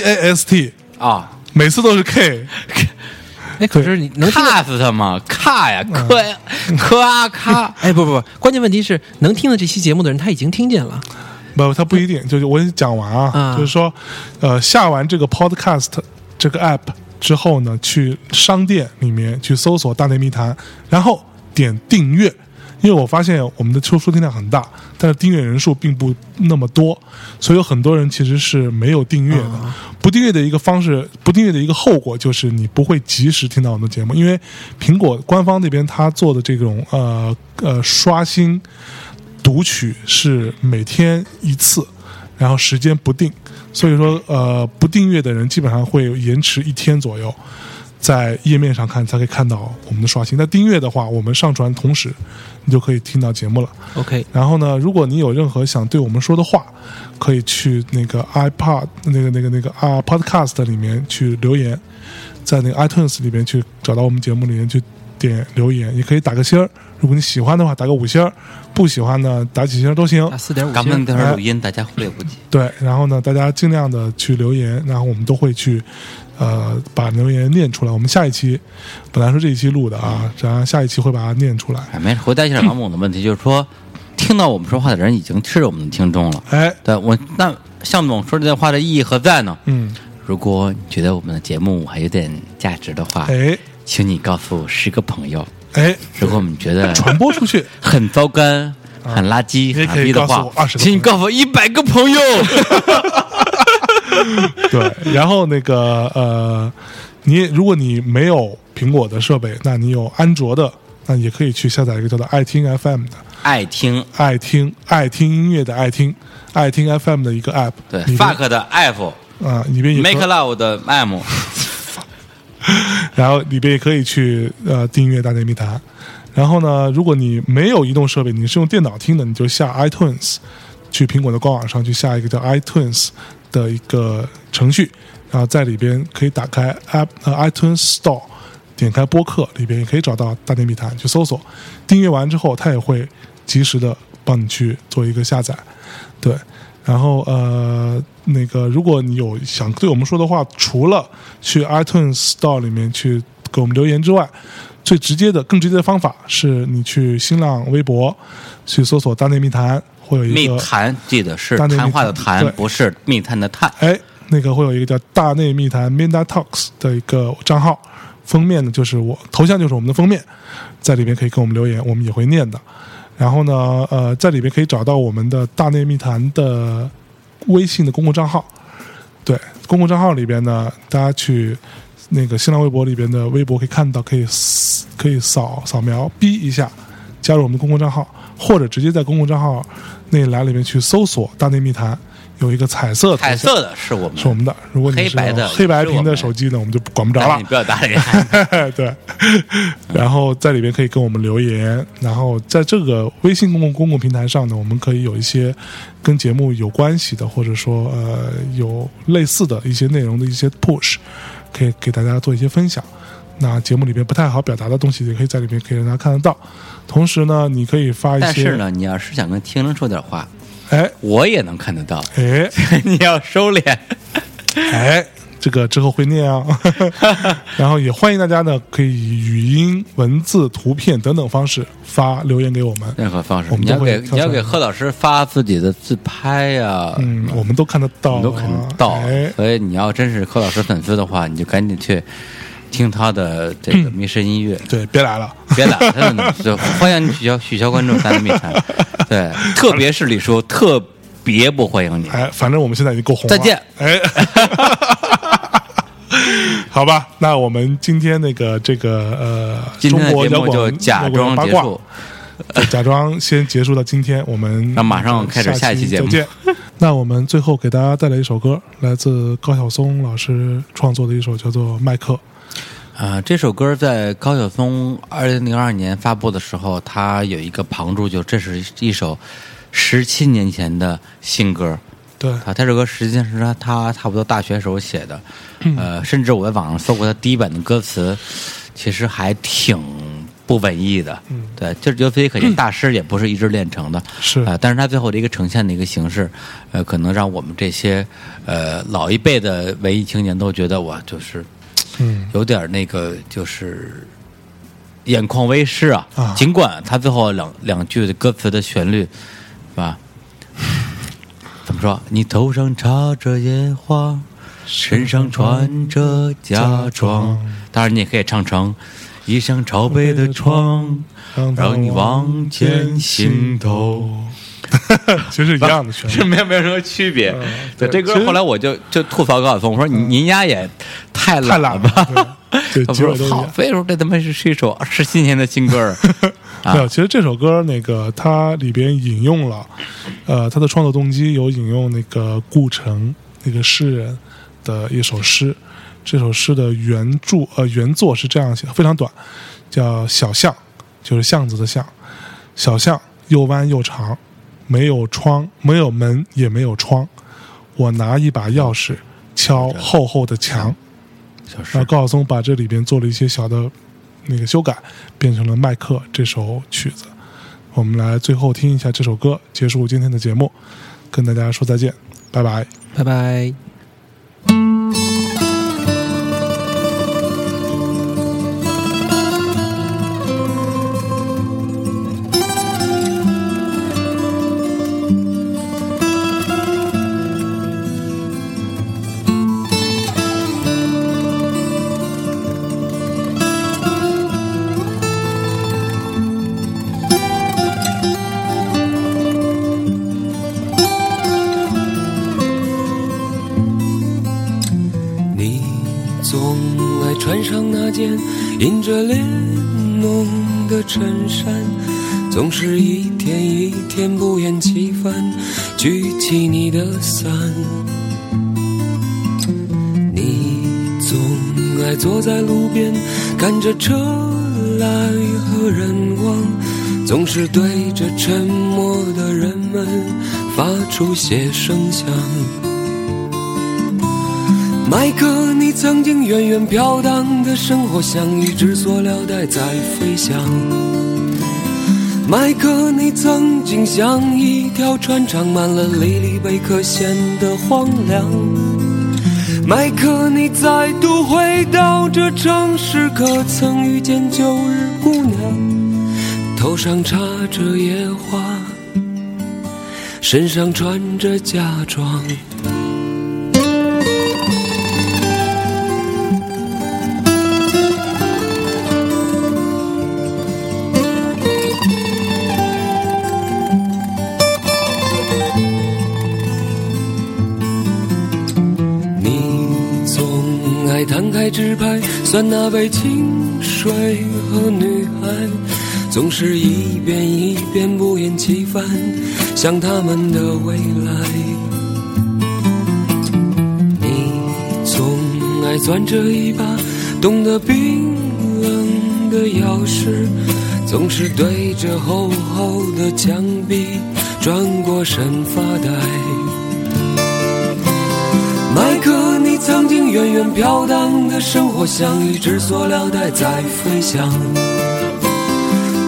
[SPEAKER 1] Podcast，C-A-S-T，
[SPEAKER 3] 啊
[SPEAKER 1] 每次都是 K，
[SPEAKER 2] 哎，可是你能听得
[SPEAKER 3] ，cast 嘛，ca 呀，科呀，科 啊咔，
[SPEAKER 2] 哎，不不不，关键问题是能听到这期节目的人他已经听见了，
[SPEAKER 1] 不，它不一定。就是我已经讲完啊，
[SPEAKER 2] 啊
[SPEAKER 1] 就是说，呃，下完这个 Podcast 这个 app 之后呢，去商店里面去搜索“大内密谈”，然后点订阅。因为我发现我们的收收听量很大，但是订阅人数并不那么多，所以有很多人其实是没有订阅的。不订阅的一个方式，不订阅的一个后果就是你不会及时听到我们的节目，因为苹果官方那边他做的这种呃呃刷新读取是每天一次，然后时间不定，所以说呃不订阅的人基本上会延迟一天左右，在页面上看才可以看到我们的刷新。那订阅的话，我们上传同时，你就可以听到节目了。
[SPEAKER 2] OK，
[SPEAKER 1] 然后呢，如果你有任何想对我们说的话，可以去那个 iPod 那个那个那个啊 Podcast 里面去留言，在那个 iTunes 里面去找到我们节目里面去点留言，也可以打个星儿。如果你喜欢的话，打个五星儿；不喜欢呢，打几星儿都行
[SPEAKER 2] 打。四点五
[SPEAKER 3] 咱们
[SPEAKER 2] 星，
[SPEAKER 3] 待会儿录音，大家忽略不计。
[SPEAKER 1] 对，然后呢，大家尽量的去留言，然后我们都会去，呃，把留言念出来。我们下一期本来说这一期录的啊，然后下一期会把它念出来。
[SPEAKER 3] 哎，没事，回答一下王总的问题，就是说，听到我们说话的人已经是我们的听众了。
[SPEAKER 1] 哎，
[SPEAKER 3] 对我，那向总说这段话的意义何在呢？
[SPEAKER 1] 嗯，
[SPEAKER 3] 如果你觉得我们的节目还有点价值的话，
[SPEAKER 1] 哎，
[SPEAKER 3] 请你告诉十个朋友。
[SPEAKER 1] 哎，
[SPEAKER 3] 如果我们觉得
[SPEAKER 1] 传播出去。
[SPEAKER 3] 很糟糕、很垃圾、
[SPEAKER 1] 也
[SPEAKER 3] 很
[SPEAKER 1] 可
[SPEAKER 3] 傻
[SPEAKER 1] 以
[SPEAKER 3] 逼的
[SPEAKER 1] 告诉我
[SPEAKER 3] 话
[SPEAKER 1] 20，个
[SPEAKER 3] 请你告诉我一百个朋友。
[SPEAKER 1] 对，然后那个呃，你如果你没有苹果的设备，那你有安卓的，那也可以去下载一个叫做爱听 FM 的
[SPEAKER 3] 爱听，
[SPEAKER 1] 爱听爱听音乐的爱听爱听 FM 的一个 app
[SPEAKER 3] 对
[SPEAKER 1] 里边。
[SPEAKER 3] ，fuck 的 f，make
[SPEAKER 1] 啊，里边也可
[SPEAKER 3] love 的 m，
[SPEAKER 1] 然后里边也可以去呃订阅《大内密谈》。然后呢，如果你没有移动设备，你是用电脑听的，你就下 iTunes，去苹果的官网上去下一个叫 iTunes 的一个程序，然后在里边可以打开 App 呃 iTunes Store，点开播客，里边也可以找到《大内密谈》，去搜索。订阅完之后，它也会及时的帮你去做一个下载。对，然后呃，那个如果你有想对我们说的话，除了去 iTunes Store 里面去给我们留言之外，最直接的、更直接的方法是你去新浪微博去搜索“大内密谈”，会有一
[SPEAKER 3] 密
[SPEAKER 1] 个
[SPEAKER 3] 谈，记得是
[SPEAKER 1] 大内密
[SPEAKER 3] 谈话的
[SPEAKER 1] 谈
[SPEAKER 3] 谈
[SPEAKER 1] 对，
[SPEAKER 3] 不是密探的探。
[SPEAKER 1] 哎，那个会有一个叫“大内密谈 ”（Meta Talks） 的一个账号，封面呢就是我头像就是我们的封面，在里面可以给我们留言，我们也会念的。然后呢，呃，在里面可以找到我们的“大内密谈”的微信的公共账号。对，公共账号里边呢，大家去那个新浪微博里边的微博可以看到，可以扫可以扫扫描逼一下，加入我们的公共账号，或者直接在公共账号那栏里面去搜索“大内密谈”，有一个彩色头
[SPEAKER 3] 彩
[SPEAKER 1] 像
[SPEAKER 3] 色的是我们，
[SPEAKER 1] 是我们的。如果你是
[SPEAKER 3] 黑白的
[SPEAKER 1] 黑白
[SPEAKER 3] 是我
[SPEAKER 1] 屏
[SPEAKER 3] 们
[SPEAKER 1] 的
[SPEAKER 3] 的
[SPEAKER 1] 手机呢，我们就管不着
[SPEAKER 3] 但是
[SPEAKER 1] 了
[SPEAKER 3] 你。不要打脸。
[SPEAKER 1] 对，然后在里边可以跟我们留言，然后在这个微信公共公共平台上呢，我们可以有一些跟节目有关系的，或者说呃有类似的一些内容的一些 push，可以给大家做一些分享。那节目里面不太好表达的东西，也可以在里面可以让大家看得到。同时呢，你可以发一些，
[SPEAKER 3] 但是，呢，你要是想跟听众说点话，
[SPEAKER 1] 哎
[SPEAKER 3] 我也能看得 到。
[SPEAKER 1] 哎，
[SPEAKER 3] 你要收敛。
[SPEAKER 1] 哎，这个之后会念 啊。然后也欢迎大家呢，可以以语音、文字、图片等等方式发留言给我们。
[SPEAKER 3] 任何方式，
[SPEAKER 1] 我们
[SPEAKER 3] 你
[SPEAKER 1] 都
[SPEAKER 3] 要
[SPEAKER 1] 会
[SPEAKER 3] 给
[SPEAKER 1] 挑
[SPEAKER 3] 你要
[SPEAKER 1] 选
[SPEAKER 3] 给
[SPEAKER 1] 的
[SPEAKER 3] 贺老师发自己的自拍呀、
[SPEAKER 1] 嗯，我们都看得到啊，
[SPEAKER 3] 你都看得到。
[SPEAKER 1] 哎，
[SPEAKER 3] 所以你要真是柯老师粉丝的话，你就赶紧去听他的这个迷 失音乐，
[SPEAKER 1] 对，别来了。
[SPEAKER 3] 别打他们，就欢迎你取消取消关注三的密谈。 对，特别是李叔，特别不欢迎你。
[SPEAKER 1] 哎，反正我们现在已经够红了。
[SPEAKER 3] 再见。
[SPEAKER 1] 哎， 好吧，那我们今天那个这个呃，
[SPEAKER 3] 今
[SPEAKER 1] 中
[SPEAKER 3] 天
[SPEAKER 1] 国
[SPEAKER 3] 的节
[SPEAKER 1] 摇
[SPEAKER 3] 目
[SPEAKER 1] 滚
[SPEAKER 3] 就假
[SPEAKER 1] 摇
[SPEAKER 3] 装
[SPEAKER 1] 滚
[SPEAKER 3] 结
[SPEAKER 1] 八卦
[SPEAKER 3] 束，
[SPEAKER 1] 就假装先结束到今天，我们
[SPEAKER 3] 那马上开始下一期节目
[SPEAKER 1] 再见。那我们最后给大家带来一首歌，来自高晓松老师创作的一首叫做《麦克》。
[SPEAKER 3] 啊、这首歌在高晓松二零零二年发布的时候，他有一个旁注，就这是一首十七年前的新歌。
[SPEAKER 1] 对，
[SPEAKER 3] 啊，这首歌实际上是他他差不多大学时候写的，
[SPEAKER 1] 嗯
[SPEAKER 3] 呃，甚至我在网上搜过他第一版的歌词，其实还挺不文艺的。
[SPEAKER 1] 嗯
[SPEAKER 3] 对，就是由此可见，大师也不是一直练成的。
[SPEAKER 1] 是
[SPEAKER 3] 啊、但是他最后的一个呈现的一个形式，呃，可能让我们这些呃老一辈的文艺青年都觉得哇，就是
[SPEAKER 1] 嗯，
[SPEAKER 3] 有点那个就是眼眶微湿啊。
[SPEAKER 1] 啊
[SPEAKER 3] 尽管他最后两两句的歌词的旋律，是吧？怎么说？你头上插着野花，身上穿着
[SPEAKER 1] 嫁
[SPEAKER 3] 嫁妆
[SPEAKER 1] 妆。
[SPEAKER 3] 当然，你也可以唱成“一
[SPEAKER 1] 嗯
[SPEAKER 3] 扇朝北的窗，让你望见心头”。
[SPEAKER 1] 其实一样的旋律嗯
[SPEAKER 3] 是。 没有没有什么区别。对这
[SPEAKER 1] 其
[SPEAKER 3] 歌
[SPEAKER 1] 实嗯
[SPEAKER 3] 后来我就就吐槽高晓松，我说您您丫也太
[SPEAKER 1] 太
[SPEAKER 3] 懒
[SPEAKER 1] 懒
[SPEAKER 3] 吧。
[SPEAKER 1] 了， 对，
[SPEAKER 3] 他
[SPEAKER 1] 对结
[SPEAKER 3] 不
[SPEAKER 1] 尾都
[SPEAKER 3] 是
[SPEAKER 1] 一
[SPEAKER 3] 好
[SPEAKER 1] 样，。
[SPEAKER 3] 非说这他妈是是一首十七年的新 歌儿，啊
[SPEAKER 1] 没有，其实这首歌那个它里边引用了，呃，它的创作动机有引用那个顾城那个诗人的一首诗，这首诗的原著呃原作是这样写，非常短，叫小巷，就是巷子的巷，小巷又弯又长，没有窗，没有门，也没有窗，我拿一把钥匙敲厚厚的墙。
[SPEAKER 3] 小
[SPEAKER 1] 然
[SPEAKER 3] 诗
[SPEAKER 1] 后高晓松把这里边做了一些小的那个修改，变成了《麦克》这首曲子。我们来最后听一下这首歌，结束今天的节目，跟大家说再见，拜拜。
[SPEAKER 2] 拜拜。
[SPEAKER 4] 你总爱穿上那件印着列侬的衬衫，总是一天一天不厌其烦举起你的伞。你总爱坐在路边看着车来和人往，总是对着沉默的人们发出些声响。麦克，你曾经远远飘荡的生活，像一只塑料袋在飞翔。麦克，你曾经像一条船，长满了离离贝壳，显得荒凉。麦克，你再度回到这城市，可曾遇见旧日姑娘？头上插着野花，身上穿着嫁妆。你总爱摊开纸牌，算那杯清水和女孩，总是一遍一遍不厌其烦，想他们的未来。你总爱攥着一把冻得冰冷的钥匙，总是对着厚厚的墙壁转过身发呆。麦克，你曾经远远飘荡的生活，像一只塑料袋在飞翔。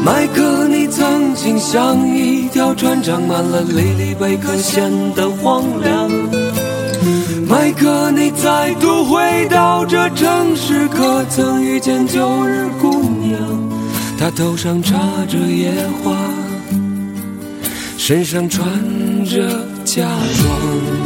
[SPEAKER 4] 麦克，你曾经像一条船，长满了离离贝壳，显得荒凉。麦克，你再度回到这城市，可曾遇见旧日姑娘？她头上插着野花，身上穿着嫁妆。